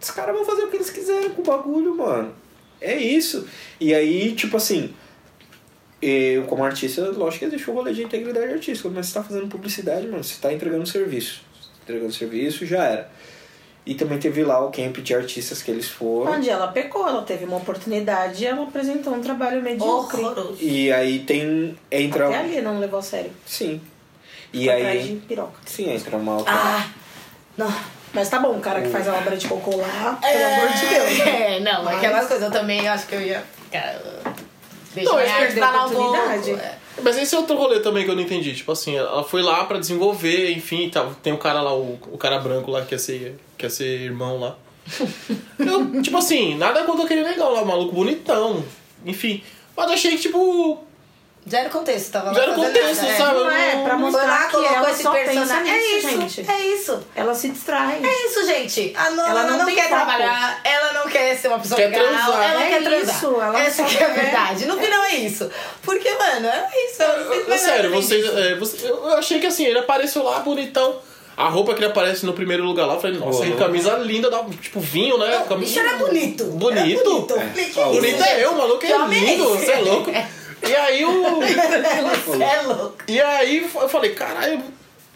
Speaker 4: Os caras vão fazer o que eles quiserem com o bagulho, mano. É isso. E aí, tipo assim. Eu, como artista, lógico que existe um rolê de integridade artística, mas você tá fazendo publicidade, mano. Você tá entregando serviço. Entregando serviço, já era. E também teve lá o camp de artistas que eles foram.
Speaker 7: Onde ela pecou, ela teve uma oportunidade e ela apresentou um trabalho medíocre.
Speaker 6: Horroroso.
Speaker 4: E aí tem. Entra.
Speaker 7: Até ali não levou a sério.
Speaker 4: Sim. E
Speaker 7: Foi atrás
Speaker 4: aí.
Speaker 7: de piroca.
Speaker 4: Sim, entra uma outra.
Speaker 6: Ah, não.
Speaker 7: Mas tá bom, o cara que faz a obra de cocô lá, pelo amor de Deus.
Speaker 6: É, não, aquelas coisas eu também acho que eu ia ficar. Deixa
Speaker 5: Não,
Speaker 6: eu
Speaker 5: eu acho que
Speaker 6: me lá um
Speaker 7: deu oportunidade.
Speaker 6: pouco. É.
Speaker 5: Mas esse é outro rolê também que eu não entendi. Tipo assim, ela foi lá pra desenvolver, enfim, e tal. tem o cara lá, o, o cara branco lá que quer ser, quer ser irmão lá. Eu, tipo assim, nada contra aquele legal lá, maluco bonitão. Enfim. Mas achei que, tipo.
Speaker 6: Zero contexto, tava lá
Speaker 5: Zero
Speaker 6: fazendo
Speaker 5: contexto,
Speaker 6: nada, é.
Speaker 5: sabe?
Speaker 7: Não é, pra
Speaker 6: Foi lá,
Speaker 7: mostrar que
Speaker 6: colocou
Speaker 7: ela
Speaker 6: esse
Speaker 7: só pensa
Speaker 6: personagem.
Speaker 7: nisso,
Speaker 6: é isso,
Speaker 7: gente.
Speaker 6: é isso.
Speaker 7: Ela se distrai.
Speaker 6: É isso, gente. A Lola
Speaker 7: Ela
Speaker 6: não,
Speaker 7: não tem
Speaker 6: quer
Speaker 7: foco.
Speaker 6: trabalhar, ela não quer ser uma pessoa
Speaker 5: Quer
Speaker 6: legal,
Speaker 5: transar.
Speaker 6: ela
Speaker 7: É
Speaker 6: quer transar.
Speaker 7: isso, ela
Speaker 6: Essa
Speaker 7: só
Speaker 6: que é a
Speaker 7: quer-
Speaker 6: verdade. No final é isso. Porque, mano, é isso. eu não sei mais nada
Speaker 5: sério,
Speaker 6: além
Speaker 5: vocês,
Speaker 6: disso.
Speaker 5: é, você- eu eu achei que assim, ele apareceu lá bonitão. A roupa que ele aparece no primeiro lugar lá, eu falei, nossa, que camisa linda, dá, tipo vinho, né?
Speaker 6: O bicho
Speaker 5: Camisa...
Speaker 6: era bonito.
Speaker 5: Bonito?
Speaker 6: Era bonito.
Speaker 5: É.
Speaker 6: Falei, que
Speaker 5: Bonito
Speaker 6: isso,
Speaker 5: é
Speaker 6: gente?
Speaker 5: eu, o maluco
Speaker 6: Que
Speaker 5: é
Speaker 6: homem é
Speaker 5: lindo,
Speaker 6: esse?
Speaker 5: você é louco. E aí o.
Speaker 6: Você é louco.
Speaker 5: E aí eu falei, caralho.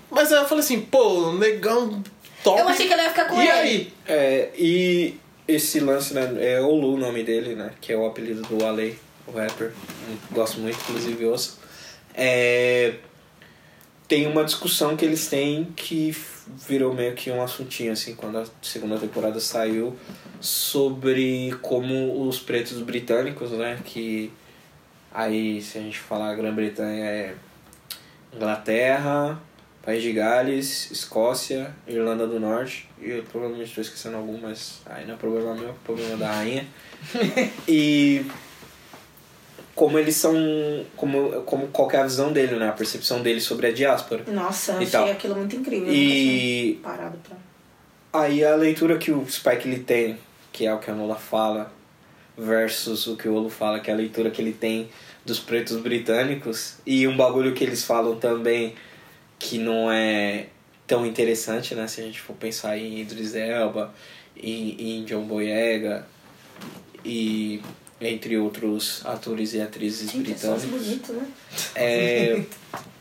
Speaker 5: Mas aí eu falei assim, pô, negão top.
Speaker 6: Eu achei que ela ia ficar com
Speaker 5: E
Speaker 6: ele.
Speaker 5: aí?
Speaker 4: É, e esse lance, né? É Olu o nome dele, né? Que é o apelido do Ale, o rapper. Gosto muito, inclusive ouço. É, tem uma discussão que eles têm que f- virou meio que um assuntinho, assim, quando a segunda temporada saiu, sobre como os pretos britânicos, né? Que aí, se a gente falar Grã-Bretanha, é Inglaterra, País de Gales, Escócia, Irlanda do Norte, e eu provavelmente estou esquecendo algum, mas aí não é problema meu, é problema da rainha. e como eles são. Como, como qual que é a visão dele, né? A percepção dele sobre a diáspora.
Speaker 7: Nossa,
Speaker 4: E
Speaker 7: achei
Speaker 4: tal.
Speaker 7: aquilo muito incrível. eu
Speaker 4: Então, E-
Speaker 7: nunca tinha Parado pra...
Speaker 4: Aí a leitura que o Spike ele tem, que é o que a Nola fala, versus o que o Olo fala, que é a leitura que ele tem dos pretos britânicos, e um bagulho que eles falam também que não é tão interessante, né? Se a gente for pensar em Idris Elba, em, em John Boyega, e entre outros atores e atrizes
Speaker 7: Gente, é só
Speaker 4: britânicos
Speaker 7: bonito, né?
Speaker 4: é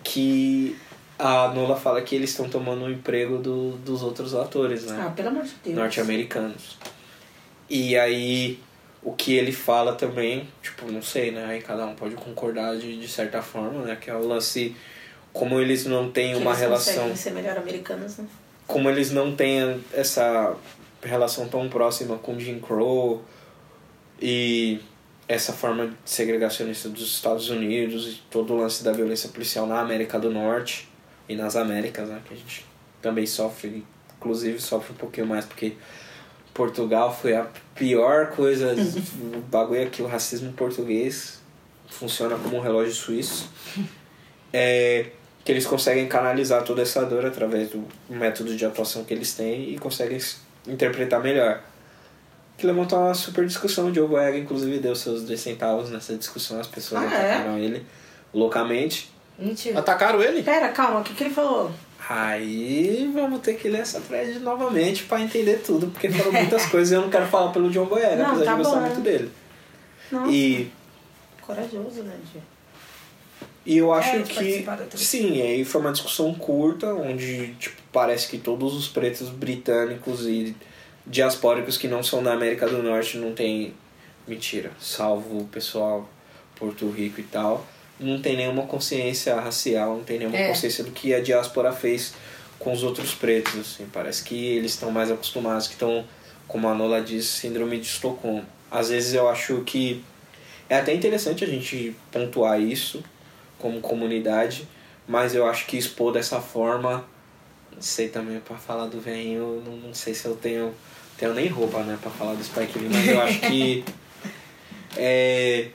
Speaker 4: que a Nola fala que eles estão tomando o emprego do, dos outros atores, né?
Speaker 7: Ah, pelo amor de Deus.
Speaker 4: norte-americanos. E aí, o que ele fala também, tipo, não sei, né? Aí cada um pode concordar de, de certa forma, né? Que é o lance, como eles não têm
Speaker 7: Que
Speaker 4: uma
Speaker 7: eles
Speaker 4: relação
Speaker 7: conseguem ser melhor americanos, né?
Speaker 4: como eles não têm essa relação tão próxima com Jim Crow e essa forma segregacionista dos Estados Unidos e todo o lance da violência policial na América do Norte e nas Américas, né, que a gente também sofre, inclusive sofre um pouquinho mais porque Portugal foi a pior coisa, o bagulho é que o racismo português funciona como um relógio suíço. É, que eles conseguem canalizar toda essa dor através do método de atuação que eles têm e conseguem s- interpretar melhor. Que levantou uma super discussão. O Diogo Ega, inclusive, deu seus dois centavos nessa discussão. As pessoas
Speaker 7: Ah, é?
Speaker 4: atacaram ele loucamente.
Speaker 6: Mentira.
Speaker 5: Atacaram ele?
Speaker 7: Pera, calma, o que, que ele falou?
Speaker 4: Aí vamos ter que ler essa thread novamente pra entender tudo, porque foram muitas coisas e eu não quero falar pelo John Boyega,
Speaker 7: Não,
Speaker 4: apesar
Speaker 7: tá
Speaker 4: de gostar
Speaker 7: bom.
Speaker 4: muito dele.
Speaker 7: Nossa,
Speaker 4: E
Speaker 7: corajoso, né, Gê?
Speaker 4: E eu acho
Speaker 6: É, de
Speaker 4: que.
Speaker 6: participar da treta.
Speaker 4: Sim, aí foi uma discussão curta, onde tipo, parece que todos os pretos britânicos e diaspóricos que não são da América do Norte não tem. Mentira, salvo o pessoal Porto Rico e tal, não tem nenhuma consciência racial, não tem nenhuma
Speaker 6: É.
Speaker 4: consciência do que a diáspora fez com os outros pretos. Assim. Parece que eles estão mais acostumados, que estão, como a Nola diz, síndrome de Estocolmo. Às vezes eu acho que é até interessante a gente pontuar isso como comunidade, mas eu acho que expor dessa forma, não sei também pra falar do veinho, não, não sei se eu tenho, tenho nem roupa, né, pra falar do Spike Lee, mas eu acho que é,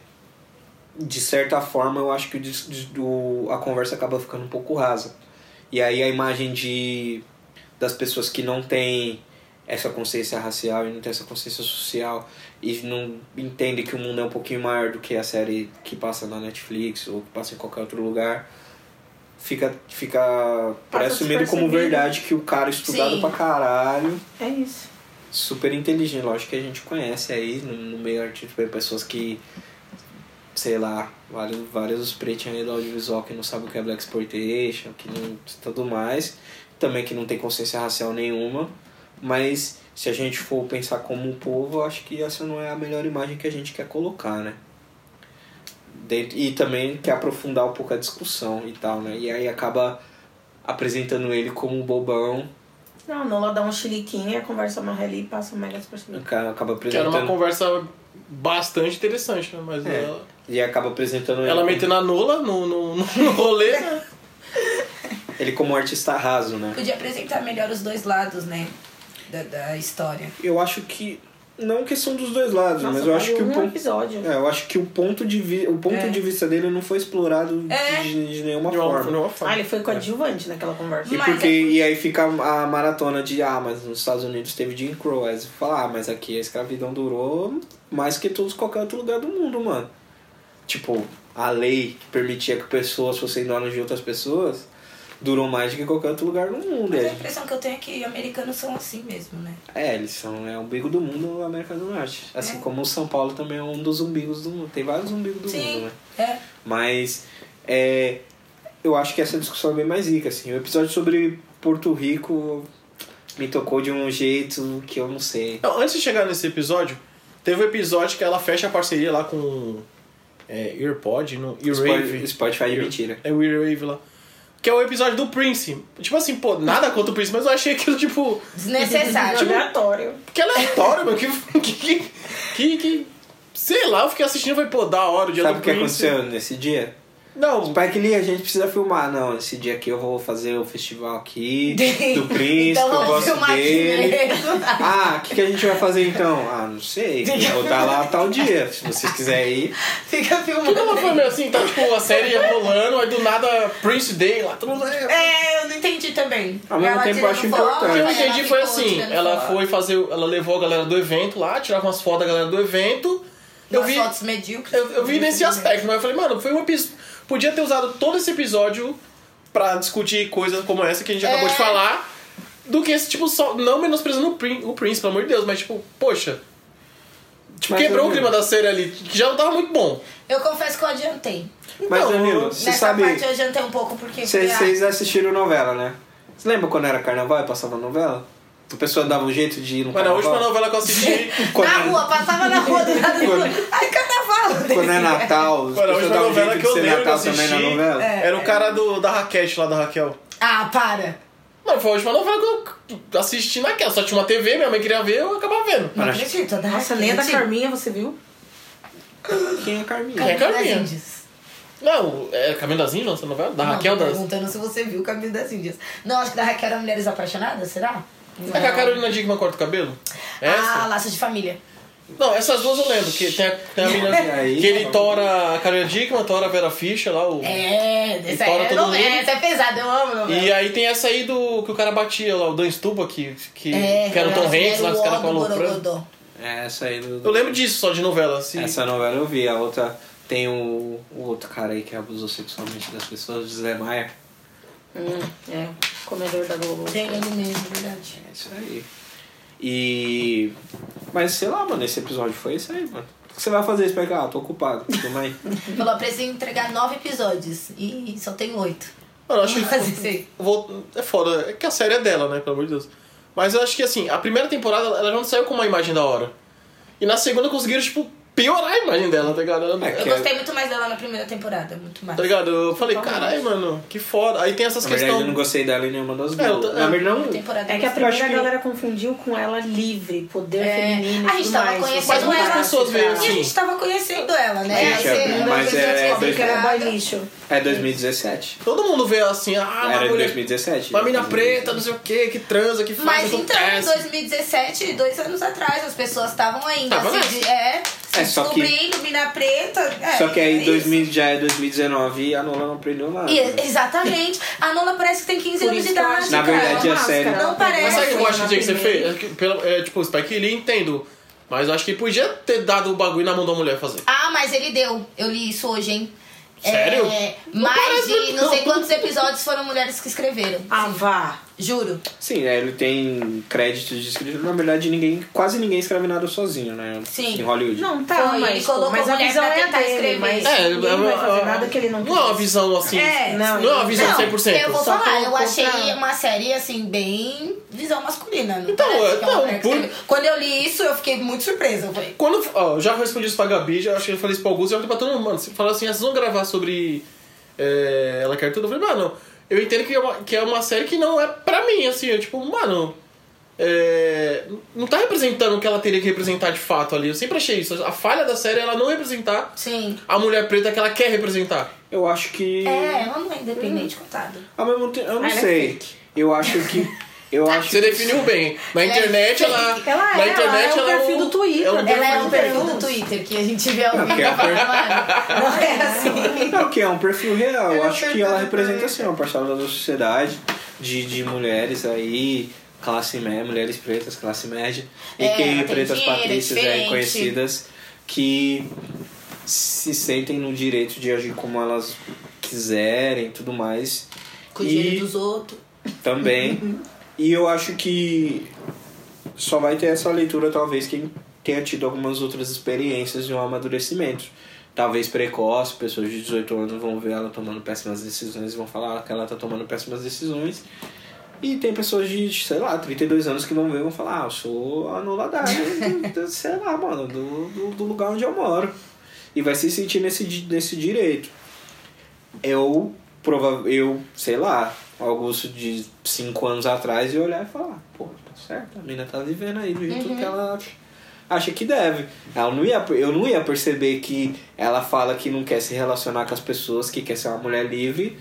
Speaker 4: de certa forma eu acho que o dis- dis- o- a conversa acaba ficando um pouco rasa. E aí a imagem de das pessoas que não têm essa consciência racial e não têm essa consciência social e não entendem que o mundo é um pouquinho maior do que a série que passa na Netflix ou que passa em qualquer outro lugar fica fica parece meio como
Speaker 7: despercebido.
Speaker 4: verdade que o cara é estudado
Speaker 6: Sim.
Speaker 4: pra caralho
Speaker 7: É isso.
Speaker 4: super inteligente, lógico que a gente conhece aí no, no meio artístico, tem pessoas que, sei lá, vários, vários os pretinhos aí do audiovisual que não sabem o que é Black Exploitation, que não. tudo mais, também que não tem consciência racial nenhuma, mas se a gente for pensar como um povo, eu acho que essa não é a melhor imagem que a gente quer colocar, né? Dentro, e também quer aprofundar um pouco a discussão e tal, né? E aí acaba apresentando ele como um bobão,
Speaker 7: Não, não, ela dá um chiliquinho, conversa uma ali e passa mega despercebido.
Speaker 4: acaba acaba
Speaker 5: Que era
Speaker 4: apresentando...
Speaker 5: uma conversa bastante interessante, né? Mas
Speaker 4: É.
Speaker 5: ela,
Speaker 4: E acaba apresentando
Speaker 5: ela
Speaker 4: ele,
Speaker 5: metendo a nula no, no, no rolê. né?
Speaker 4: como, ele como um artista raso, né?
Speaker 6: Podia apresentar melhor os dois lados, né? Da, da história.
Speaker 4: Eu acho que. Não questão dos dois lados,
Speaker 7: Nossa,
Speaker 4: mas eu acho
Speaker 7: vale
Speaker 4: que o
Speaker 7: um
Speaker 4: ponto.
Speaker 7: episódio.
Speaker 4: É, eu acho que o ponto de, vi... o ponto
Speaker 6: É.
Speaker 4: de vista dele não foi explorado
Speaker 6: É.
Speaker 4: de, de nenhuma
Speaker 5: De uma, de
Speaker 4: forma.
Speaker 5: uma
Speaker 7: Ah,
Speaker 5: forma.
Speaker 7: ele foi coadjuvante naquela conversa. Tipo,
Speaker 4: E,
Speaker 6: Mas
Speaker 4: porque,
Speaker 6: é-
Speaker 4: e aí fica a maratona de, ah, mas nos Estados Unidos teve Jim Crow. Aí você fala, ah, mas aqui a escravidão durou mais que todos qualquer outro lugar do mundo, mano. Tipo, a lei que permitia que pessoas fossem donas de outras pessoas durou mais do que qualquer outro lugar do mundo. E
Speaker 6: Mas
Speaker 4: a
Speaker 6: a impressão que eu tenho é que americanos são assim mesmo, né?
Speaker 4: É, eles são é o umbigo do mundo na América do Norte. Assim como o São Paulo também é um dos umbigos do mundo. Tem vários umbigos do
Speaker 6: Sim.
Speaker 4: mundo, né?
Speaker 6: É.
Speaker 4: Mas é, eu acho que essa discussão é bem mais rica, assim. O episódio sobre Porto Rico me tocou de um jeito que eu não sei.
Speaker 5: Não, antes de chegar nesse episódio, teve um episódio que ela fecha a parceria lá com é, Earpod, no
Speaker 4: Spotify,
Speaker 5: Earwave.
Speaker 4: Spotify de mentira.
Speaker 5: É o Earwave lá. Que é o episódio do Prince. Tipo assim, pô, nada contra o Prince, mas eu achei aquilo, tipo.
Speaker 6: Desnecessário.
Speaker 7: Aleatório.
Speaker 5: Que é aleatório, meu. Que, que, que, que- Sei lá, eu fiquei assistindo e falei, pô, da hora o dia
Speaker 4: Sabe
Speaker 5: do
Speaker 4: o que
Speaker 5: Prince.
Speaker 4: aconteceu nesse dia?
Speaker 5: Não,
Speaker 4: Spike Lee, a gente precisa filmar. Não, esse dia aqui eu vou fazer o festival aqui do Prince,
Speaker 6: então
Speaker 4: que eu
Speaker 6: vamos
Speaker 4: gosto
Speaker 6: filmar aqui
Speaker 5: né?
Speaker 6: né?
Speaker 4: dele.
Speaker 6: mesmo.
Speaker 4: Ah, o que, que a gente vai fazer então? Ah, não sei. Eu vou estar lá tal dia. Se vocês quiserem ir.
Speaker 6: Fica
Speaker 5: Tudo ela
Speaker 6: filmando.
Speaker 5: foi meio assim, tá tipo a série ia rolando, aí do nada Prince Day lá, todo mundo.
Speaker 6: É, eu não entendi também.
Speaker 4: Ao mesmo
Speaker 6: Ela
Speaker 4: Ah, tempo, eu acho
Speaker 6: tirando
Speaker 5: O
Speaker 6: foto,
Speaker 5: que
Speaker 4: importante.
Speaker 5: eu
Speaker 6: ela né?
Speaker 5: entendi foi
Speaker 6: ficou
Speaker 5: assim,
Speaker 6: tirando
Speaker 5: ela
Speaker 6: foto.
Speaker 5: foi fazer. Ela levou a galera do evento lá, tirava umas fotos da galera do evento. Eu
Speaker 6: Umas
Speaker 5: vi,
Speaker 6: fotos medíocres.
Speaker 5: eu, eu vi nesse aspecto, mas eu falei, mano, foi um episódio. Podia ter usado todo esse episódio pra discutir coisas como essa que a gente
Speaker 6: É.
Speaker 5: acabou de falar. Do que esse, tipo, só. Não menosprezando o, Prin, o Prince, pelo amor de Deus, mas tipo, poxa. Tipo,
Speaker 4: Mas,
Speaker 5: quebrou o
Speaker 4: Danilo-
Speaker 5: clima da série ali, que já não tava muito bom.
Speaker 6: Eu confesso que eu adiantei.
Speaker 4: Mas,
Speaker 5: Então,
Speaker 4: Danilo, você
Speaker 6: Nessa
Speaker 4: sabe.
Speaker 6: parte eu adiantei um pouco porque...
Speaker 4: Vocês
Speaker 6: ah,
Speaker 4: vocês assistiram novela, né? Você lembra quando era carnaval e passava novela? A pessoa dava um jeito de ir no
Speaker 5: Mas na
Speaker 4: carnaval.
Speaker 5: última novela que eu assisti.
Speaker 4: Quando,
Speaker 5: é-
Speaker 6: Na rua, passava na rua do lado do... Ai, carnaval!
Speaker 4: quando é Natal, as
Speaker 5: Mano, a
Speaker 4: pessoas
Speaker 5: última
Speaker 4: davam um
Speaker 5: novela
Speaker 4: jeito
Speaker 5: que
Speaker 4: de
Speaker 5: eu
Speaker 4: ser
Speaker 5: lembro de
Speaker 4: Natal também na
Speaker 5: assistir É.
Speaker 4: novela.
Speaker 6: É.
Speaker 5: Era o cara do, da Raquete lá da Raquel.
Speaker 6: Ah, para!
Speaker 5: Mano, foi a última novela que eu assisti naquela. Só tinha uma TV, minha mãe queria ver, eu acabava vendo.
Speaker 6: Não acredito, né?
Speaker 7: Nossa, nem a da
Speaker 6: Gente,
Speaker 7: Carminha, você viu?
Speaker 4: Quem é Carminha?
Speaker 5: Quem é
Speaker 6: Caminho das
Speaker 5: Carminha?
Speaker 6: Índias.
Speaker 5: Não, é Caminho das Índias, essa novela? Da
Speaker 6: Não,
Speaker 5: Raquel
Speaker 6: tô
Speaker 5: das...
Speaker 6: perguntando se você viu o Caminho das Índias. Não, acho que da Raquel era Mulheres Apaixonadas, será?
Speaker 5: É com a Carolina Dickman corta o cabelo? É Essa?
Speaker 6: Ah, Laços de Família.
Speaker 5: Não, essas duas eu lembro. Que tem a, tem a menina
Speaker 4: E aí?
Speaker 5: que ele tora a Carolina Dickman, tora a Vera Fischer lá. O...
Speaker 6: tá É, essa
Speaker 5: Vitória
Speaker 6: é,
Speaker 5: todo
Speaker 6: novela,
Speaker 5: mundo.
Speaker 6: essa é pesada, eu amo novela.
Speaker 5: E aí tem essa aí do que o cara batia lá, o Dan Stuba, que, que,
Speaker 6: É,
Speaker 5: que era o Tom Hanks lá, que os caras
Speaker 6: o
Speaker 5: falam. pra-
Speaker 6: Borogodó.
Speaker 4: É, essa aí do.
Speaker 5: Eu lembro disso só de novela, assim.
Speaker 4: Essa novela eu vi, a outra tem o, o outro cara aí que abusou sexualmente das pessoas, o José Maia.
Speaker 7: É, comedor da Globo.
Speaker 6: Tem ele mesmo, verdade.
Speaker 4: É isso aí. E. Mas sei lá, mano, esse episódio foi isso aí, mano. O que você vai fazer? Você vai ficar, ah, tô ocupado, tudo bem.
Speaker 6: Falou, eu preciso entregar nove episódios. E só tem oito.
Speaker 5: Mano, eu acho que.
Speaker 6: Mas, assim,
Speaker 5: Vou- É foda, é que a série é dela, né? Pelo amor de Deus. Mas eu acho que assim, a primeira temporada ela já não saiu com uma imagem da hora. E na segunda conseguiram, tipo, piorar a imagem dela, tá ligado? Ela-
Speaker 4: É
Speaker 6: Eu
Speaker 4: Que
Speaker 6: gostei muito mais dela na primeira temporada, muito mais.
Speaker 5: Tá ligado? Eu falei, caralho, mano, que foda. Aí tem essas
Speaker 4: Na verdade, eu não
Speaker 5: questões.
Speaker 4: gostei dela em nenhuma das
Speaker 5: É, eu
Speaker 4: duas.
Speaker 5: tô-
Speaker 4: Na
Speaker 5: é.
Speaker 4: verdade, não.
Speaker 6: A temporada
Speaker 7: É que a
Speaker 6: mais-
Speaker 7: primeira
Speaker 4: acho que-
Speaker 7: galera confundiu com ela livre, poder
Speaker 6: É,
Speaker 7: feminino. e
Speaker 6: a gente
Speaker 7: tudo
Speaker 6: tava
Speaker 7: mais.
Speaker 5: Mas
Speaker 6: conhecendo
Speaker 7: Você não
Speaker 5: muitas
Speaker 7: vai
Speaker 5: pessoas veem
Speaker 7: ficar-
Speaker 6: E a
Speaker 5: assim.
Speaker 6: gente tava conhecendo ela, né?
Speaker 4: Gente,
Speaker 6: Aí
Speaker 4: é,
Speaker 6: você-
Speaker 4: mas
Speaker 6: você
Speaker 4: é
Speaker 6: descobre
Speaker 4: dois-
Speaker 7: Que
Speaker 6: que
Speaker 7: era boy
Speaker 6: ela-
Speaker 7: lixo.
Speaker 4: É 2017.
Speaker 5: Todo mundo vê assim, ah, uma
Speaker 4: Era em
Speaker 5: mulher.
Speaker 4: 2017.
Speaker 5: Uma mina preta, não sei o que, que transa, que faz, um
Speaker 6: Mas então, em
Speaker 5: acontece.
Speaker 6: 2017, dois anos atrás, as pessoas estavam ainda
Speaker 5: Tava
Speaker 6: se,
Speaker 5: nessa.
Speaker 6: de- é, se
Speaker 4: É, só que-
Speaker 6: descobrindo, mina preta. é,
Speaker 4: Só que
Speaker 6: é
Speaker 4: aí
Speaker 6: isso.
Speaker 4: 2000, já é 2019 e a Nola não aprendeu nada.
Speaker 6: E- é- exatamente. A Nola parece que tem 15
Speaker 7: Por
Speaker 6: anos de
Speaker 7: isso que eu
Speaker 6: idade,
Speaker 7: acho
Speaker 4: Na
Speaker 7: que
Speaker 6: cara.
Speaker 4: verdade,
Speaker 7: é
Speaker 4: a série-
Speaker 7: máscara.
Speaker 6: Não parece.
Speaker 5: Mas sabe o que eu acho que tinha que ser
Speaker 7: Na
Speaker 5: feito?
Speaker 7: primeira.
Speaker 5: É, que, pelo- é, tipo, o Spike Lee, entendo. Mas eu acho que podia ter dado o bagulho na mão da mulher fazer.
Speaker 6: Ah, mas ele deu. Eu li isso hoje, hein?
Speaker 5: Sério?
Speaker 6: É,
Speaker 5: Não
Speaker 6: mais
Speaker 5: parece
Speaker 6: de
Speaker 5: muito,
Speaker 6: não sei
Speaker 5: não.
Speaker 6: quantos episódios foram mulheres que escreveram.
Speaker 7: Ah, vá.
Speaker 6: Juro.
Speaker 4: Sim, né, ele tem créditos de escritor. Na verdade, ninguém, quase ninguém escreve nada sozinho, né?
Speaker 6: Sim.
Speaker 4: Em Hollywood.
Speaker 7: Não, tá,
Speaker 6: Foi, ele
Speaker 7: mas,
Speaker 6: colocou
Speaker 7: mas a
Speaker 6: mulher
Speaker 7: visão
Speaker 6: pra
Speaker 7: é
Speaker 6: tentar
Speaker 7: dele,
Speaker 6: escrever.
Speaker 7: mas
Speaker 5: É,
Speaker 7: ninguém
Speaker 5: é,
Speaker 7: vai fazer
Speaker 5: é,
Speaker 7: nada que ele não
Speaker 5: Não é uma
Speaker 7: quis.
Speaker 5: visão assim.
Speaker 6: É,
Speaker 5: não,
Speaker 7: não, então,
Speaker 5: é uma visão
Speaker 6: Não,
Speaker 5: 100%.
Speaker 6: eu vou
Speaker 7: Só
Speaker 6: falar, eu
Speaker 7: colocou
Speaker 6: achei
Speaker 7: pra-
Speaker 6: uma série, assim, bem visão masculina. Não
Speaker 5: Então,
Speaker 6: parece que é uma
Speaker 5: não,
Speaker 6: mulher que
Speaker 5: por-
Speaker 6: escreveu. Quando eu li isso, eu fiquei muito surpresa. Eu falei,
Speaker 5: Quando. Ó, eu já respondi isso pra Gabi, já acho que eu falei isso pra Augusto, já falei pra todo mundo, mano. Você fala assim, ah, vocês vão gravar sobre. é, ela quer tudo. Eu falei, mano, eu entendo que é, uma, que é uma série que não é pra mim, assim. Eu, tipo, mano. é, não tá representando o que ela teria que representar de fato ali. Eu sempre achei isso. A falha da série é ela não representar
Speaker 6: sim.
Speaker 5: a mulher preta que ela quer representar.
Speaker 4: Eu acho que.
Speaker 6: É, ela não é independente, coitada.
Speaker 4: Ao mesmo tempo, eu não
Speaker 7: Ah, ela é
Speaker 4: sei. Eu acho que. Eu acho
Speaker 5: Você
Speaker 4: que-
Speaker 5: definiu bem. Na internet ela.
Speaker 7: É, Ela é,
Speaker 5: na internet
Speaker 7: ela é o perfil
Speaker 5: um-
Speaker 7: do Twitter
Speaker 5: é um
Speaker 7: dela.
Speaker 6: Ela
Speaker 5: perfil
Speaker 6: é um
Speaker 5: do
Speaker 6: perfil
Speaker 5: Twitter.
Speaker 6: do Twitter que a gente vê alguém
Speaker 4: Porque
Speaker 6: que
Speaker 4: é
Speaker 6: fala, mano, não é assim.
Speaker 4: Não, que é um perfil real. Eu
Speaker 6: É um
Speaker 4: acho que
Speaker 6: perfil
Speaker 4: ela
Speaker 6: real.
Speaker 4: representa assim, uma parcela da sociedade de, de mulheres aí, classe média, mulheres pretas, classe média. E
Speaker 6: É,
Speaker 4: que
Speaker 6: tem
Speaker 4: pretas
Speaker 6: dinheiro, é
Speaker 4: patrícias aí
Speaker 6: diferente.
Speaker 4: conhecidas que se sentem no direito de agir como elas quiserem e tudo mais.
Speaker 6: Com o
Speaker 4: E-
Speaker 6: dinheiro dos outros.
Speaker 4: também. e eu acho que só vai ter essa leitura, talvez, quem tenha tido algumas outras experiências de um amadurecimento. Talvez precoce, pessoas de 18 anos vão ver ela tomando péssimas decisões e vão falar que ela tá tomando péssimas decisões. E tem pessoas de, sei lá, 32 anos que vão ver e vão falar, ah, eu sou anulada, sei lá, mano, do, do, do lugar onde eu moro. E vai se sentir nesse, di- nesse direito. Eu, prova eu, sei lá, Augusto de 5 anos atrás e olhar e falar, pô, tá certo, a mina tá vivendo aí do jeito que ela acha que deve. Ela não ia, eu não ia perceber que ela fala que não quer se relacionar com as pessoas, que quer ser uma mulher livre,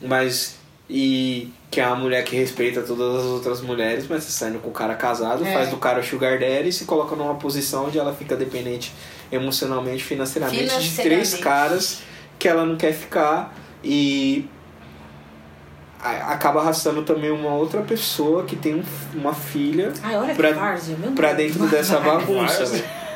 Speaker 4: mas E que é uma mulher que respeita todas as outras mulheres, mas tá saindo com o cara casado,
Speaker 6: É.
Speaker 4: faz do cara o sugar daddy e se coloca numa posição onde ela fica dependente emocionalmente, financeiramente, de três
Speaker 6: Financeiramente.
Speaker 4: caras que ela não quer ficar e a- acaba arrastando também uma outra pessoa que tem um f- uma filha
Speaker 7: Ai, olha
Speaker 4: Pra-
Speaker 7: que várzea, meu
Speaker 4: pra
Speaker 7: Deus.
Speaker 4: dentro dessa bagunça.
Speaker 5: Várzea.
Speaker 4: velho.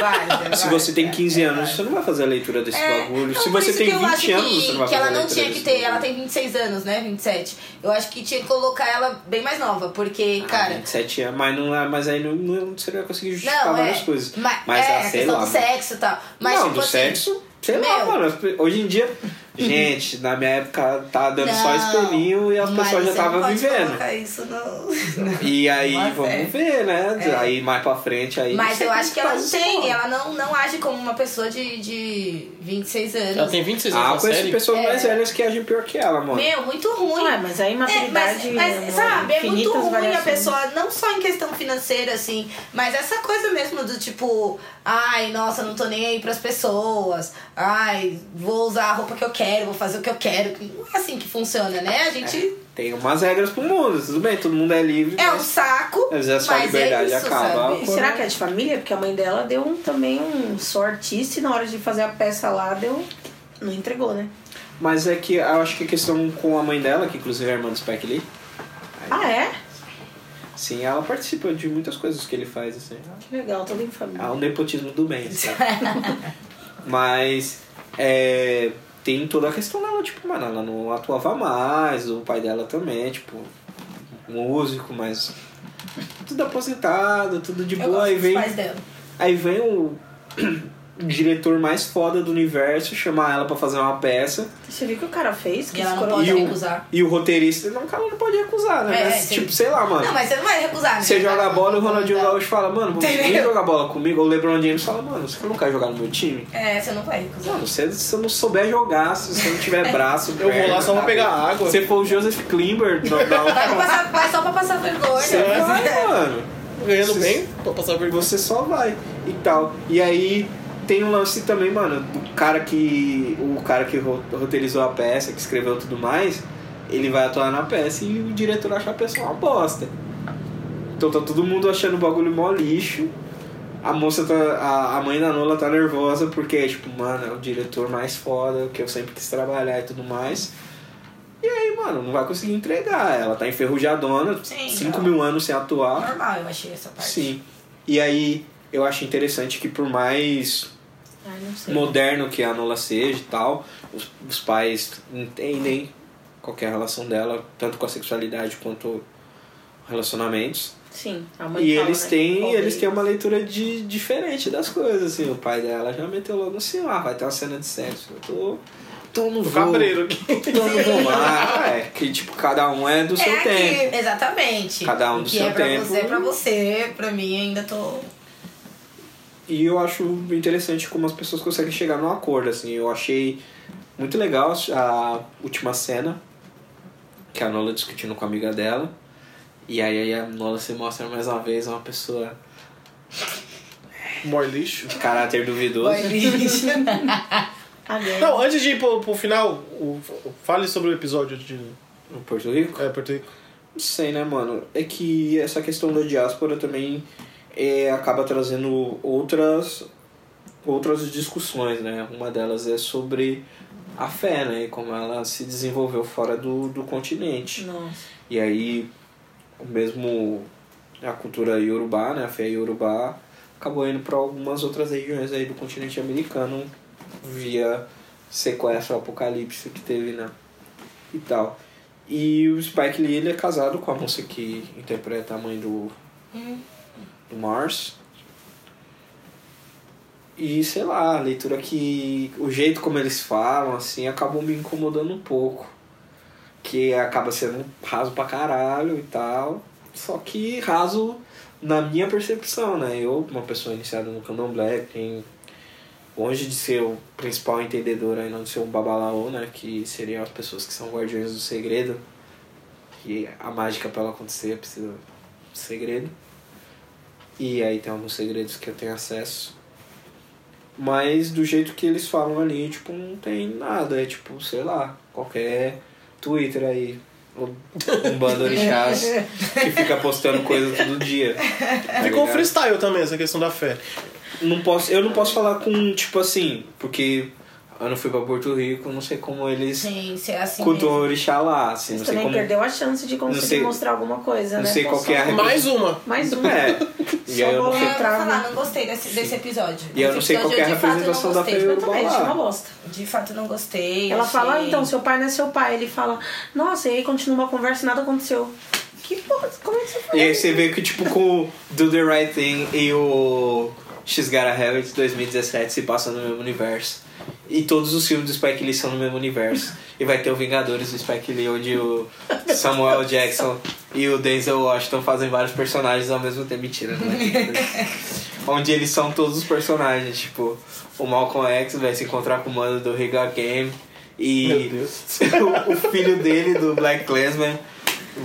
Speaker 6: Várzea,
Speaker 4: Se você tem 15 anos, você não vai fazer a leitura desse
Speaker 6: É,
Speaker 4: bagulho.
Speaker 6: não,
Speaker 4: Se
Speaker 6: por
Speaker 4: você
Speaker 6: isso
Speaker 4: tem
Speaker 6: que eu
Speaker 4: 20
Speaker 6: acho
Speaker 4: anos,
Speaker 6: que,
Speaker 4: você não vai fazer
Speaker 6: que ela
Speaker 4: a
Speaker 6: não
Speaker 4: leitura
Speaker 6: tinha que
Speaker 4: desse
Speaker 6: ter,
Speaker 4: bagulho.
Speaker 6: ela tem 26 anos, né? 27. Eu acho que tinha que colocar ela bem mais nova, porque,
Speaker 4: Ah,
Speaker 6: cara.
Speaker 4: 27 anos, mas, não, é- mas aí não, não, você não vai conseguir justificar
Speaker 6: Não, é.
Speaker 4: várias coisas.
Speaker 6: ma-
Speaker 4: Mas,
Speaker 6: é,
Speaker 4: ah,
Speaker 6: a
Speaker 4: sei
Speaker 6: questão
Speaker 4: lá.
Speaker 6: do
Speaker 4: mano.
Speaker 6: sexo e tal. Mas,
Speaker 4: não,
Speaker 6: tipo
Speaker 4: do
Speaker 6: assim,
Speaker 4: sexo, sei lá,
Speaker 6: meu.
Speaker 4: mano. as pe- Hoje em dia, gente, na minha época tá dando só
Speaker 6: Não,
Speaker 4: espelhinho e as
Speaker 6: mas
Speaker 4: pessoas já
Speaker 6: você não
Speaker 4: estavam
Speaker 6: pode
Speaker 4: vivendo.
Speaker 6: colocar isso não.
Speaker 4: E aí,
Speaker 6: Mas
Speaker 4: vamos
Speaker 6: é.
Speaker 4: ver, né? Aí mais pra frente, aí. não
Speaker 6: Mas
Speaker 4: sei
Speaker 6: eu
Speaker 4: como
Speaker 6: acho que ela
Speaker 4: faz
Speaker 6: não
Speaker 4: isso, é
Speaker 6: tem,
Speaker 4: mano.
Speaker 6: ela não, não age como uma pessoa de, de 26 anos.
Speaker 5: Ela tem 26 anos
Speaker 4: Ah,
Speaker 5: na
Speaker 4: eu conheço
Speaker 5: série?
Speaker 4: pessoas
Speaker 6: É.
Speaker 4: mais velhas que agem pior que ela, mano.
Speaker 6: Meu, muito ruim.
Speaker 7: Ah, mas aí
Speaker 6: É, mas,
Speaker 7: maturidade.
Speaker 6: mas, sabe, é muito
Speaker 7: infinitas
Speaker 6: ruim
Speaker 7: variações.
Speaker 6: a pessoa, não só em questão financeira, assim, mas essa coisa mesmo do tipo, ai, nossa, não tô nem aí pras pessoas, ai, vou usar a roupa que eu quero, vou fazer o que eu quero. Não é assim que funciona, né? A gente
Speaker 4: Tem umas regras pro mundo, tudo bem, todo mundo é livre.
Speaker 6: é, um
Speaker 4: mas-
Speaker 6: saco,
Speaker 4: Mas
Speaker 6: mas
Speaker 4: a sua liberdade
Speaker 6: é isso,
Speaker 4: acaba
Speaker 6: sabe?
Speaker 7: E será que é de família? Porque a mãe dela deu um, também um sortista e na hora de fazer a peça lá deu. Não entregou, né?
Speaker 4: Mas é que eu acho que a questão com a mãe dela, que inclusive é a irmã do Spike Lee,
Speaker 7: Ah, é?
Speaker 4: sim, ela participa de muitas coisas que ele faz, assim.
Speaker 7: Que legal, tudo em família.
Speaker 4: Há um nepotismo do bem, sabe? Mas é, tem toda a questão dela, tipo, mano, ela não atuava mais, o pai dela também, tipo, músico, mas tudo aposentado, tudo de
Speaker 6: Eu
Speaker 4: boa,
Speaker 6: gosto
Speaker 4: aí
Speaker 6: dos
Speaker 4: vem
Speaker 6: pais dela.
Speaker 4: Aí vem o diretor mais foda do universo chamar ela pra fazer uma peça.
Speaker 7: Você viu o que o cara fez? Que
Speaker 6: E ela não
Speaker 7: escroto.
Speaker 6: pode
Speaker 4: E o-
Speaker 6: recusar.
Speaker 4: E o roteirista, não, o cara não pode recusar, né?
Speaker 6: É,
Speaker 4: Mas,
Speaker 6: sim.
Speaker 4: tipo, sei lá, mano.
Speaker 6: Não, mas você não vai recusar, né?
Speaker 4: Você joga a bola e o Ronaldinho
Speaker 6: Não.
Speaker 4: Gaúcho fala, mano, você vem
Speaker 6: Entendeu?
Speaker 4: jogar bola comigo. Ou o LeBron James fala, mano, você não quer jogar no meu time?
Speaker 6: É, você não vai recusar.
Speaker 4: Mano, se você não souber jogar, se você não tiver braço,
Speaker 5: Eu vou lá só pra pegar água.
Speaker 4: Se for o Joseph Klimber, não,
Speaker 6: Vai, pra
Speaker 4: não.
Speaker 6: passar, vai só pra passar vergonha.
Speaker 4: Você vai, mano.
Speaker 5: tá Ganhando
Speaker 4: Você-
Speaker 5: bem, pra passar vergonha.
Speaker 4: você só vai e tal. E aí tem um lance também, mano, do cara que. O cara que ro- roteirizou a peça, que escreveu tudo mais, ele vai atuar na peça e o diretor acha a peça uma bosta. Então tá todo mundo achando o bagulho mó lixo. A moça tá. A, a mãe da Nola tá nervosa porque, tipo, mano, é o diretor mais foda, que eu sempre quis trabalhar e tudo mais. E aí, mano, não vai conseguir entregar. Ela tá enferrujadona,
Speaker 6: Sim,
Speaker 4: 5
Speaker 6: tá.
Speaker 4: mil anos sem atuar.
Speaker 6: Normal, eu achei essa parte.
Speaker 4: Sim. E aí eu acho interessante que por mais
Speaker 7: Ai, não sei.
Speaker 4: moderno que a Nola seja e tal, os, os pais entendem qualquer relação dela, tanto com a sexualidade quanto relacionamentos.
Speaker 7: Sim, a mãe
Speaker 4: e
Speaker 7: fala,
Speaker 4: eles
Speaker 7: né?
Speaker 4: têm,
Speaker 7: Pobre.
Speaker 4: eles têm um- uma leitura de, diferente das coisas, assim. O pai dela já meteu logo assim, ah, vai ter uma cena de sexo. Eu tô. Tô no
Speaker 5: O
Speaker 4: voo.
Speaker 5: cabreiro aqui.
Speaker 4: Tô no voo. Ah, é. Que tipo, cada um é do seu
Speaker 6: aqui,
Speaker 4: tempo.
Speaker 6: Exatamente.
Speaker 4: Cada um
Speaker 6: O
Speaker 4: do
Speaker 6: que
Speaker 4: seu
Speaker 6: é pra
Speaker 4: tempo.
Speaker 6: você, é pra você. Pra mim, ainda tô...
Speaker 4: E eu acho interessante como as pessoas conseguem chegar num acordo, assim. Eu achei muito legal a última cena, que é a Nola discutindo com a amiga dela. E aí, aí a Nola se mostra mais uma vez uma pessoa
Speaker 5: Mor lixo.
Speaker 4: de caráter duvidoso.
Speaker 6: Boy lixo.
Speaker 7: Ah, é.
Speaker 5: Não, antes de ir pro, pro final, o- fale sobre o episódio de
Speaker 4: No Porto Rico.
Speaker 5: é, Porto Rico.
Speaker 4: Não sei, né, mano? É que essa questão da diáspora também é, acaba trazendo outras, outras discussões, né? Uma delas é sobre a fé, né? E como ela se desenvolveu fora do, do continente.
Speaker 7: Nossa.
Speaker 4: E aí, mesmo a cultura iorubá, né, a fé iorubá, acabou indo para algumas outras regiões aí do continente americano via sequestro, apocalipse que teve, né, e tal. E o Spike Lee, ele é casado com a moça que interpreta a mãe do, do Mars. E, sei lá, a leitura que... O jeito como eles falam, assim, acabou me incomodando um pouco que acaba sendo raso pra caralho e tal. Só que raso na minha percepção, né? Eu, uma pessoa iniciada no candomblé, tem longe de ser o principal entendedor aí, não de ser um babalaô, né? Que seriam as pessoas que são guardiões do segredo. Que a mágica pra ela acontecer precisa de segredo. E aí tem alguns segredos que eu tenho acesso. Mas do jeito que eles falam ali, tipo, não tem nada. É tipo, sei lá, qualquer Twitter aí, um bando de chás que fica postando coisa todo dia. tá
Speaker 5: Ficou
Speaker 4: ligado?
Speaker 5: freestyle também essa questão da fé.
Speaker 4: não posso, eu não posso falar com, tipo assim, porque eu não fui pra Porto Rico, não sei como eles
Speaker 6: Sim, se é assim
Speaker 4: cultuam o
Speaker 6: mesmo.
Speaker 4: orixá lá, assim, não
Speaker 7: Você
Speaker 4: sei
Speaker 7: também
Speaker 4: como.
Speaker 7: perdeu a chance de conseguir
Speaker 4: Não sei-
Speaker 7: mostrar alguma coisa,
Speaker 4: não
Speaker 7: né?
Speaker 4: sei
Speaker 7: Pô,
Speaker 4: qual que é a
Speaker 7: só-
Speaker 5: Mais uma.
Speaker 7: Mais um.
Speaker 4: É. E
Speaker 7: Só
Speaker 4: aí eu não
Speaker 7: bola-
Speaker 6: É, eu
Speaker 4: sei.
Speaker 6: vou
Speaker 7: Trava.
Speaker 6: falar, não gostei desse, desse episódio.
Speaker 4: E eu não sei
Speaker 6: Esse
Speaker 4: qual que é a
Speaker 6: episódio, de fato, eu
Speaker 4: representação
Speaker 6: não
Speaker 4: da
Speaker 6: gostei.
Speaker 4: Fê
Speaker 7: Eu também,
Speaker 4: Urubá.
Speaker 7: achei uma bosta.
Speaker 6: De fato, não gostei.
Speaker 7: Ela
Speaker 6: achei-
Speaker 7: fala, "Ah, então, seu pai não é seu pai. Ele fala, nossa, e aí continua uma conversa e nada aconteceu. Que porra, como é que você
Speaker 4: E
Speaker 7: falou?
Speaker 4: aí você vê que, tipo, com o Do The Right Thing e o She's Gotta Have It de 2017 se passam no mesmo universo. E todos os filmes do Spike Lee são no mesmo universo. E vai ter o Vingadores do Spike Lee, onde o Samuel Jackson e o Denzel Washington fazem vários personagens ao mesmo tempo. Mentira, não é? onde eles são todos os personagens. Tipo, o Malcolm X vai se encontrar com o mano do Higa Game. E
Speaker 5: Meu Deus.
Speaker 4: o o filho dele, do Black Clansman,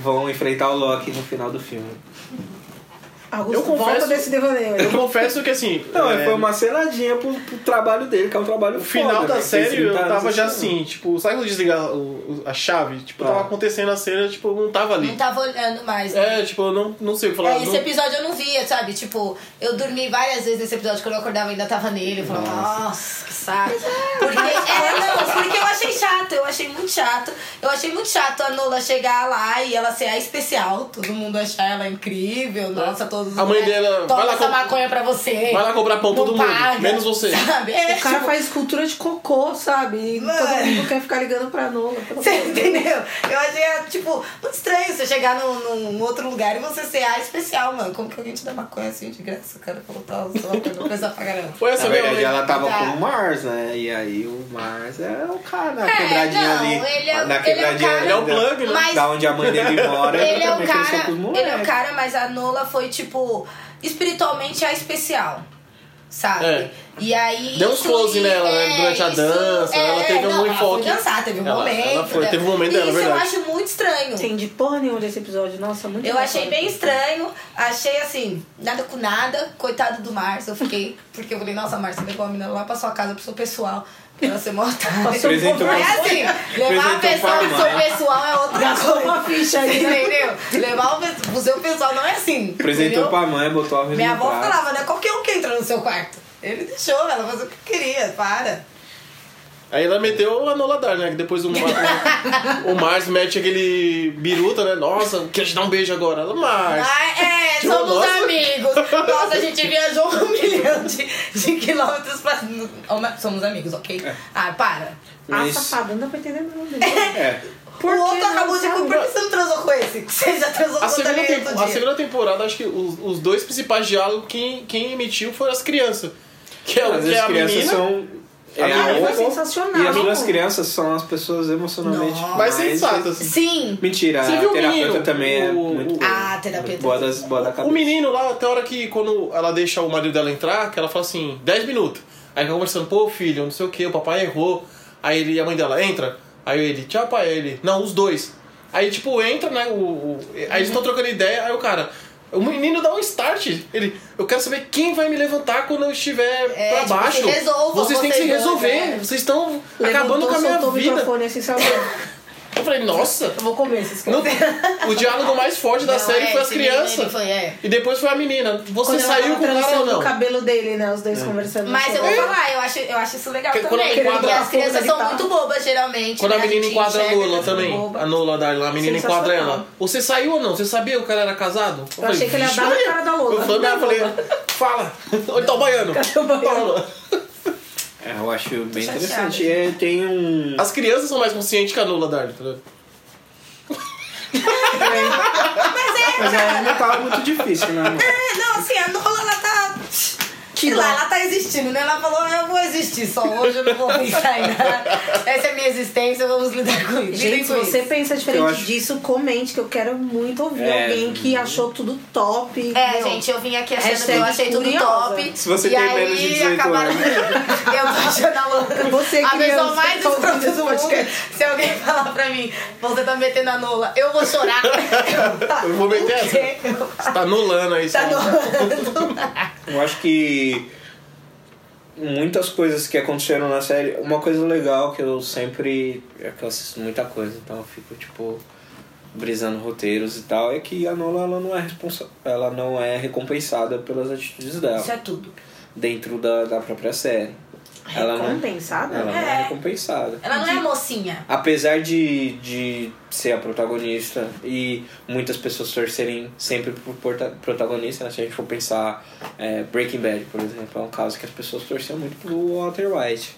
Speaker 4: vão enfrentar o Loki no final do filme.
Speaker 7: Augusto,
Speaker 5: Eu confesso-
Speaker 7: volta desse devaneio.
Speaker 5: Eu confesso que assim.
Speaker 4: Não,
Speaker 5: é,
Speaker 4: foi uma cenadinha pro, pro trabalho dele, que é um trabalho
Speaker 5: O final
Speaker 4: foda,
Speaker 5: da
Speaker 4: né?
Speaker 5: série
Speaker 4: Fez
Speaker 5: eu
Speaker 4: 30 anos
Speaker 5: tava já
Speaker 4: esse ano.
Speaker 5: assim, tipo, sabe quando desligar o- o- a chave? Tipo,
Speaker 4: Ah.
Speaker 5: tava acontecendo a cena, tipo, eu não tava ali.
Speaker 6: Não tava olhando mais. né?
Speaker 5: É, tipo, eu não, não sei o que falar.
Speaker 6: É,
Speaker 5: não-
Speaker 6: esse episódio eu não via, sabe? Tipo, eu dormi várias vezes nesse episódio. Quando eu acordava, eu ainda tava nele. Eu falava, nossa, que saco. Porque, é, não, porque eu achei chato. Eu achei muito chato. Eu achei muito chato a Nola chegar lá e ela ser a especial. Todo mundo achar ela incrível. Nossa, todos os
Speaker 5: É. A mãe
Speaker 6: lugares,
Speaker 5: dela,
Speaker 6: Toma
Speaker 5: vai lá
Speaker 6: essa
Speaker 5: com-
Speaker 6: maconha pra você.
Speaker 5: Vai lá cobrar pão
Speaker 6: Não
Speaker 5: todo mundo,
Speaker 6: paga,
Speaker 5: menos você.
Speaker 6: Sabe? É,
Speaker 7: O cara faz escultura de cocô,
Speaker 5: É.
Speaker 7: sabe? E todo mundo quer ficar ligando pra Nola. pelo
Speaker 6: Você
Speaker 7: amor de Deus.
Speaker 6: entendeu? Eu achei, tipo, muito estranho você chegar num, num outro lugar e você ser ah, especial, mano. Como que alguém te dá maconha assim de graça? O cara falou, tá, eu sou uma pessoa pra caramba.
Speaker 5: Foi essa
Speaker 4: Na
Speaker 5: mesmo,
Speaker 4: verdade,
Speaker 5: né?
Speaker 4: ela tava
Speaker 6: Tá.
Speaker 4: com o Mars, né? E aí o Mars é o cara na
Speaker 6: É,
Speaker 4: quebradinha
Speaker 6: não,
Speaker 4: ali.
Speaker 6: ele é-
Speaker 4: na
Speaker 6: ele
Speaker 4: quebradinha
Speaker 6: é o cara-
Speaker 5: Ele é o plug, né?
Speaker 6: Mas-
Speaker 4: Da onde a mãe dele mora.
Speaker 6: Ele é, o
Speaker 4: também cresceu
Speaker 6: cara,
Speaker 4: com os
Speaker 6: ele
Speaker 4: moleques.
Speaker 6: é o cara, mas a Nola foi, tipo, espiritualmente a especial. Sabe?
Speaker 5: É.
Speaker 6: E aí.
Speaker 5: Deu uns
Speaker 6: isso-
Speaker 5: close nela, né,
Speaker 6: é,
Speaker 5: durante a dança, ela teve um
Speaker 6: não, ela
Speaker 5: enfoque.
Speaker 6: Foi dançar, teve um
Speaker 5: Ela-
Speaker 6: momento.
Speaker 5: ela foi,
Speaker 6: né?
Speaker 5: teve um momento dela,
Speaker 6: Isso eu
Speaker 5: verdade.
Speaker 6: acho muito estranho.
Speaker 7: Entendi porra nenhuma desse episódio. Nossa, muito
Speaker 6: Eu achei
Speaker 7: aleatório.
Speaker 6: bem estranho, achei assim, nada com nada, coitado do Márcio, eu fiquei, porque eu falei, nossa, Márcio, você levou a menina lá pra sua casa, pro seu pessoal, pra ela ser morta.
Speaker 7: um
Speaker 4: Apresentou
Speaker 6: É
Speaker 4: uma-
Speaker 6: assim, levar a
Speaker 4: um apresentou
Speaker 6: pessoa pro
Speaker 4: pra
Speaker 6: seu
Speaker 4: mãe.
Speaker 6: pessoal é outra
Speaker 7: Gastou
Speaker 6: coisa.
Speaker 7: uma ficha aí, né?
Speaker 6: Entendeu? Levar o pe- pro seu pessoal não é assim.
Speaker 4: Apresentou
Speaker 6: entendeu?
Speaker 4: pra mãe, botou a mesa no
Speaker 6: Minha avó
Speaker 4: prato.
Speaker 6: falava, não é qualquer um que entra no seu quarto. Ele deixou, ela fazia o que queria, para.
Speaker 5: Aí ela meteu a Noladar, né? Que depois o, o Mars mete aquele biruta, né? Nossa, quer te dar um beijo agora. Ela, Mars.
Speaker 6: Ah, é,
Speaker 5: Tipo,
Speaker 6: somos
Speaker 5: nossa.
Speaker 6: amigos. Nossa, a gente viajou um milhão de, de quilômetros pra. Oh, mas Somos amigos, ok?
Speaker 5: É.
Speaker 6: Ah, para.
Speaker 7: Ah,
Speaker 4: Mas-
Speaker 7: safado, não dá pra entender nada.
Speaker 4: É.
Speaker 6: o outro
Speaker 7: que não
Speaker 6: acabou de
Speaker 7: sabe?
Speaker 6: por que você não transou com esse? Você já transou
Speaker 5: A
Speaker 6: com outro
Speaker 5: segunda,
Speaker 6: ali
Speaker 5: tempo-
Speaker 6: outro
Speaker 5: a
Speaker 6: dia.
Speaker 5: segunda temporada, acho que os, os dois principais diálogos, quem, quem emitiu foram as crianças. Que é, o-
Speaker 4: Às
Speaker 5: que
Speaker 4: vezes
Speaker 5: é
Speaker 4: as
Speaker 5: a
Speaker 4: crianças
Speaker 5: menina. é
Speaker 4: são.
Speaker 5: A menina
Speaker 4: a
Speaker 5: foi
Speaker 4: outra.
Speaker 7: sensacional.
Speaker 4: E as duas crianças são as pessoas emocionalmente
Speaker 6: Não.
Speaker 5: mais sensatas.
Speaker 6: Sim.
Speaker 4: Mentira,
Speaker 5: Você
Speaker 4: a
Speaker 5: viu o
Speaker 4: terapeuta
Speaker 5: menino?
Speaker 4: também é
Speaker 5: O-
Speaker 4: muito
Speaker 5: o-
Speaker 4: boa.
Speaker 6: Ah, terapeuta.
Speaker 4: Boa, das, boa da cabeça.
Speaker 5: O menino lá, até a hora que quando ela deixa o marido dela entrar, que ela fala assim, 10 minutos. Aí fica conversando, pô filho, não sei o que, o papai errou. Aí ele e a mãe dela entra, aí ele, tchau pai, Aí ele, não, os dois. Aí tipo, entra, né? O, o- aí eles estão trocando ideia, aí o cara. O menino dá um start. Ele, eu quero saber quem vai me levantar quando eu estiver
Speaker 6: É,
Speaker 5: pra
Speaker 6: tipo,
Speaker 5: baixo.
Speaker 6: se resolvam,
Speaker 5: vocês têm que se
Speaker 6: vocês dois,
Speaker 5: resolver.
Speaker 6: né?
Speaker 5: Vocês estão acabando
Speaker 7: Levantou,
Speaker 5: com a minha
Speaker 7: soltou o
Speaker 5: vida.
Speaker 7: microfone assim, sabe?
Speaker 5: Eu falei, nossa.
Speaker 7: Eu vou comer esses
Speaker 5: Não-
Speaker 7: caras.
Speaker 5: o diálogo mais forte da
Speaker 6: Não,
Speaker 5: série
Speaker 6: é,
Speaker 5: foi as
Speaker 6: esse menino,
Speaker 5: crianças.
Speaker 6: ele foi, é.
Speaker 5: E depois foi a menina. Você
Speaker 7: Quando ela
Speaker 5: saiu
Speaker 7: tava
Speaker 5: com o cara ou
Speaker 7: trançando
Speaker 5: não? É.
Speaker 7: o cabelo dele, né? Os dois conversando.
Speaker 6: Mas
Speaker 7: sobre-
Speaker 6: eu vou falar, eu acho, eu acho isso legal
Speaker 5: Porque quando
Speaker 6: também.
Speaker 5: ela enquadra
Speaker 6: e
Speaker 5: a
Speaker 6: as crianças
Speaker 7: folha
Speaker 6: são
Speaker 7: que tá-
Speaker 6: muito bobas, geralmente.
Speaker 5: Quando
Speaker 6: né?
Speaker 5: a menina
Speaker 7: um
Speaker 6: gente
Speaker 5: enquadra a
Speaker 6: enxerga
Speaker 5: Lola
Speaker 6: essas
Speaker 5: também,
Speaker 6: bobas.
Speaker 5: a Lola da lá, a menina enquadra
Speaker 7: Sensacional.
Speaker 5: ela. Você saiu ou não? Você sabia que o cara era casado? Eu,
Speaker 7: achei que ele ia
Speaker 5: "Vixe,
Speaker 7: dar na
Speaker 5: olha."
Speaker 7: cara da Lola.
Speaker 5: Eu falei, eu falei, fala. Onde tá o baiano?
Speaker 7: Cadê o baiano?
Speaker 5: Fala.
Speaker 4: É, eu acho bem
Speaker 6: chateada.
Speaker 4: interessante. É, tem um.
Speaker 5: As crianças são mais conscientes que a Lola Darling, tá ligado?
Speaker 4: Mas é, não tava muito difícil, né, mano?
Speaker 6: É, não, assim, a Nola, ela tá. Sei lá, ela tá existindo, né? Ela falou, eu vou existir só hoje, eu não vou pensar em nada. Essa é a minha existência, vamos lidar com isso. Lidem
Speaker 7: Gente, se
Speaker 6: com
Speaker 7: você
Speaker 6: isso.
Speaker 7: pensa
Speaker 4: Eu
Speaker 7: diferente
Speaker 4: acho-
Speaker 7: disso, comente, que eu quero muito ouvir
Speaker 4: É.
Speaker 7: alguém que achou tudo top.
Speaker 6: É,
Speaker 7: Não.
Speaker 6: gente, eu vim aqui achando que
Speaker 7: Hashtag
Speaker 6: eu achei tudo
Speaker 7: curiosa.
Speaker 6: top.
Speaker 4: Se você
Speaker 6: e
Speaker 4: tem
Speaker 6: aí,
Speaker 4: menos de 18
Speaker 6: acabaram...
Speaker 4: anos.
Speaker 6: Eu tô achando a Lola
Speaker 7: Você, é
Speaker 6: a
Speaker 7: criança,
Speaker 6: pessoa mais
Speaker 7: tá ouvindo
Speaker 6: escrota
Speaker 7: esse
Speaker 6: do mundo.
Speaker 7: podcast.
Speaker 6: Se alguém falar pra mim, você tá metendo a Nola, eu vou chorar.
Speaker 7: Tá.
Speaker 5: Eu vou meter
Speaker 6: O
Speaker 5: essa.
Speaker 6: quê? Eu-
Speaker 5: Você tá anulando aí.
Speaker 6: Tá
Speaker 5: sabe?
Speaker 6: anulando.
Speaker 4: Eu acho que muitas coisas que aconteceram na série. Uma coisa legal que eu sempre. É que eu assisto muita coisa, então eu fico tipo. brisando roteiros e tal, é que a Nola ela não é responsa ela não é recompensada pelas atitudes dela
Speaker 6: Isso é tudo.
Speaker 4: dentro da, da própria série. Ela não,
Speaker 7: Recompensada?
Speaker 4: ela não é
Speaker 6: É.
Speaker 4: recompensada.
Speaker 6: Ela não é mocinha.
Speaker 4: Apesar de, de ser a protagonista e muitas pessoas torcerem sempre pro porta- protagonista, né? se a gente for pensar é, Breaking Bad, por exemplo, é um caso que as pessoas torciam muito pro Walter White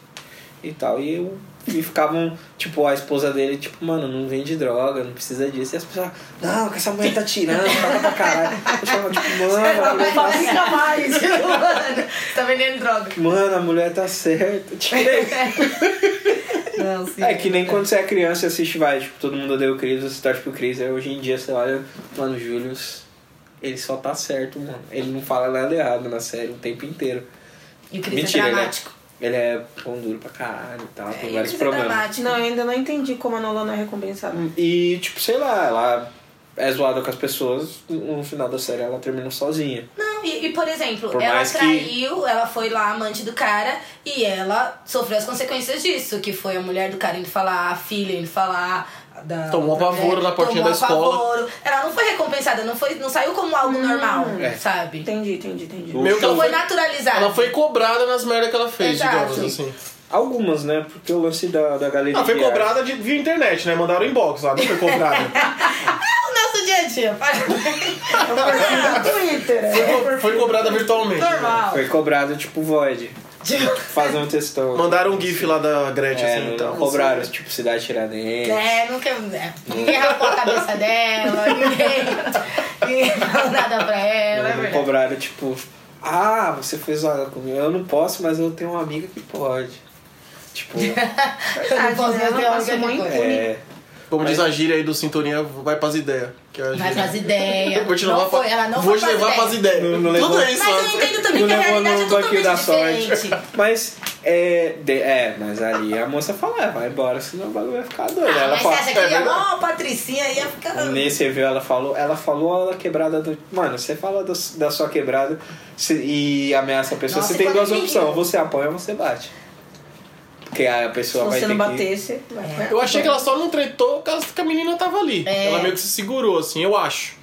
Speaker 4: e tal. E, eu, e ficavam, tipo, a esposa dele, tipo, mano, não vende droga, não precisa disso. E as pessoas, não, que essa mulher tá tirando, paga pra caralho. Eu chamava, tipo, mano,
Speaker 6: Não fabrica mais. Mano, tá vendendo droga.
Speaker 4: mano, a mulher tá certa.
Speaker 6: É.
Speaker 4: Tipo,
Speaker 6: Não, sim.
Speaker 4: É que nem quando você é criança e assiste, vai, tipo, todo mundo odeia o Chris, você torce pro Chris. Aí hoje em dia você olha, mano, o Julius, ele só tá certo, mano. Ele não fala nada errado na série o tempo inteiro.
Speaker 6: E o Chris
Speaker 4: Mentira,
Speaker 6: é
Speaker 4: né?
Speaker 6: dramático.
Speaker 4: Ele é pão duro pra caralho e tal,
Speaker 6: É,
Speaker 4: tem
Speaker 6: e
Speaker 4: vários
Speaker 6: o Chris é
Speaker 4: problemas.
Speaker 6: dramático.
Speaker 7: Não, eu ainda não entendi como a Nola não é recompensada.
Speaker 4: E, tipo, sei lá, ela é zoada com as pessoas, no final da série ela termina sozinha.
Speaker 6: Não, e, e, por exemplo,
Speaker 4: Por
Speaker 6: ela
Speaker 4: mais que-
Speaker 6: traiu, ela foi lá amante do cara e ela sofreu as consequências disso, que foi a mulher do cara indo falar, a filha indo falar. Da
Speaker 5: Tomou
Speaker 6: outra
Speaker 5: apavoro
Speaker 6: mulher,
Speaker 5: na portinha da
Speaker 6: tomou
Speaker 5: escola.
Speaker 6: apavoro. Ela não foi recompensada, não, foi, não saiu como
Speaker 7: Hum.
Speaker 6: algo normal,
Speaker 4: É.
Speaker 6: sabe?
Speaker 7: Entendi, entendi,
Speaker 5: Meio que
Speaker 7: entendi.
Speaker 6: Não
Speaker 5: ela
Speaker 6: foi
Speaker 5: Então foi,
Speaker 6: naturalizada.
Speaker 5: ela foi cobrada nas merdas que ela fez,
Speaker 6: Exato.
Speaker 5: digamos assim.
Speaker 4: Algumas, né? Porque o lance da, da galeria.
Speaker 5: Ela Ah, foi
Speaker 4: de arte-
Speaker 5: cobrada de, via internet, né? Mandaram inbox lá, não foi cobrada.
Speaker 6: Ah, O nosso dia a dia,
Speaker 7: Eu perdi no Twitter. é.
Speaker 5: Foi, foi cobrada virtualmente.
Speaker 6: normal. Tipo,
Speaker 4: Foi cobrada, tipo, Void. Fazer um textão.
Speaker 5: Mandaram um gif lá da Gretchen,
Speaker 4: É,
Speaker 5: assim,
Speaker 4: não,
Speaker 5: É. então.
Speaker 4: cobraram, tipo, Cidade Tiradentes.
Speaker 6: É, nunca. É, ninguém rapou a cabeça dela, ninguém. ninguém falou nada pra ela,
Speaker 4: Né?
Speaker 6: é
Speaker 4: Não, não
Speaker 6: verdade.
Speaker 4: cobraram, tipo, ah, você fez uma comigo. Eu não posso, mas eu tenho uma amiga que pode. Tipo,
Speaker 6: É Eu não posso
Speaker 7: Ela
Speaker 6: ver
Speaker 7: passou
Speaker 6: alguma
Speaker 7: muito-
Speaker 6: coisa.
Speaker 4: é.
Speaker 5: Como diz a gíria aí do Sintonia, vai pras ideias. Que é a
Speaker 6: Mas
Speaker 5: gíria.
Speaker 6: as ideias.
Speaker 5: Vou te levar,
Speaker 6: Não
Speaker 5: pra-
Speaker 6: foi, ela não
Speaker 5: vou
Speaker 6: foi
Speaker 5: te levar pras ideias.
Speaker 4: Não- não
Speaker 5: Tudo é
Speaker 4: levou.
Speaker 5: isso.
Speaker 6: Mas eu
Speaker 5: ó.
Speaker 6: entendo também
Speaker 4: um
Speaker 6: que a realidade é totalmente diferente.
Speaker 4: Mas, é, de- é, mas ali a moça fala, é, vai embora, senão o bagulho vai ficar doido.
Speaker 6: Ah,
Speaker 4: ela
Speaker 6: mas
Speaker 4: fala,
Speaker 6: você acha
Speaker 4: é
Speaker 6: que ia,
Speaker 4: verdade.
Speaker 6: ó, Patricinha ia ficar.
Speaker 4: Nesse review ela falou, ela falou a quebrada do. Mano, você fala do- da sua quebrada se- e ameaça a pessoa.
Speaker 6: Nossa,
Speaker 4: você tem
Speaker 6: quando
Speaker 4: duas
Speaker 6: me
Speaker 4: opções,
Speaker 6: viu.
Speaker 4: você apanha ou você bate. Porque aí a
Speaker 7: Se
Speaker 4: pessoa vai
Speaker 7: você
Speaker 4: ter
Speaker 7: não
Speaker 4: que. É.
Speaker 7: batesse, vai apanhar.
Speaker 5: Eu achei que ela só não tretou por causa que a menina tava ali.
Speaker 6: É.
Speaker 5: Ela meio que se segurou, assim, eu acho.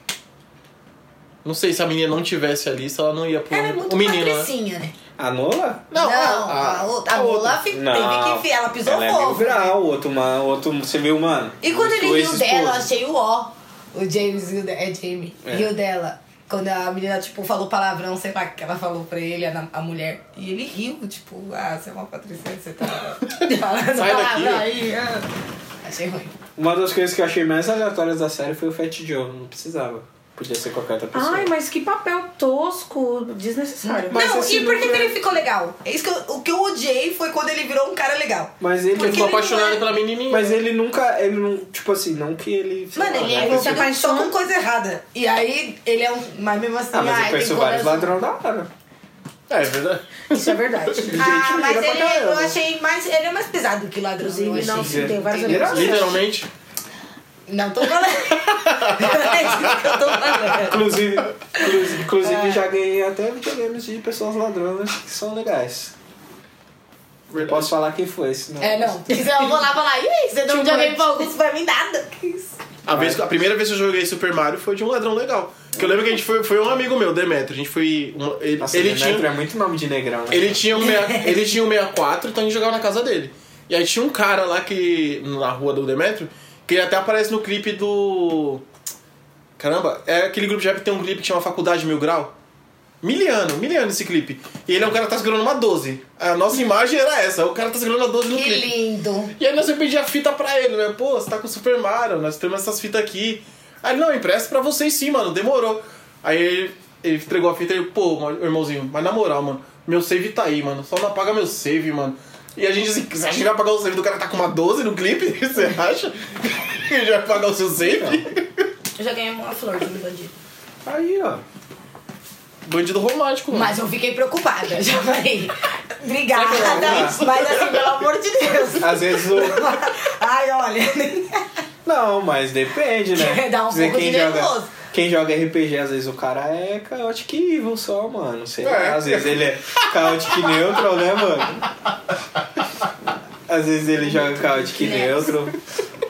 Speaker 5: Não sei se a menina não tivesse ali, se ela não ia pro
Speaker 6: Ela é muito
Speaker 5: o menino, né?
Speaker 6: patricinha, né?
Speaker 4: A Nola?
Speaker 6: Não,
Speaker 4: a-
Speaker 6: a, outra- a
Speaker 4: a outra.
Speaker 6: Lula fi- teve que enfiar, ela pisou
Speaker 4: ela É mil
Speaker 6: fofo.
Speaker 4: grau, outro, uma, outro, você viu, mano?
Speaker 6: e quando ele
Speaker 4: dois
Speaker 6: riu dela, eu
Speaker 4: esposos.
Speaker 6: achei o ó. O James riu de- é Jamie. Riu dela. Quando a menina, tipo, falou palavrão, sei lá, que ela falou pra ele, a, na- a mulher. E ele riu, tipo, ah, você é uma patricinha, você tá falando
Speaker 5: Sai
Speaker 6: palavrão
Speaker 5: daqui.
Speaker 6: aí. ah. Achei ruim.
Speaker 4: Uma das coisas que eu achei mais aleatórias da série foi o Fat Joe, não precisava. Podia ser qualquer outra pessoa.
Speaker 7: Ai, mas que papel tosco, desnecessário.
Speaker 4: Mas
Speaker 6: não,
Speaker 4: esse
Speaker 6: e por que,
Speaker 4: não
Speaker 6: que
Speaker 4: é-
Speaker 6: ele ficou legal? É isso que eu- o que eu odiei foi quando ele virou um cara legal.
Speaker 4: Mas ele,
Speaker 5: Ele ficou
Speaker 6: Porque ele
Speaker 5: apaixonada
Speaker 6: não é-
Speaker 5: pela menininha.
Speaker 4: mas ele nunca, ele não, tipo assim, não que ele... sei
Speaker 6: Mano,
Speaker 4: lá, né?
Speaker 6: ele é
Speaker 7: se
Speaker 6: viciado só
Speaker 7: apaixona.
Speaker 6: com coisa errada. E aí, ele é um... Mas mesmo assim,
Speaker 4: Ah, mas
Speaker 6: ai,
Speaker 4: eu
Speaker 6: tem
Speaker 4: conheço
Speaker 6: cor
Speaker 4: vários
Speaker 6: azul.
Speaker 4: ladrões da hora.
Speaker 5: É verdade.
Speaker 7: Isso é verdade.
Speaker 6: Ah,
Speaker 4: Gente,
Speaker 6: mas
Speaker 4: mira pra
Speaker 6: ele,
Speaker 4: caramba.
Speaker 6: eu achei mais... Ele é mais pesado que ladrão, eu
Speaker 7: Inclusive,
Speaker 6: achei.
Speaker 7: não, sim, tem
Speaker 4: é
Speaker 7: vários
Speaker 6: Entendeu?
Speaker 7: amigos.
Speaker 5: Literalmente.
Speaker 6: Não tô falando... Não é isso que eu tô falando.
Speaker 4: Inclusive, inclusive,
Speaker 6: É.
Speaker 4: inclusive já ganhei até videogames de pessoas ladronas que são legais. Não posso falar quem foi, né? senão...
Speaker 6: É, não. Se eu vou lá falar, e aí, você não já vem pra alguns, vai me nada. Que isso?
Speaker 5: A, vez- a primeira vez que eu joguei Super Mario foi de um ladrão legal. Que eu lembro que a gente foi, foi um amigo meu, Demetrio. A gente foi. um- ele,
Speaker 4: Nossa,
Speaker 5: ele
Speaker 4: ele
Speaker 5: tinha,
Speaker 4: é muito nome de negrão, né?
Speaker 5: ele, tinha um meia- ele tinha um 64, então a gente jogava na casa dele. E aí tinha um cara lá que. na rua do Demetrio, que ele até aparece no clipe do. Caramba, é aquele grupo de rap que tem um clipe que chama Faculdade Mil Grau. Miliano, miliano esse clipe. E ele é um cara que tá segurando uma 12. A nossa imagem era essa, o cara tá segurando uma 12 no
Speaker 6: Que
Speaker 5: clipe.
Speaker 6: lindo.
Speaker 5: E aí nós pedimos a fita pra ele, né? Pô, você tá com o Super Mario, nós temos essas fitas aqui. Aí ele, não, empresta pra vocês sim, mano, demorou. Aí ele, ele entregou a fita e ele, pô, mas, irmãozinho, mas na moral, mano, meu save tá aí, mano, só não apaga meu save, mano. E a gente assim, você acha que vai apagar o save do cara que tá com uma 12 no clipe? Você acha? Que ele vai apagar o seu save?
Speaker 6: Eu já ganhei uma flor do bandido.
Speaker 4: Aí, ó.
Speaker 5: Bandido romântico, mano.
Speaker 6: Mas eu fiquei preocupada, já falei. Obrigada, mas assim, pelo amor de Deus.
Speaker 4: Às vezes o...
Speaker 6: Ai, olha.
Speaker 4: Não, mas depende, né?
Speaker 6: Dá um
Speaker 4: Quer dizer,
Speaker 6: pouco de nervoso.
Speaker 4: joga, quem joga RPG, às vezes o cara é chaotic evil só, mano. Sei lá,
Speaker 5: É.
Speaker 4: às vezes ele é chaotic neutral, né, mano? Às vezes ele joga chaotic neutral.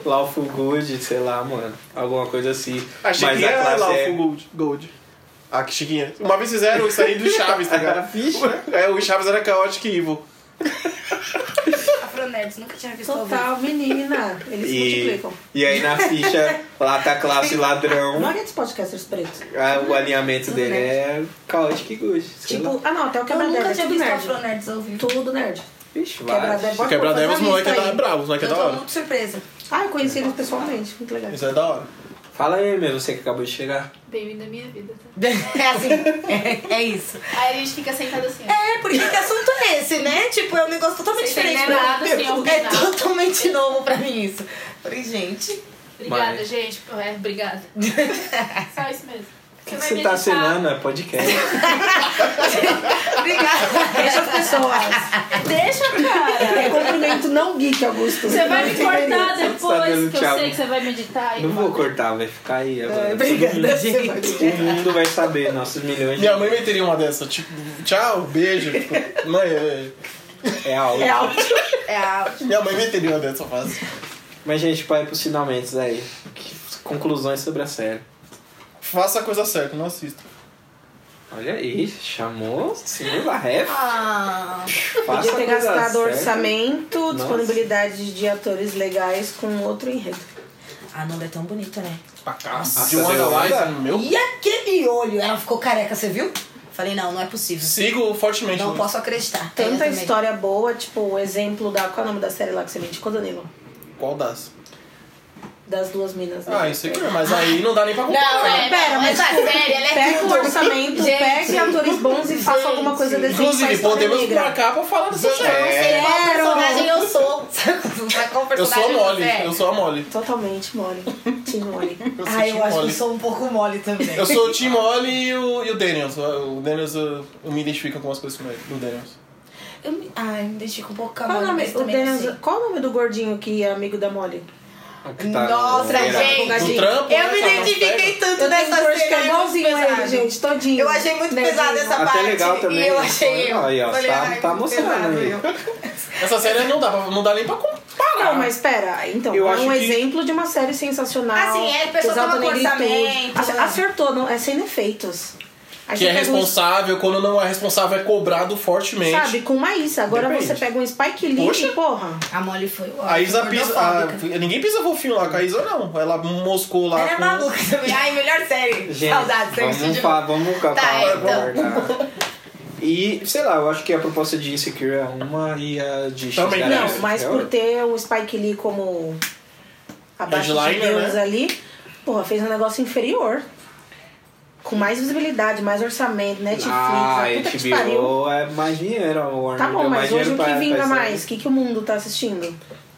Speaker 4: Lawful Good, sei lá, mano. Alguma coisa assim.
Speaker 5: A
Speaker 4: Mas
Speaker 5: Chiquinha
Speaker 4: a
Speaker 5: é
Speaker 4: classe
Speaker 5: lá
Speaker 4: é...
Speaker 5: o Gold. Gold. Ah, que Chiquinha. Uma vez fizeram isso aí do Chaves, tá ligado? É, o Chaves era Chaotic Evil.
Speaker 6: Afronerds, nunca tinha visto ao vivo.
Speaker 7: Total, menina. Eles se
Speaker 4: E,
Speaker 7: multiplicam.
Speaker 4: e aí na ficha, lá tá a classe ladrão.
Speaker 7: Não é dos podcasters pretos.
Speaker 4: Ah, o alinhamento dele é Chaotic Good. sei lá.
Speaker 7: Tipo, ah não, até o
Speaker 6: Eu nunca
Speaker 7: quebra-deba é
Speaker 6: tinha
Speaker 7: tudo
Speaker 6: visto
Speaker 7: nerd.
Speaker 6: Afronerds ao vivo.
Speaker 7: Tudo nerd.
Speaker 4: Ixi, vai.
Speaker 7: Quebra-deba é
Speaker 5: O
Speaker 7: bora
Speaker 5: quebra deva os
Speaker 6: fazer uma
Speaker 5: moleques é da
Speaker 6: lista
Speaker 5: hora.
Speaker 6: aí.
Speaker 5: Bravo, os moleques é da
Speaker 6: Eu tô
Speaker 5: hora.
Speaker 6: muito surpresa.
Speaker 7: pôr. Ah, eu conheci eles pessoalmente. Muito legal.
Speaker 5: Isso é da hora.
Speaker 4: Fala aí, meu, você que acabou de chegar.
Speaker 9: Bem-vindo à minha vida, tá?
Speaker 6: É assim, é, é isso.
Speaker 9: Aí a gente fica sentado assim, ó.
Speaker 6: É, porque que assunto é esse, né? Tipo, é um negócio totalmente
Speaker 9: Sem
Speaker 6: diferente.
Speaker 9: entender
Speaker 6: pra-
Speaker 9: nada, sem ouvir
Speaker 6: é
Speaker 9: nada.
Speaker 6: totalmente novo pra mim isso. Falei, gente.
Speaker 9: Obrigada,
Speaker 4: Mas-
Speaker 9: gente. É, obrigada. Só isso mesmo.
Speaker 4: O que que
Speaker 9: vai
Speaker 4: você tá
Speaker 9: meditar?
Speaker 4: assinando? É podcast.
Speaker 6: Obrigada.
Speaker 7: Deixa as pessoas.
Speaker 9: Deixa, cara.
Speaker 7: É cumprimento não geek, Augusto.
Speaker 9: Você vai me cortar
Speaker 4: dando
Speaker 9: depois, que eu
Speaker 4: tchau.
Speaker 9: sei que você vai meditar. e
Speaker 4: Não vou cortar, vai ficar aí agora.
Speaker 6: Obrigada, gente.
Speaker 4: O mundo vai saber, nossos milhões
Speaker 5: Minha mãe meteria uma dessa, tipo, tchau, beijo. Tipo, mãe, é-
Speaker 4: é áudio.
Speaker 7: É alto.
Speaker 6: É a...
Speaker 5: minha mãe meteria uma dessa fase.
Speaker 4: Mas, gente, vai pros finalmente aí. Que Conclusões sobre a série.
Speaker 5: Faça a coisa certa, não assista.
Speaker 4: Olha aí, chamou segunda ref.
Speaker 6: Ah,
Speaker 4: Faça
Speaker 7: Podia ter
Speaker 4: a coisa
Speaker 7: gastado
Speaker 4: certa.
Speaker 7: orçamento,
Speaker 4: Nossa.
Speaker 7: disponibilidade de atores legais com outro enredo.
Speaker 6: a Nanda é tão bonita, né?
Speaker 5: Pra casa.
Speaker 4: Nossa,
Speaker 5: De um
Speaker 4: deu onda?
Speaker 5: analyze, meu.
Speaker 6: E aquele olho? Ela ficou careca, você viu? Falei, não, não é possível.
Speaker 5: Sigo fortemente.
Speaker 6: Não
Speaker 5: né?
Speaker 6: posso acreditar. Eu
Speaker 7: Tanta
Speaker 6: também.
Speaker 7: história boa, tipo o exemplo da. Qual é o nome da série lá que você mente? Danilo?
Speaker 5: Qual das?
Speaker 7: Das duas minas. né?
Speaker 5: Ah, isso aí, mas aí não dá nem pra
Speaker 9: Não,
Speaker 5: comparar.
Speaker 9: é, não,
Speaker 7: pera, mas-
Speaker 9: essa série, ela é
Speaker 7: Pega o
Speaker 4: então-
Speaker 9: tudo.
Speaker 7: orçamento,
Speaker 9: Gente.
Speaker 7: pegue atores bons e faça alguma coisa decente. pra
Speaker 5: Inclusive,
Speaker 7: história
Speaker 5: podemos
Speaker 7: negra.
Speaker 5: marcar pra falar dessa
Speaker 6: Gente, eu não
Speaker 5: série.
Speaker 6: sei qual personagem eu sou. Sabe Qual
Speaker 5: É, Eu sou a
Speaker 6: personagem
Speaker 5: Molly,
Speaker 6: você é?
Speaker 5: eu sou a Molly.
Speaker 7: Totalmente mole. Tim mole.
Speaker 5: Eu sou
Speaker 6: Ah,
Speaker 5: Team
Speaker 6: eu acho que
Speaker 5: Molly.
Speaker 6: eu sou um pouco mole também.
Speaker 5: Eu sou o Tim Molly e o, e o Daniels. O Daniels, eu, eu me identifico com as coisas com ele, do Daniels.
Speaker 6: Eu me... Ai, me identifico um pouco com a
Speaker 7: Qual o
Speaker 6: Molly,
Speaker 7: nome?
Speaker 6: mas
Speaker 7: O
Speaker 6: também não
Speaker 7: Daniel-
Speaker 6: sei.
Speaker 7: Qual o nome do gordinho que é amigo da Molly?
Speaker 4: O que tá
Speaker 6: Nossa,
Speaker 4: no- era-
Speaker 6: é gente.
Speaker 5: Do
Speaker 7: Tadinho.
Speaker 5: trampo,
Speaker 6: Eu
Speaker 5: né,
Speaker 6: me
Speaker 5: cara, não
Speaker 6: identifiquei
Speaker 5: pega.
Speaker 6: tanto nessa
Speaker 7: tenho dois
Speaker 6: cena.
Speaker 7: que é
Speaker 6: é muito
Speaker 7: igualzinho a ele,
Speaker 6: pesado.
Speaker 7: gente, todinho. Né,
Speaker 6: Eu achei muito
Speaker 7: Nerdinho.
Speaker 6: pesada essa
Speaker 4: Até
Speaker 6: parte.
Speaker 4: legal também.
Speaker 6: E eu achei eu.
Speaker 4: Aí, ó,
Speaker 6: Falei,
Speaker 4: tá-
Speaker 6: ai,
Speaker 4: tá
Speaker 6: muito
Speaker 4: mostrando
Speaker 6: pesado
Speaker 4: aí.
Speaker 6: eu.
Speaker 5: Essa série não dá, pra- não dá nem pra comparar.
Speaker 7: Não, mas pera, então,
Speaker 4: Eu
Speaker 7: é
Speaker 4: acho
Speaker 7: um
Speaker 4: que-
Speaker 7: exemplo de uma série sensacional.
Speaker 6: Ah, sim, é, a pessoa
Speaker 7: que exalta
Speaker 6: toma com
Speaker 7: a negritude.
Speaker 6: orçamento,
Speaker 7: Ace-
Speaker 6: né?
Speaker 7: Acertou, não, é sem efeitos. Aí
Speaker 5: Que
Speaker 7: você
Speaker 5: é
Speaker 7: pega um-
Speaker 5: responsável, quando não é responsável, é cobrado fortemente.
Speaker 7: Sabe, com uma Issa. Agora
Speaker 5: Depende.
Speaker 7: você pega um Spike Lee,
Speaker 5: Poxa.
Speaker 7: e, porra.
Speaker 6: A Molly foi. ó,
Speaker 5: A Isa
Speaker 6: foi
Speaker 5: pisa.
Speaker 6: gordofóbica.
Speaker 5: a- ninguém pisa fofinho lá com a Isa, não. Ela moscou lá.
Speaker 6: Ela é
Speaker 5: com-
Speaker 6: maluca também. Ai, melhor série.
Speaker 4: Gente,
Speaker 6: Saudades, série
Speaker 4: vamos
Speaker 6: de
Speaker 4: fa- vamos capar
Speaker 6: Tá, então.
Speaker 4: agora. tá? E, sei lá, eu acho que a proposta de Insecure é uma e a de X
Speaker 5: Também.
Speaker 4: Garage
Speaker 7: Não, mas
Speaker 4: é
Speaker 7: por
Speaker 4: outra.
Speaker 7: ter o Spike Lee como abaixo de
Speaker 5: Headliner,
Speaker 7: Deus
Speaker 5: né?
Speaker 7: ali, porra, fez um negócio inferior. Com mais visibilidade, mais orçamento, Netflix,
Speaker 4: Ah,
Speaker 7: a puta que pariu.
Speaker 4: HBO é mais dinheiro, a Warner
Speaker 7: Tá bom,
Speaker 4: deu
Speaker 7: mas
Speaker 4: mais
Speaker 7: hoje o
Speaker 4: dinheiro
Speaker 7: que
Speaker 4: pra-
Speaker 7: vinga
Speaker 4: pra série.
Speaker 7: mais? O que, que o mundo tá assistindo?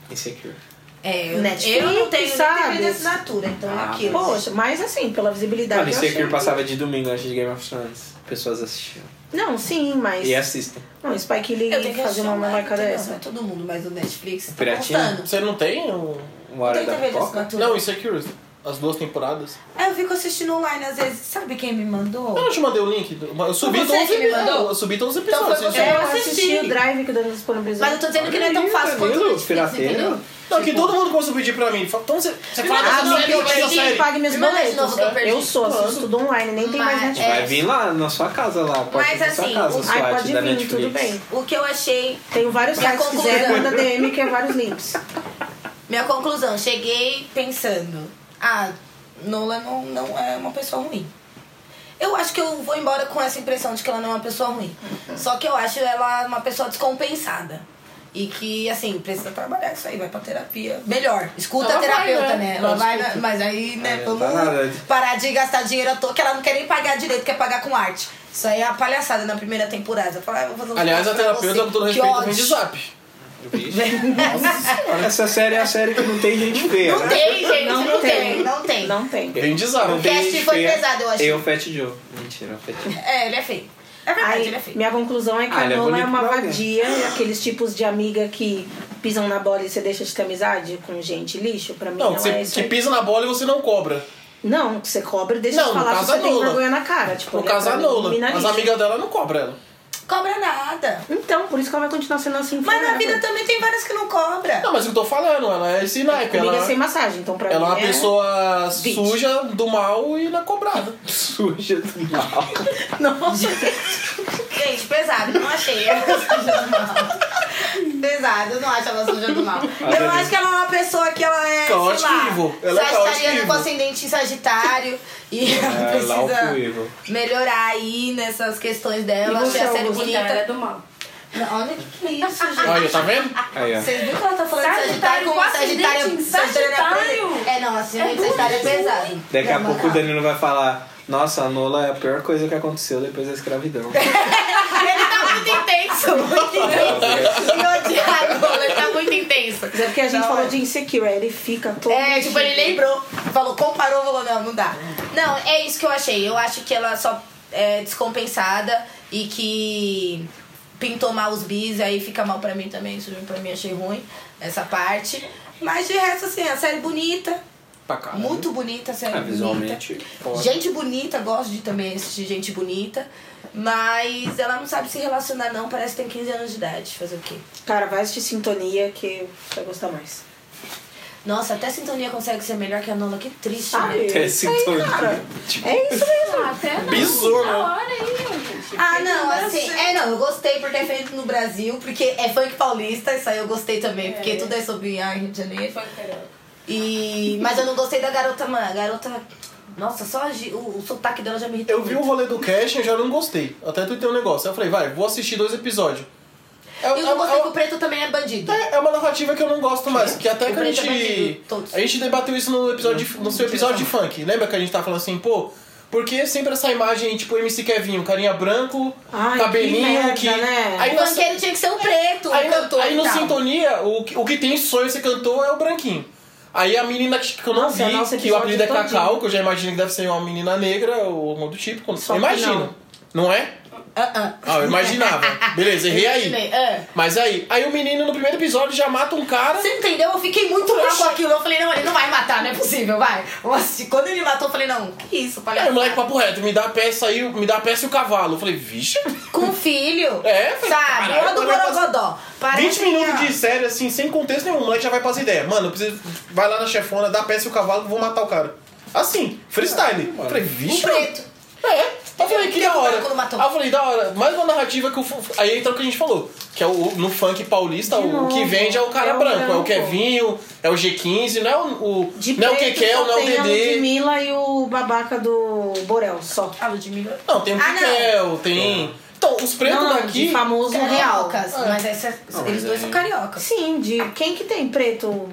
Speaker 4: Insecure.
Speaker 6: É, eu,
Speaker 7: Netflix,
Speaker 6: eu não tenho
Speaker 7: sabe?
Speaker 6: nem TV de assinatura, então é
Speaker 4: Ah,
Speaker 6: aquilo.
Speaker 7: Poxa, mas assim, pela visibilidade.
Speaker 4: Mano,
Speaker 7: eu
Speaker 4: Insecure
Speaker 7: achei que-
Speaker 4: passava de domingo antes de Game of Thrones. Pessoas assistiam.
Speaker 7: Não, sim, mas.
Speaker 4: E assistem.
Speaker 7: Não, Spike Lee
Speaker 6: eu tenho que
Speaker 7: fazer uma
Speaker 6: achar,
Speaker 7: marca
Speaker 6: entendeu? Não é
Speaker 7: dessa.
Speaker 6: todo mundo, mas o Netflix tá
Speaker 4: Piratinha?
Speaker 6: postando.
Speaker 5: Você não tem o.
Speaker 4: Uma hora
Speaker 6: Tem
Speaker 4: da
Speaker 6: TV de
Speaker 4: pipoca.
Speaker 6: assinatura?
Speaker 5: Não, Insecure, as duas temporadas.
Speaker 6: Aí eu fico assistindo online às vezes. Sabe quem me mandou?
Speaker 5: Eu não te mandei o link. Eu subi
Speaker 6: Foi você
Speaker 5: todos
Speaker 6: que
Speaker 5: os
Speaker 6: me mandou?
Speaker 5: episódios. Eu subi todos os
Speaker 6: Então foi
Speaker 5: episódios. assim,
Speaker 6: você.
Speaker 5: gente.
Speaker 7: É, eu
Speaker 6: Eu assisti.
Speaker 7: assisti o Drive que o Daniel disponibilizou.
Speaker 6: Mas eu tô dizendo que não é tão fácil quanto o
Speaker 4: Danilo,
Speaker 6: Netflix,
Speaker 4: pirateiro.
Speaker 6: entendeu?
Speaker 5: Não, que todo mundo começou a pedir pra mim. Fala, Então você, você fala
Speaker 6: Tipo- Ah,
Speaker 5: dessa
Speaker 6: não,
Speaker 5: série,
Speaker 6: eu
Speaker 5: eu vejo a
Speaker 6: perdi,
Speaker 5: série.
Speaker 7: pague meus
Speaker 6: Me manda de novo
Speaker 7: boletos.
Speaker 6: que eu perdi.
Speaker 7: Eu sou, assisto tudo online, nem tem mais
Speaker 6: Mas-
Speaker 7: Netflix.
Speaker 4: Vai
Speaker 6: É.
Speaker 4: vir lá na sua casa lá. Pode
Speaker 6: Mas
Speaker 4: ir na sua
Speaker 6: assim,
Speaker 4: casa,
Speaker 6: o-
Speaker 4: o SWAT
Speaker 7: Ai, pode
Speaker 4: da
Speaker 7: vir,
Speaker 4: Netflix.
Speaker 7: tudo bem.
Speaker 6: O que eu achei
Speaker 7: Tenho vários
Speaker 6: Minha
Speaker 7: sites, se
Speaker 6: conclusão.
Speaker 7: quiser, manda DM que é vários links.
Speaker 6: Minha conclusão, cheguei pensando, ah, Nola não, não é uma pessoa ruim. Eu acho que eu vou embora com essa impressão de que ela não é uma pessoa ruim.
Speaker 5: Uhum.
Speaker 6: Só que eu acho ela uma pessoa descompensada. E que, assim, precisa trabalhar isso aí, vai pra terapia. Melhor, escuta
Speaker 9: Ela
Speaker 6: a terapeuta,
Speaker 9: vai, né?
Speaker 6: né? Ela
Speaker 5: Ela
Speaker 6: vai, né? mas aí, né,
Speaker 5: É,
Speaker 4: Aí não
Speaker 6: vamos
Speaker 5: tá
Speaker 4: dá nada.
Speaker 6: parar de gastar dinheiro à toa, que ela não quer nem pagar direito, quer pagar com arte. Isso aí é uma palhaçada na primeira temporada. Falar, ah, eu vou fazer um
Speaker 5: Aliás, a
Speaker 6: negócio pra
Speaker 5: terapeuta,
Speaker 6: você.
Speaker 5: com né? todo
Speaker 6: Que
Speaker 5: respeito, vem
Speaker 6: ódio.
Speaker 5: de zap.
Speaker 4: Essa série é a série que não tem gente feia,
Speaker 6: Não
Speaker 4: né?
Speaker 6: tem, gente,
Speaker 7: Não
Speaker 6: não,
Speaker 7: tem.
Speaker 6: tem, não tem.
Speaker 7: Não tem.
Speaker 5: Vem de zap.
Speaker 4: Não tem
Speaker 6: cast
Speaker 4: gente
Speaker 6: foi
Speaker 4: feia.
Speaker 6: pesado, eu achei.
Speaker 4: Eu, Fat Joe. Mentira, Fat Joe.
Speaker 6: É, ele é feio. É verdade,
Speaker 7: Aí,
Speaker 6: ele é feio.
Speaker 7: minha conclusão é que
Speaker 4: Ah,
Speaker 7: a
Speaker 4: ele é
Speaker 7: Nola é,
Speaker 4: bonito
Speaker 7: uma
Speaker 4: pra alguém.
Speaker 7: vadia, é aqueles tipos de amiga que pisam na bola e você deixa de ter amizade com gente lixo. Pra mim,
Speaker 5: Não,
Speaker 7: não,
Speaker 5: que, você-
Speaker 7: é isso.
Speaker 5: que
Speaker 7: aí.
Speaker 5: pisa na bola e você não cobra.
Speaker 7: Não, que você cobra e deixa
Speaker 5: Não,
Speaker 7: de
Speaker 5: no
Speaker 7: falar que
Speaker 5: caso
Speaker 7: você
Speaker 5: a
Speaker 7: tem
Speaker 5: Nola.
Speaker 7: vergonha na cara. Tipo,
Speaker 5: No
Speaker 7: olha
Speaker 5: caso,
Speaker 7: pra
Speaker 5: a
Speaker 7: mim,
Speaker 5: Nola.
Speaker 7: mina
Speaker 5: As
Speaker 7: lixo.
Speaker 5: amigas dela não cobram ela.
Speaker 6: Cobra nada.
Speaker 7: Então, por isso que ela vai continuar sendo assim.
Speaker 6: Mas na
Speaker 7: infinito.
Speaker 6: vida também tem várias que não cobra.
Speaker 5: Não, mas o que eu tô falando, ela é esse naipe.
Speaker 7: Comigo
Speaker 5: Ela,
Speaker 7: é sem massagem, então pra
Speaker 5: ela é
Speaker 7: mim
Speaker 5: uma pessoa
Speaker 7: Vinte.
Speaker 5: suja do mal e na cobrada.
Speaker 4: Suja do mal.
Speaker 7: Nossa,
Speaker 6: Gente, pesado, não achei ela suja do mal. Pesado, eu não acho ela suja do mal.
Speaker 4: Ah,
Speaker 6: Eu acho que ela é uma pessoa que ela é, sei
Speaker 5: Caótica
Speaker 6: lá,
Speaker 5: e evil. Ela é caótica e
Speaker 6: sagitariana
Speaker 5: evil.
Speaker 6: com ascendente em sagitário. E ela
Speaker 4: É, lá o
Speaker 6: precisa
Speaker 4: Cuivo.
Speaker 6: melhorar aí nessas questões dela.
Speaker 9: E
Speaker 6: Achei a
Speaker 9: você,
Speaker 6: série
Speaker 9: Augusto, então, ela é
Speaker 6: bonita.
Speaker 9: do mal.
Speaker 6: Não, Olha que que é isso, gente.
Speaker 5: Aí, tá vendo?
Speaker 4: Aí, ó.
Speaker 6: Vocês viram que ela tá falando de
Speaker 9: Sagitário
Speaker 6: Sagitário como
Speaker 9: com
Speaker 6: Sagitário?
Speaker 9: ascendente em
Speaker 6: Sagitário é
Speaker 9: Sagitário.
Speaker 6: pesado. É, não, ascendente em Sagitário é pesado.
Speaker 4: Daqui a
Speaker 6: Não,
Speaker 4: pouco o
Speaker 6: mas-
Speaker 4: Danilo vai falar: Nossa, a Nola é a pior coisa que aconteceu depois da escravidão.
Speaker 6: Ele tá muito intenso, muito intenso. E odiar agora, ele tá muito intenso.
Speaker 7: mas é porque a gente
Speaker 6: Não,
Speaker 7: falou
Speaker 6: é.
Speaker 7: de né, insecure, aí ele fica todo.
Speaker 6: É, tipo, ele lembrou, falou, comparou, falou, não, não dá. Não, é isso que eu achei. Eu acho que ela só é descompensada e que pintou mal os bis, aí fica mal pra mim também. Isso pra mim achei ruim, essa parte. Mas de resto, assim, a série bonita,
Speaker 4: pra cá.
Speaker 6: muito bonita, a série
Speaker 4: É,
Speaker 6: bonita.
Speaker 4: visualmente. foda.
Speaker 6: Gente bonita, gosto de também assistir gente bonita. Mas ela não sabe se relacionar, não. Parece que tem 15 anos de idade. Fazer o quê?
Speaker 7: Cara, vai assistir sintonia que você vai gostar mais.
Speaker 6: Nossa, até Sintonia consegue ser melhor que a Nola. Que triste,
Speaker 7: Sabe?
Speaker 6: né?
Speaker 4: Até
Speaker 7: Isso aí,
Speaker 4: sintonia.
Speaker 7: cara. É isso mesmo.
Speaker 9: Ah, até não.
Speaker 5: Bizou,
Speaker 7: É
Speaker 5: né?
Speaker 9: Da hora aí, gente.
Speaker 6: Ah, não, assim, é não, eu gostei por ter feito no Brasil, porque é funk paulista, isso aí eu gostei também, porque tudo é sobre a Rio de Janeiro.
Speaker 9: Foi carioca.
Speaker 6: E. Mas eu não gostei da garota, mano. A garota. Nossa, só a gi- o, o sotaque dela já me irritou.
Speaker 5: Eu vi o
Speaker 6: muito.
Speaker 5: rolê do casting e já não gostei. Até tuitei um negócio. Aí Eu falei, vai, vou assistir dois episódios. É,
Speaker 6: Eu não
Speaker 5: é-
Speaker 6: gostei
Speaker 5: é-
Speaker 6: que o preto também é bandido.
Speaker 5: é- é uma narrativa que eu não gosto mais. Que até
Speaker 6: O
Speaker 5: que a
Speaker 6: Brenda Bandido,
Speaker 5: gente.
Speaker 6: todos.
Speaker 5: A gente debateu isso no, episódio de- no seu episódio de funk. Lembra que a gente tava falando assim, pô. Porque sempre essa imagem, tipo, MC Kevinho, carinha branco,
Speaker 7: Ai, que
Speaker 5: cabelinho,
Speaker 7: merda,
Speaker 5: que.
Speaker 7: né?
Speaker 5: Aí
Speaker 6: O
Speaker 5: na-
Speaker 6: banqueiro tinha que ser o preto,
Speaker 5: Aí,
Speaker 6: o
Speaker 5: na-
Speaker 6: cantor.
Speaker 5: aí
Speaker 6: e
Speaker 5: no
Speaker 6: tal.
Speaker 5: Sintonia, o, que- o que tem sonho de ser cantor é o branquinho. Aí a menina que, que eu não
Speaker 7: Nossa,
Speaker 5: vi,
Speaker 7: nossa,
Speaker 5: que o apelido é
Speaker 7: episódio
Speaker 5: Cacau,
Speaker 7: todinho.
Speaker 5: que eu já imagino que deve ser uma menina negra ou algum do tipo. Quando...
Speaker 7: Só que
Speaker 5: Imagina. Não. é?
Speaker 6: Ah, ah.
Speaker 5: Ah, eu imaginava. Beleza, errei aí.
Speaker 6: Imaginei, é.
Speaker 5: Mas aí, aí o menino no primeiro episódio já mata um cara.
Speaker 6: Você entendeu? Eu fiquei muito mal com aquilo. Eu falei, não, ele não vai matar, não é possível, vai. Eu assisti. Quando ele matou, eu falei, não, que isso,
Speaker 5: Aí
Speaker 6: palhaço.
Speaker 5: o É, moleque papo reto, me dá a peça aí, me dá a peça e o cavalo. Eu falei, vixe,
Speaker 6: Com filho.
Speaker 5: É, filho,
Speaker 6: Sabe?
Speaker 5: caralho,
Speaker 6: Igual do
Speaker 5: agora vai fazer-
Speaker 6: Borogodó. Parece
Speaker 5: 20 minutos
Speaker 6: que, é ó,
Speaker 5: de série, assim, sem contexto nenhum. O moleque já vai pras ideias. Mano, eu preciso. Vai lá na chefona, dá a peça e o cavalo que eu vou matar o cara. Assim, freestyle. Eu falei,
Speaker 6: Um
Speaker 5: vixe.
Speaker 6: preto.
Speaker 5: É. Eu falei, que da hora.
Speaker 6: Quando matou.
Speaker 5: Aí eu falei, da hora. Mais uma narrativa que o. fu- Aí entra o que a gente falou. Que é o, no funk paulista, o que vende é o cara
Speaker 7: é o
Speaker 5: branco. É o
Speaker 7: branco.
Speaker 5: Kevinho, é o G15, não é o. o
Speaker 7: De
Speaker 5: não é o
Speaker 7: preto,
Speaker 5: Kekel,
Speaker 7: só
Speaker 5: não é o
Speaker 7: tem um a
Speaker 5: Dedê.
Speaker 7: Ludmilla e o babaca do Borel, só.
Speaker 6: Ah, Ludmilla.
Speaker 5: Não, tem um é o
Speaker 6: Ah, não.
Speaker 5: Kekel, tem. Então, os pretos
Speaker 7: não,
Speaker 5: daqui.
Speaker 7: de famoso real.
Speaker 6: Cariocas. Mas essa,
Speaker 5: É.
Speaker 6: eles dois são cariocas.
Speaker 7: Sim, de quem que tem preto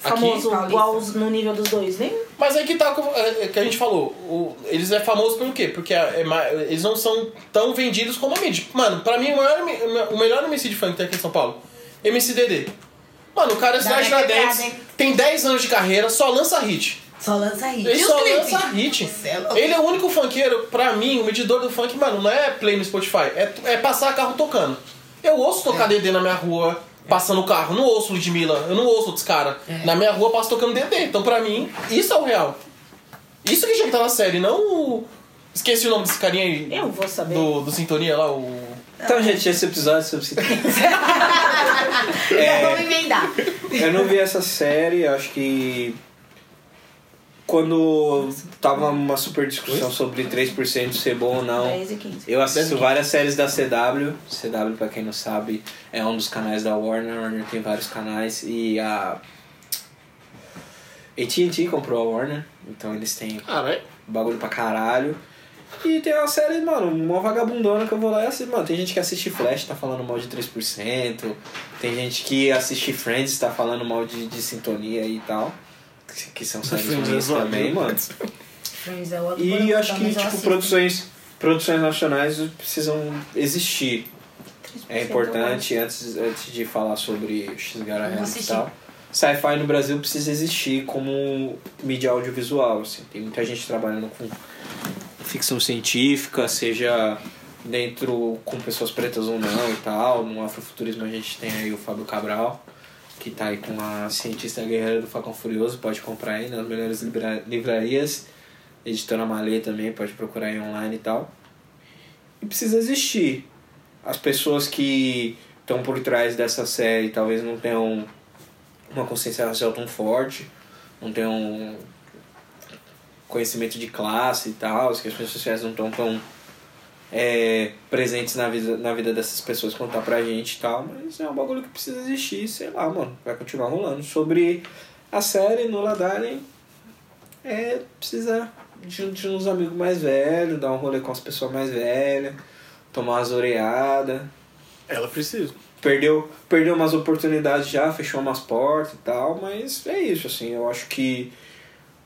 Speaker 7: famoso
Speaker 6: Paulista.
Speaker 7: igual os- no nível dos dois? Nem
Speaker 5: Mas aí que tá com- é, é que a gente falou. o- eles é famoso pelo quê? Porque é ma- eles não são tão vendidos como a mídia. Mano, pra mim, o melhor, M- o melhor MC de funk que tem aqui em São Paulo. MCDD. Mano, o cara é cidade da
Speaker 6: minha quebrada,
Speaker 5: Dance,
Speaker 6: hein?
Speaker 5: tem 10 anos de carreira, só lança hit.
Speaker 6: Só lança hit.
Speaker 5: Ele
Speaker 6: E os
Speaker 5: só
Speaker 6: clipes?
Speaker 5: lança hit.
Speaker 6: Isso é louco.
Speaker 5: Ele é o único funkeiro, pra mim, o medidor do funk, mano, não é play no Spotify, é, é passar carro tocando. Eu ouço tocar
Speaker 7: É.
Speaker 5: DD na minha rua, passando o carro, não ouço Ludmilla, eu não ouço outros caras.
Speaker 7: É.
Speaker 5: Na minha rua eu passo tocando DD. Então, pra mim, isso é o real. Isso que já tá na série, não o. Esqueci o nome desse carinha aí.
Speaker 7: eu vou saber.
Speaker 5: Do, do Sintonia lá, o.
Speaker 4: Então, gente, esse episódio é sobre sintonia.
Speaker 6: Já
Speaker 5: É.
Speaker 6: vamos emendar.
Speaker 4: Eu não vi essa série, eu acho que. Quando tava uma super discussão sobre 3% ser bom ou não.
Speaker 7: 10 e 15.
Speaker 4: Eu assisto várias séries da CW. CW, pra quem não sabe, é um dos canais da Warner. A Warner tem vários canais e a. AT&T comprou a Warner, então eles têm
Speaker 5: Caralho.
Speaker 4: bagulho pra caralho. E tem uma série, mano, uma vagabundona que eu vou lá e assisto. Mano, tem gente que assiste Flash tá falando mal de 3%. Tem gente que assiste Friends tá falando mal de, de sintonia e tal. Que, que são séries
Speaker 5: Friends
Speaker 4: ruins
Speaker 5: é zoado,
Speaker 4: também,
Speaker 5: né?
Speaker 4: mano.
Speaker 5: tipo,
Speaker 6: Friends é outro
Speaker 4: E
Speaker 6: Borogodó,
Speaker 4: acho que,
Speaker 6: mas eu
Speaker 4: tipo,
Speaker 6: assisto.
Speaker 4: produções, produções nacionais precisam existir. É
Speaker 7: 3%
Speaker 4: importante, antes, antes de falar sobre X-Gara
Speaker 6: Vamos
Speaker 4: e
Speaker 6: assistir.
Speaker 4: tal. Sci-fi no Brasil precisa existir como mídia audiovisual. Assim. Tem muita gente trabalhando com ficção científica, seja dentro com pessoas pretas ou não e tal. No afrofuturismo a gente tem aí o Fábio Cabral, que tá aí com a cientista guerreira do Facão Furioso, pode comprar aí nas melhores libra- livrarias. Editora Malê também, pode procurar aí online e tal. E precisa existir. as pessoas que estão por trás dessa série talvez não tenham uma consciência racial tão forte, não tenham conhecimento de classe e tal, que as pessoas sociais não estão tão é, presentes na vida, na vida dessas pessoas contar pra gente e tal, mas é um bagulho que precisa existir, sei lá, mano, vai continuar rolando. Sobre a série no Ladarem, é, precisa de, um, de uns amigos mais velhos, dar um rolê com as pessoas mais velhas, tomar umas oreadas.
Speaker 5: Ela precisa.
Speaker 4: Perdeu, perdeu umas oportunidades já, fechou umas portas e tal, mas é isso, assim, eu acho que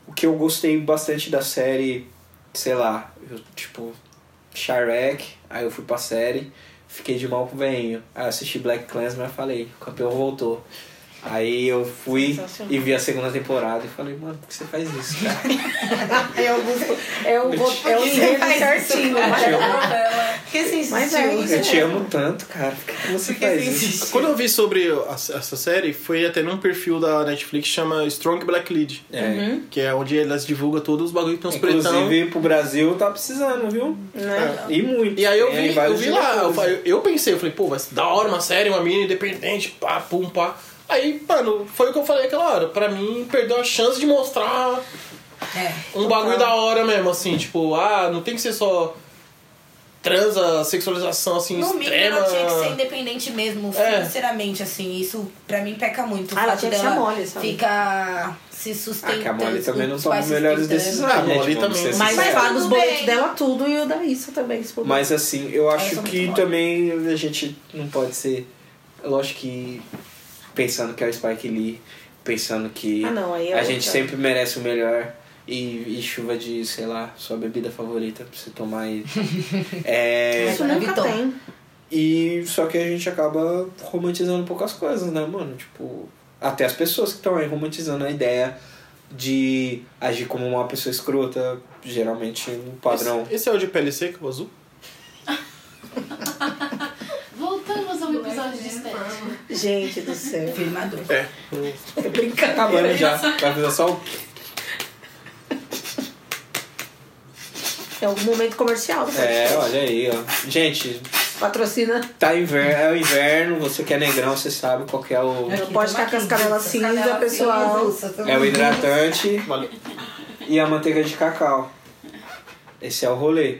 Speaker 4: o que eu gostei bastante da série, sei lá, eu, tipo, Shrek, aí eu fui pra série, fiquei de mal com o veinho. Aí eu assisti Black Clansman e falei, o campeão voltou. Aí eu fui e vi a segunda temporada e falei, mano, por que você faz isso, cara?
Speaker 7: É o Gusto. É o vo- é o enredo certinho. mas é uma- Mas é isso.
Speaker 4: Eu te amo tanto, cara. Por que você faz isso?
Speaker 5: Quando eu vi sobre a- essa série, foi até num perfil da Netflix que chama Strong Black Lead.
Speaker 4: É.
Speaker 5: Que é onde elas divulgam todos os bagulho que tem uns pretão.
Speaker 4: Inclusive, pro Brasil tá precisando, viu?
Speaker 7: Né?
Speaker 4: E muito.
Speaker 5: É. E aí eu
Speaker 4: Tem
Speaker 5: vi, eu
Speaker 4: é, vários
Speaker 5: vi lá, eu,
Speaker 4: diretores.
Speaker 5: falei- eu pensei, eu falei, pô, vai ser da hora uma série, uma mina independente, pá, pum, pá. Aí, mano, foi o que eu falei aquela hora. Pra mim, perdeu a chance de mostrar
Speaker 6: É.
Speaker 5: um bagulho da hora mesmo, assim, tipo, ah, não tem que ser só transa, sexualização, assim,
Speaker 6: No mínimo,
Speaker 5: extrema.
Speaker 6: ela tinha que ser independente mesmo,
Speaker 5: É.
Speaker 6: financeiramente, assim. Isso, pra mim, peca muito. O
Speaker 7: Ah, ela
Speaker 6: fato
Speaker 7: tinha que ser
Speaker 6: dela
Speaker 7: mole, sabe?
Speaker 6: fica se sustentando.
Speaker 4: Ah, que a Molly também não
Speaker 6: os
Speaker 4: toma
Speaker 6: pais
Speaker 4: as melhores
Speaker 6: sustentando.
Speaker 4: decisões.
Speaker 5: Ah,
Speaker 4: né,
Speaker 5: Molly
Speaker 4: tipo,
Speaker 5: também.
Speaker 4: vamos ser
Speaker 7: Mas
Speaker 4: sinceros.
Speaker 7: paga os
Speaker 6: tudo
Speaker 7: boletos
Speaker 6: bem.
Speaker 7: dela tudo e o da Issa também. se for-
Speaker 4: Mas assim, eu acho
Speaker 6: são
Speaker 4: que
Speaker 6: muito boas.
Speaker 4: também a gente não pode ser. Lógico que pensando que é o Spike Lee, pensando que
Speaker 7: Ah, não, aí é
Speaker 4: a
Speaker 7: outra.
Speaker 4: gente sempre merece o melhor. E, e chuva de, sei lá, sua bebida favorita pra você tomar aí. é,
Speaker 7: Isso nunca
Speaker 6: Vitor.
Speaker 7: tem.
Speaker 4: e só que a gente acaba romantizando um pouco as coisas, né, mano? Tipo, até as pessoas que estão aí romantizando a ideia de agir como uma pessoa escrota, geralmente um padrão.
Speaker 5: Esse, esse é o de pele seca, o azul?
Speaker 10: Voltamos ao episódio de estética.
Speaker 7: Gente do céu.
Speaker 6: Afirmador.
Speaker 5: É.
Speaker 4: Acabando já, vai fazer só o
Speaker 7: É o momento comercial. do
Speaker 4: É,
Speaker 7: podcast.
Speaker 4: olha aí, ó. Gente,
Speaker 7: Patrocina.
Speaker 4: tá inverno, é o inverno, você que é negrão, você sabe qual que é o.
Speaker 7: Não pode ficar com as canelas cinza, pessoal.
Speaker 4: É o hidratante
Speaker 5: Valeu.
Speaker 4: e a manteiga de cacau. Esse é o rolê.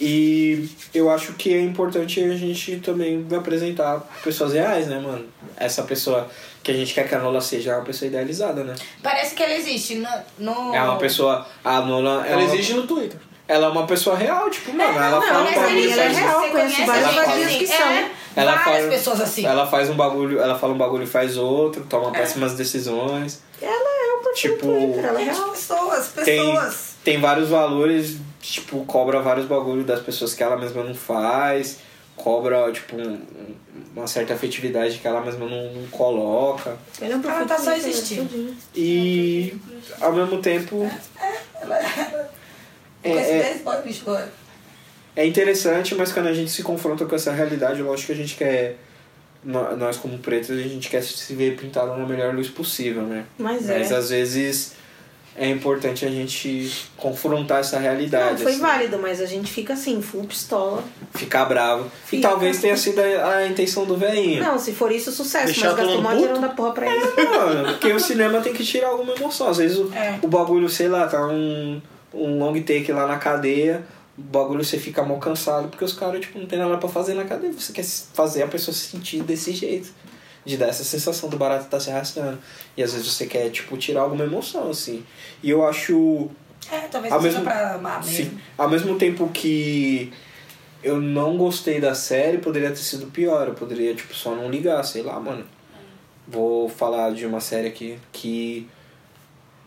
Speaker 4: E eu acho que é importante a gente também apresentar pessoas reais, né, mano? Essa pessoa que a gente quer que a Nola seja é uma pessoa idealizada, né?
Speaker 6: Parece que ela existe. No, no...
Speaker 4: É uma pessoa. A Nola.
Speaker 5: Ela
Speaker 4: é uma-
Speaker 5: existe no Twitter.
Speaker 4: Ela é uma pessoa real, tipo, mano.
Speaker 6: não,
Speaker 4: ela
Speaker 6: não,
Speaker 4: fala um
Speaker 6: essa
Speaker 7: pra
Speaker 4: bagulho
Speaker 7: mim, ela é
Speaker 6: existe,
Speaker 4: faz-
Speaker 7: real,
Speaker 6: você
Speaker 7: conheço
Speaker 6: conhece
Speaker 4: várias
Speaker 6: ela
Speaker 4: pessoas
Speaker 6: assim,
Speaker 7: que são.
Speaker 6: é,
Speaker 4: Ela
Speaker 6: várias
Speaker 4: fala-
Speaker 6: pessoas assim.
Speaker 4: Ela faz um bagulho, ela fala um bagulho e faz outro, toma péssimas decisões.
Speaker 7: Ela é um perfil
Speaker 4: Tipo,
Speaker 7: do Twitter, ela é
Speaker 6: Gente,
Speaker 7: real.
Speaker 6: pessoas,
Speaker 4: tem,
Speaker 6: pessoas.
Speaker 4: tem vários valores, tipo, cobra vários bagulhos das pessoas que ela mesma não faz, cobra, tipo, um- uma certa afetividade que ela mesma não, não coloca.
Speaker 7: Ela é um
Speaker 6: Ela
Speaker 7: perfil
Speaker 6: tá
Speaker 7: do
Speaker 6: só
Speaker 7: Twitter,
Speaker 6: existindo.
Speaker 7: tudinho.
Speaker 4: E ao mesmo tempo. É, é, é interessante, mas quando a gente se confronta com essa realidade, lógico que a gente quer. nó- Nós, como pretos, a gente quer se ver pintado na melhor luz possível, né?
Speaker 7: Mas é.
Speaker 4: Mas às vezes é importante a gente confrontar essa realidade.
Speaker 7: Não, foi
Speaker 4: assim.
Speaker 7: válido, mas a gente fica assim, full pistola.
Speaker 4: Ficar bravo. E
Speaker 7: Fica.
Speaker 4: talvez tenha sido a, a intenção do veinho.
Speaker 7: Não, se for isso, sucesso.
Speaker 5: Deixar
Speaker 7: mas gastou
Speaker 5: todo
Speaker 7: mó
Speaker 5: puto?
Speaker 7: dinheiro da porra pra
Speaker 4: É.
Speaker 7: isso.
Speaker 4: Tipo, Mano, porque o cinema tem que tirar alguma emoção. Às vezes o,
Speaker 6: É.
Speaker 4: o bagulho, sei lá, tá um, um long take lá na cadeia. O bagulho você fica mal cansado porque os caras, tipo, não tem nada pra fazer na cadeia. Você quer se- fazer a pessoa se sentir desse jeito. De dar essa sensação do barato tá se arrastando. E às vezes você quer, tipo, tirar alguma emoção, assim. E eu acho
Speaker 6: É, talvez
Speaker 4: Ao
Speaker 6: seja
Speaker 4: mesmo-
Speaker 6: pra amar Ah, mesmo.
Speaker 4: Sim. Ao mesmo tempo que eu não gostei da série, poderia ter sido pior. Eu poderia, tipo, só não ligar, sei lá, mano. Vou falar de uma série aqui que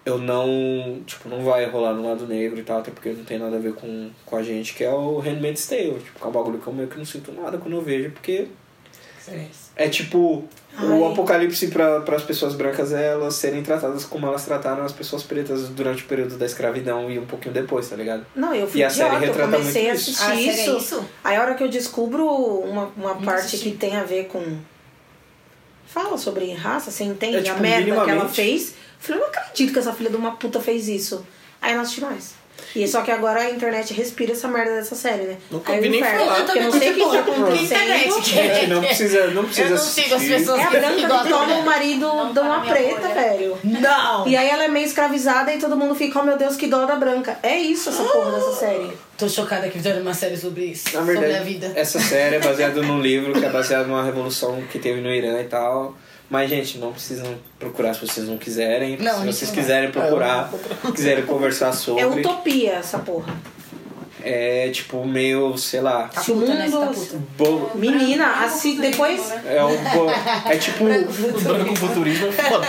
Speaker 4: eu não. Tipo, não vai rolar no lado negro e tal, até porque não tem nada a ver com, com a gente, que é o Handmaid's Tale. Tipo, que é um bagulho que eu meio que não sinto nada quando eu vejo, porque é tipo o
Speaker 7: Ai.
Speaker 4: apocalipse para as pessoas brancas é elas serem tratadas como elas trataram as pessoas pretas durante o período da escravidão e um pouquinho depois, tá ligado?
Speaker 7: Não, eu fui
Speaker 4: E a série
Speaker 7: idiota, eu
Speaker 4: retrata
Speaker 7: comecei
Speaker 4: muito
Speaker 7: a
Speaker 4: isso.
Speaker 7: assistir
Speaker 6: Ah, sério,
Speaker 7: isso.
Speaker 6: é isso?
Speaker 7: Aí a hora que eu descubro uma, uma parte
Speaker 6: assisti.
Speaker 7: que tem a ver com. Fala sobre raça, você entende
Speaker 4: É, tipo,
Speaker 7: a merda que ela
Speaker 4: minimamente.
Speaker 7: fez. Falei, eu não acredito que essa filha de uma puta fez isso. Aí eu não assisti mais. E só que agora a internet respira essa merda dessa série, né?
Speaker 5: Nunca
Speaker 7: Aí o
Speaker 5: ouvi nem
Speaker 7: inferno,
Speaker 5: falar.
Speaker 7: porque Eu não sei o que tá acontecendo.
Speaker 4: Gente, não precisa, não precisa
Speaker 6: Eu não sigo as
Speaker 4: assistir.
Speaker 6: pessoas
Speaker 7: É a
Speaker 6: que
Speaker 7: branca que
Speaker 6: gostam
Speaker 7: toma
Speaker 6: dela.
Speaker 7: o marido dá
Speaker 9: para
Speaker 7: uma
Speaker 9: minha
Speaker 7: preta,
Speaker 9: bolha.
Speaker 7: velho.
Speaker 6: Não!
Speaker 7: E aí ela é meio escravizada e todo mundo fica, oh meu Deus, que dó da branca. É isso essa porra
Speaker 6: Ah!
Speaker 7: dessa série.
Speaker 6: Tô chocada que fizeram uma série sobre isso.
Speaker 4: Na
Speaker 6: sobre a
Speaker 4: verdade,
Speaker 6: vida.
Speaker 4: essa série é baseada num livro que é baseado numa revolução que teve no Irã e tal. Mas, gente, não precisam procurar se vocês não quiserem.
Speaker 6: Não,
Speaker 4: se
Speaker 6: a gente
Speaker 4: vocês
Speaker 6: não
Speaker 4: quiserem procurar, quiserem conversar sobre.
Speaker 7: É utopia essa porra.
Speaker 4: É tipo meio, sei lá.
Speaker 6: Tá puta, né? Você tá puta.
Speaker 4: Bo...
Speaker 7: assim. Menina, assim, depois.
Speaker 4: É um bo... É tipo.
Speaker 5: Branco futurismo é foda.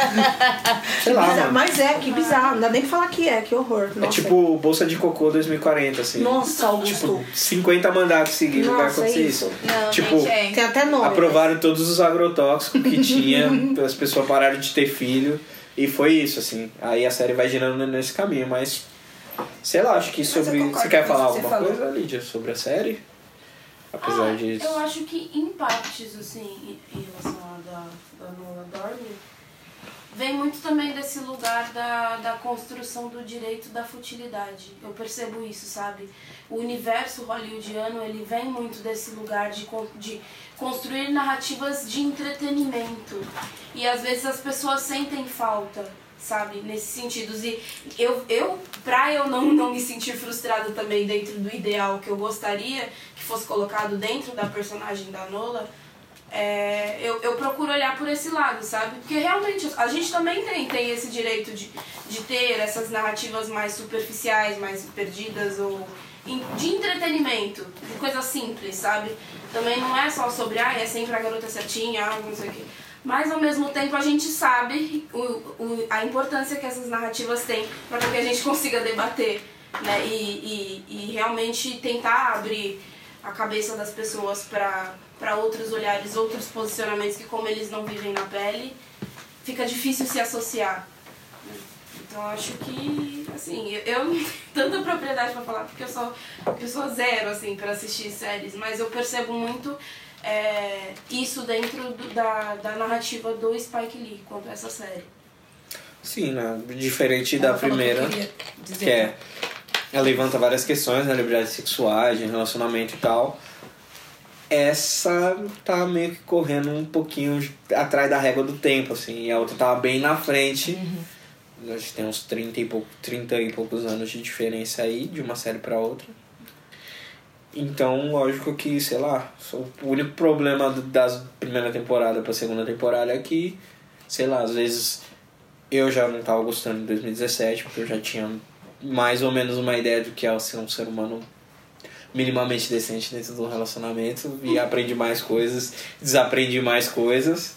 Speaker 4: Sei lá,
Speaker 7: Bizarro.
Speaker 4: mano.
Speaker 7: Mas é, que bizarro. Não dá nem pra falar que é, que horror.
Speaker 4: É
Speaker 7: Nossa.
Speaker 4: tipo bolsa de cocô 2040, assim.
Speaker 7: Nossa,
Speaker 6: tipo-
Speaker 7: Augusto.
Speaker 4: 50 mandatos seguidos vai
Speaker 7: Nossa, é
Speaker 4: acontecer
Speaker 7: isso.
Speaker 4: isso.
Speaker 9: Não,
Speaker 4: Tipo,
Speaker 9: gente, é.
Speaker 7: Tem até nome. né?
Speaker 4: Aprovaram todos os agrotóxicos que tinha, as pessoas pararam de ter filho. E foi isso, assim. Aí a série vai girando nesse caminho, mas. Sei lá, acho que sobre.
Speaker 6: concordo
Speaker 4: Você quer
Speaker 6: com isso
Speaker 4: falar
Speaker 6: que você
Speaker 4: alguma
Speaker 6: falou.
Speaker 4: coisa, Lídia, sobre a série? Apesar
Speaker 10: ah,
Speaker 4: de.
Speaker 10: Eu acho que em partes, assim, em em relação à da, da Nola Dorme, vem muito também desse lugar da, da construção do direito da futilidade. Eu percebo isso, sabe? O universo hollywoodiano, ele vem muito desse lugar de, con- de construir narrativas de entretenimento. E às vezes as pessoas sentem falta, sabe? Nesses sentidos. E eu, eu pra eu não, não me sentir frustrada também dentro do ideal que eu gostaria que fosse colocado dentro da personagem da Nola, é, eu, eu procuro olhar por esse lado, sabe? Porque realmente a gente também tem, tem esse direito de, de ter essas narrativas mais superficiais, mais perdidas ou em- de entretenimento, de coisa simples, sabe? Também não é só sobre, ah, é sempre a garota certinha, ah, não sei o quê. Mas ao mesmo tempo a gente sabe o, o, a importância que essas narrativas têm para que a gente consiga debater né? e, e, e realmente tentar abrir a cabeça das pessoas para outros olhares, outros posicionamentos que como eles não vivem na pele, fica difícil se associar. né? Então eu acho que, assim, eu, eu não tenho tanta propriedade para falar porque eu sou pessoa zero, assim, para assistir séries, mas eu percebo muito é, isso dentro do- da, da narrativa do Spike Lee quanto a essa série.
Speaker 4: Sim, né? Diferente da
Speaker 6: Ela falou que eu
Speaker 4: primeira.
Speaker 6: queria dizer.
Speaker 4: que é ela levanta várias questões na liberdade sexuais, de relacionamento e tal. Essa tá meio que correndo um pouquinho atrás da régua do tempo, assim, e a outra tava bem na frente. Acho que tem uns 30 e, pouco, 30 e poucos anos de diferença aí, de uma série pra outra. Então, lógico que, sei lá, só o único problema do- das primeira temporada pra segunda temporada é que, sei lá, às vezes eu já não tava gostando de 2017, porque eu já tinha mais ou menos uma ideia do que é ser um ser humano minimamente decente dentro do relacionamento e aprendi mais coisas, desaprendi mais coisas.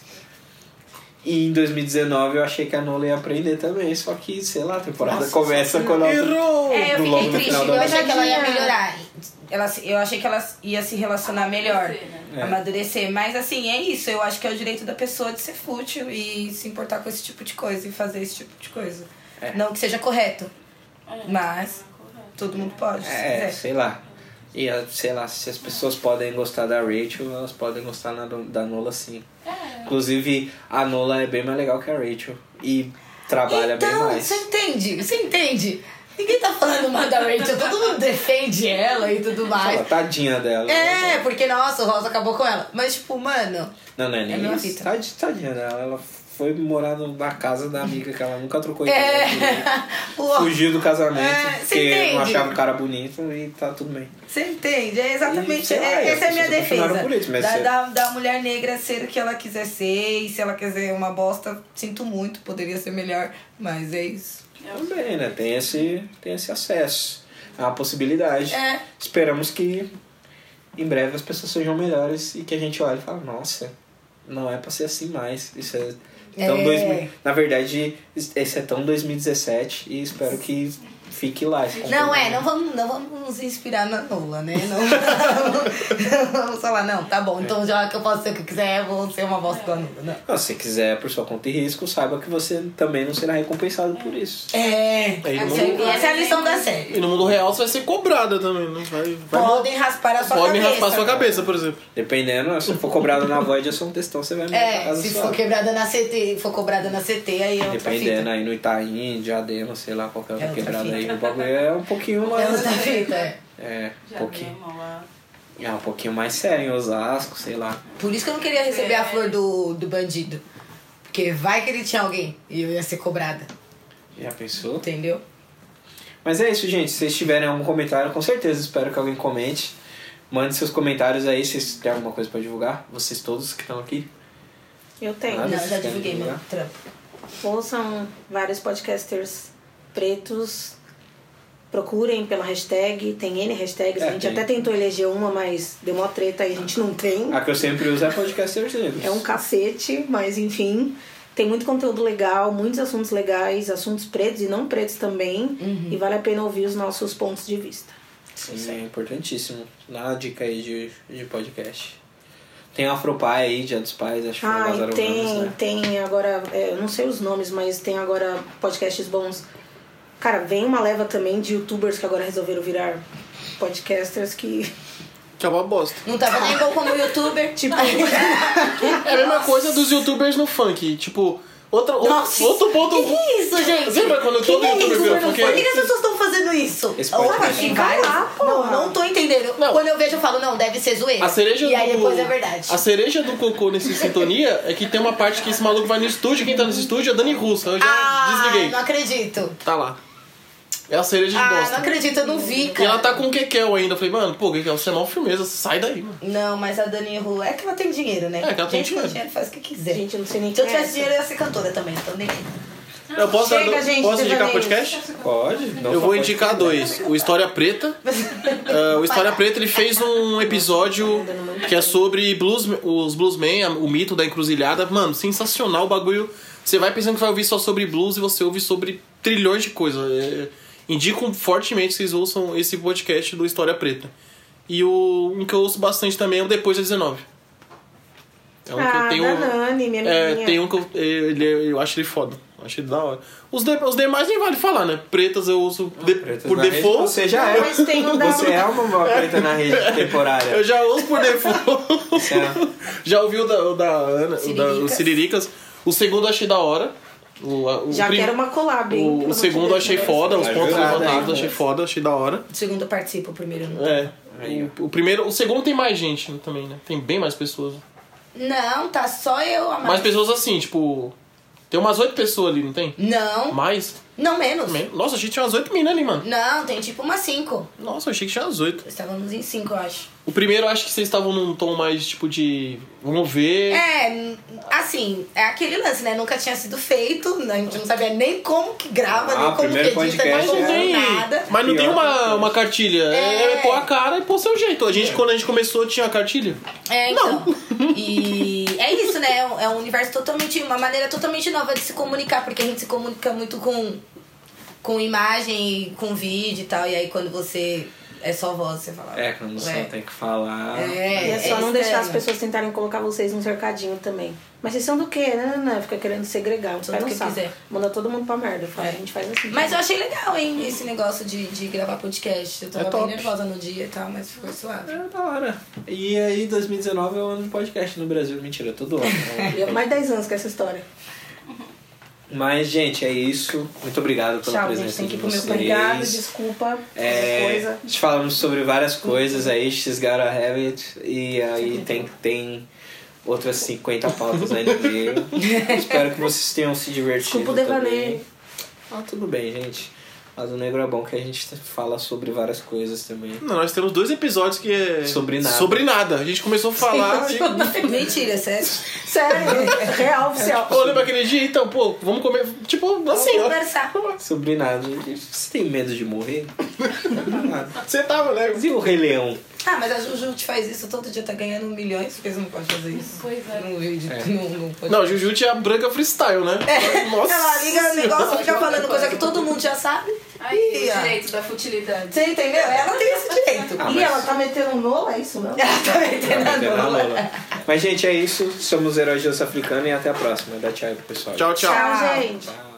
Speaker 4: E em 2019 eu achei que a Nola ia aprender também, só que, sei lá, a temporada começa quando ela...
Speaker 5: Errou!
Speaker 6: É, eu
Speaker 4: logo no
Speaker 6: fiquei triste.
Speaker 4: final da
Speaker 6: Eu achei
Speaker 4: novela.
Speaker 6: que ela ia melhorar. Ela, se- eu achei que ela ia se relacionar melhor,
Speaker 10: né?
Speaker 4: É.
Speaker 6: amadurecer. Mas assim, é isso. Eu acho que é o direito da pessoa de ser fútil e se importar com esse tipo de coisa e fazer esse tipo de coisa.
Speaker 4: É.
Speaker 6: Não que seja correto, É. mas todo mundo pode. se
Speaker 4: É,
Speaker 6: quiser.
Speaker 4: sei lá. E, ah, sei lá, se as pessoas podem gostar da Rachel, elas podem gostar na- da Nola sim.
Speaker 6: É.
Speaker 4: Inclusive, a Nola é bem mais legal que a Rachel. E trabalha É bem
Speaker 6: Então,
Speaker 4: mais.
Speaker 6: você entende? Você entende? Ninguém tá falando mal da Rachel, todo mundo defende ela e tudo
Speaker 4: Fala,
Speaker 6: mais.
Speaker 4: tadinha dela.
Speaker 6: É, porque, nossa, o Rosa acabou com ela. Mas, tipo, mano,
Speaker 4: Não, não é
Speaker 6: É a minha
Speaker 4: nem isso.
Speaker 6: fita.
Speaker 4: Tadi- Tadinha dela. Ela foi morar no- na casa da amiga que ela nunca trocou ideia.
Speaker 6: É.
Speaker 4: direito.
Speaker 6: o-
Speaker 4: Fugiu do casamento
Speaker 6: É, você
Speaker 4: porque não
Speaker 6: entende?
Speaker 4: achava o cara bonito e tá tudo bem.
Speaker 6: Você entende? É
Speaker 4: E,
Speaker 6: exatamente.
Speaker 4: sei lá,
Speaker 6: é-
Speaker 4: é,
Speaker 6: essa é a minha
Speaker 4: vocês continuaram
Speaker 6: defesa.
Speaker 4: por isso, mas
Speaker 6: da,
Speaker 4: você-
Speaker 6: da, da mulher negra ser o que ela quiser ser, e se ela quiser uma bosta, sinto muito, poderia ser melhor, mas é isso.
Speaker 4: Também, né? Tem esse, tem esse acesso. É uma possibilidade.
Speaker 6: É.
Speaker 4: Esperamos que em breve as pessoas sejam melhores e que a gente olhe e fale, nossa, não é pra ser assim mais. Isso é. Tão
Speaker 6: É.
Speaker 4: 2000 na verdade, esse é tão 2017 e espero que fique lá. esse
Speaker 6: Não é,
Speaker 4: comportamento.
Speaker 6: não vamos, não vamos nos inspirar na Nola, né? Não, não, vamos falar, não, tá bom, então já que eu posso ser o que eu quiser, eu vou ser uma bosta da Nola. Não.
Speaker 4: Ah, se quiser, por sua conta e risco, saiba que você também não será recompensado por isso.
Speaker 6: É,
Speaker 5: Aí não-
Speaker 6: essa é a lição da série.
Speaker 5: E no mundo real você vai ser cobrada também, né? Vai, vai
Speaker 6: Podem raspar a sua
Speaker 5: Pode me
Speaker 6: cabeça.
Speaker 5: raspar sua cabeça, por exemplo.
Speaker 4: Dependendo, se for cobrado na voz, eu sou um textão, você vai me dar
Speaker 6: É,
Speaker 4: casa
Speaker 6: se
Speaker 4: sua.
Speaker 6: for quebrada na CT, for cobrada na CT, aí é outra fita.
Speaker 4: né? Dependendo aí no Itaim, Diadema, sei lá, qualquer
Speaker 6: É outra
Speaker 4: outra quebrada
Speaker 6: fita.
Speaker 4: aí o bagulho é um pouquinho mais.
Speaker 6: Anos da vida.
Speaker 4: É, um
Speaker 10: Já
Speaker 4: pouquinho.
Speaker 10: vimos lá.
Speaker 4: É, um pouquinho mais sério em Osasco, sei lá.
Speaker 6: Por isso que eu não queria receber a flor do, do bandido. Porque vai que ele tinha alguém e eu ia ser cobrada,
Speaker 4: Já pensou?
Speaker 6: entendeu?
Speaker 4: Mas é isso, gente. Se vocês tiverem algum comentário, com certeza espero que alguém comente. Mande seus comentários aí se vocês têm alguma coisa pra divulgar. Vocês todos que estão aqui.
Speaker 7: Eu tenho.
Speaker 4: Ah,
Speaker 6: Não,
Speaker 4: vocês
Speaker 6: já
Speaker 4: querem
Speaker 6: divulguei meu
Speaker 4: divulgar?
Speaker 6: trampo.
Speaker 7: Ouçam vários podcasters pretos. Procurem pela hashtag. Tem N hashtags.
Speaker 4: É,
Speaker 7: a gente
Speaker 4: tem.
Speaker 7: até tentou eleger uma, mas deu uma treta e a gente não tem.
Speaker 4: A que eu sempre uso é podcasters negros.
Speaker 7: É um cacete, mas enfim. Tem muito conteúdo legal, muitos assuntos legais, assuntos pretos e não pretos também.
Speaker 6: Uhum.
Speaker 7: E vale a pena ouvir os nossos pontos de vista.
Speaker 4: Sim, é importantíssimo. Dá uma dica aí de, de podcast. Tem Afropai aí, Dia dos Pais, acho que foi o
Speaker 7: Ah,
Speaker 4: Lázaro
Speaker 7: e tem,
Speaker 4: Ramos, né?
Speaker 7: tem agora, é, eu não sei os nomes, mas tem agora podcasts bons. Cara, vem uma leva também de youtubers que agora resolveram virar podcasters que.
Speaker 5: Que é uma bosta.
Speaker 6: Não tava nem bom como youtuber, tipo.
Speaker 5: É a mesma coisa dos youtubers no funk. Tipo, outra, outro-
Speaker 6: Nossa,
Speaker 5: outro ponto.
Speaker 6: Que que é isso, gente?
Speaker 5: Lembra quando todo
Speaker 6: que
Speaker 5: youtuber
Speaker 6: que é isso?
Speaker 5: virou
Speaker 6: Por que,
Speaker 5: funkeiro?
Speaker 6: que as pessoas estão fazendo isso?
Speaker 4: Esse
Speaker 6: Ou
Speaker 4: podcast
Speaker 6: tem
Speaker 7: não
Speaker 6: vários.
Speaker 7: vai lá,
Speaker 6: não,
Speaker 7: porra.
Speaker 6: não tô entendendo.
Speaker 5: Não.
Speaker 6: Quando eu vejo, eu falo, não, deve ser zoeira.
Speaker 5: A cereja
Speaker 6: e aí
Speaker 5: do...
Speaker 6: depois é verdade.
Speaker 5: A cereja do cocô nesse sintonia é que tem uma parte que esse maluco vai no estúdio, quem tá nesse estúdio é Dani Russa. Eu já
Speaker 6: Ah,
Speaker 5: desliguei.
Speaker 6: não acredito.
Speaker 5: Tá lá. É a cereja de
Speaker 6: Ah,
Speaker 5: bosta.
Speaker 6: não acredito, eu não vi,
Speaker 5: E
Speaker 6: cara.
Speaker 5: ela tá com o Kekel ainda. Eu falei, mano, pô, Kekel, você é mó firmeza, sai daí, mano.
Speaker 6: Não, mas a Dani Ru é que ela tem dinheiro, né?
Speaker 5: É que ela tem
Speaker 6: Gente com
Speaker 5: dinheiro.
Speaker 6: faz o que quiser.
Speaker 7: Gente, eu não sei nem
Speaker 6: Se eu
Speaker 7: quem é
Speaker 6: tivesse dinheiro, eu ia ser cantora também, então nem.
Speaker 5: Eu posso, dar
Speaker 7: Chega,
Speaker 5: do-
Speaker 7: gente,
Speaker 5: posso
Speaker 7: você
Speaker 5: indicar
Speaker 7: vai
Speaker 5: podcast?
Speaker 4: Pode. não
Speaker 5: Eu
Speaker 4: só
Speaker 5: vou
Speaker 4: pode. né?
Speaker 5: indicar dois. O História Preta. Ah, o História Preta ele fez um episódio que é sobre blues, os bluesmen, o mito da encruzilhada. Mano, sensacional o bagulho. Você vai pensando que vai ouvir só sobre blues e você ouve sobre trilhões de coisas. É, indico fortemente que vocês ouçam esse podcast do História Preta. E o, um que eu ouço bastante também é o Depois da 19. É um que eu
Speaker 7: ah,
Speaker 5: tenho.
Speaker 7: Nanani, minha
Speaker 5: É,
Speaker 7: amiguinha.
Speaker 5: tem um que eu, ele, eu acho ele foda. Eu Acho ele da hora. Os, de- os demais nem vale falar, né? Pretas eu uso de-
Speaker 4: Pretas
Speaker 5: por
Speaker 4: na rede,
Speaker 5: default.
Speaker 4: Você já é.
Speaker 7: Mas tem um da-
Speaker 4: Você é uma preta na rede temporária.
Speaker 5: Eu já uso por default.
Speaker 4: Você é-
Speaker 5: já ouvi o da, o da Ana, o, da, o
Speaker 6: Siriricas.
Speaker 5: Siriricas. O segundo eu achei da hora. O, a- o
Speaker 7: Já
Speaker 5: prim-
Speaker 7: quero uma collab, hein?
Speaker 5: O, o segundo eu achei foda, os
Speaker 4: Vai
Speaker 5: pontos
Speaker 4: jurada,
Speaker 5: levantados
Speaker 4: hein?
Speaker 5: eu achei foda, achei da hora.
Speaker 6: O segundo eu participo, o primeiro não.
Speaker 5: É.
Speaker 4: Aí,
Speaker 5: O, o primeiro, o segundo tem mais gente também, né? Tem bem mais pessoas.
Speaker 6: Não, tá só eu a mais.
Speaker 5: Mais pessoas assim, tipo. Tem umas oito pessoas ali, não tem?
Speaker 6: Não,
Speaker 5: Mais?
Speaker 6: não menos.
Speaker 5: Também. Nossa, achei que tinha umas oito minas ali, mano.
Speaker 6: Não, tem tipo umas cinco.
Speaker 5: Nossa, achei que tinha umas oito.
Speaker 6: Estávamos em cinco, eu acho.
Speaker 5: O primeiro eu acho que vocês estavam num tom mais tipo de. Vamos ver.
Speaker 6: É, n- assim, é aquele lance, né? Nunca tinha sido feito, né? a gente não sabia nem como que grava,
Speaker 4: Ah,
Speaker 6: nem como que
Speaker 4: primeiro
Speaker 6: edita,
Speaker 4: podcast,
Speaker 5: Mas não
Speaker 6: nem como
Speaker 5: tem,
Speaker 6: É, nada.
Speaker 5: mas não tem
Speaker 4: Pior
Speaker 5: uma,
Speaker 4: coisa.
Speaker 5: uma cartilha. É.
Speaker 6: É.
Speaker 5: pôr a cara e pôr seu jeito. A gente, quando a gente começou, tinha a cartilha.
Speaker 6: É, então. E é isso, né? É um- É um universo totalmente, uma maneira totalmente nova de se comunicar, porque a gente se comunica muito com, com imagem, e com vídeo e tal. E aí quando você. É só voz, você fala.
Speaker 4: É, quando você
Speaker 6: "Ué".
Speaker 4: tem que falar.
Speaker 6: É,
Speaker 7: E é só não
Speaker 6: estranho.
Speaker 7: deixar as pessoas tentarem colocar vocês num cercadinho também. Mas vocês são do quê? Não, não, não. Fica querendo segregar. Não
Speaker 6: Tudo
Speaker 7: faz
Speaker 6: que
Speaker 7: cansar.
Speaker 6: quiser. É.
Speaker 7: Manda todo mundo pra merda. Fala, A gente faz assim.
Speaker 6: Mas eu achei legal, hein, esse negócio de, de gravar podcast. Eu tava
Speaker 5: top.
Speaker 6: bem nervosa no dia e tal, mas foi suave.
Speaker 4: É da hora. E aí, 2019 é o ano de podcast no Brasil. Mentira, todo ano.
Speaker 7: E é mais 10 anos com essa história.
Speaker 4: Mas, gente, é isso. Muito obrigado pela
Speaker 7: Tchau, gente.
Speaker 4: presença
Speaker 7: Tem que ir
Speaker 4: de
Speaker 7: pro meu
Speaker 4: vocês.
Speaker 7: obrigado, desculpa.
Speaker 4: É,
Speaker 7: coisa.
Speaker 4: a gente falamos sobre várias coisas aí, she's got a habit, e aí tem, tem outras 50 pautas aí no meio. Espero que vocês tenham se divertido
Speaker 7: Desculpa o
Speaker 4: também.
Speaker 7: devaneio.
Speaker 4: Ah, tudo bem, gente. Mas o negro é bom que a gente fala sobre várias coisas também.
Speaker 5: Não, nós temos dois episódios que é.
Speaker 4: Sobre nada.
Speaker 5: Sobre nada. A gente começou a falar. e...
Speaker 6: Mentira, sério.
Speaker 7: Sério, real oficial.
Speaker 5: Pô, lembra aquele dia? Então, pô, vamos comer. Tipo, assim, ó.
Speaker 6: Conversar.
Speaker 4: Sobre nada. Você tem medo de morrer? Nada.
Speaker 5: Você tava, né?
Speaker 4: Mas e o Rei Leão?
Speaker 6: Ah, mas a Juju te faz isso todo dia, tá ganhando milhões, porque você não pode fazer isso.
Speaker 10: Pois é.
Speaker 6: Não vídeo,
Speaker 4: É.
Speaker 6: não, não pode.
Speaker 5: Não, Jujute é a branca freestyle, né? Nossa.
Speaker 6: Ela liga o negócio, fica falando coisa que
Speaker 10: Senhora.
Speaker 6: todo mundo já sabe.
Speaker 10: Aí,
Speaker 6: Ih, ah.
Speaker 10: o
Speaker 6: ó.
Speaker 10: direito da futilidade.
Speaker 6: Você entendeu? Ela tem esse direito.
Speaker 4: Ah,
Speaker 7: E
Speaker 4: mas-
Speaker 7: ela tá metendo um nola, é isso não?
Speaker 6: Ela tá
Speaker 4: Tá
Speaker 6: metendo
Speaker 4: na
Speaker 6: a
Speaker 4: Lola.
Speaker 6: bola.
Speaker 4: Mas, gente, é isso. Somos Heróis de Osso Africano e até a próxima. Dá tchau aí pro pessoal.
Speaker 5: Tchau, tchau.
Speaker 7: Tchau, gente.
Speaker 4: Tchau.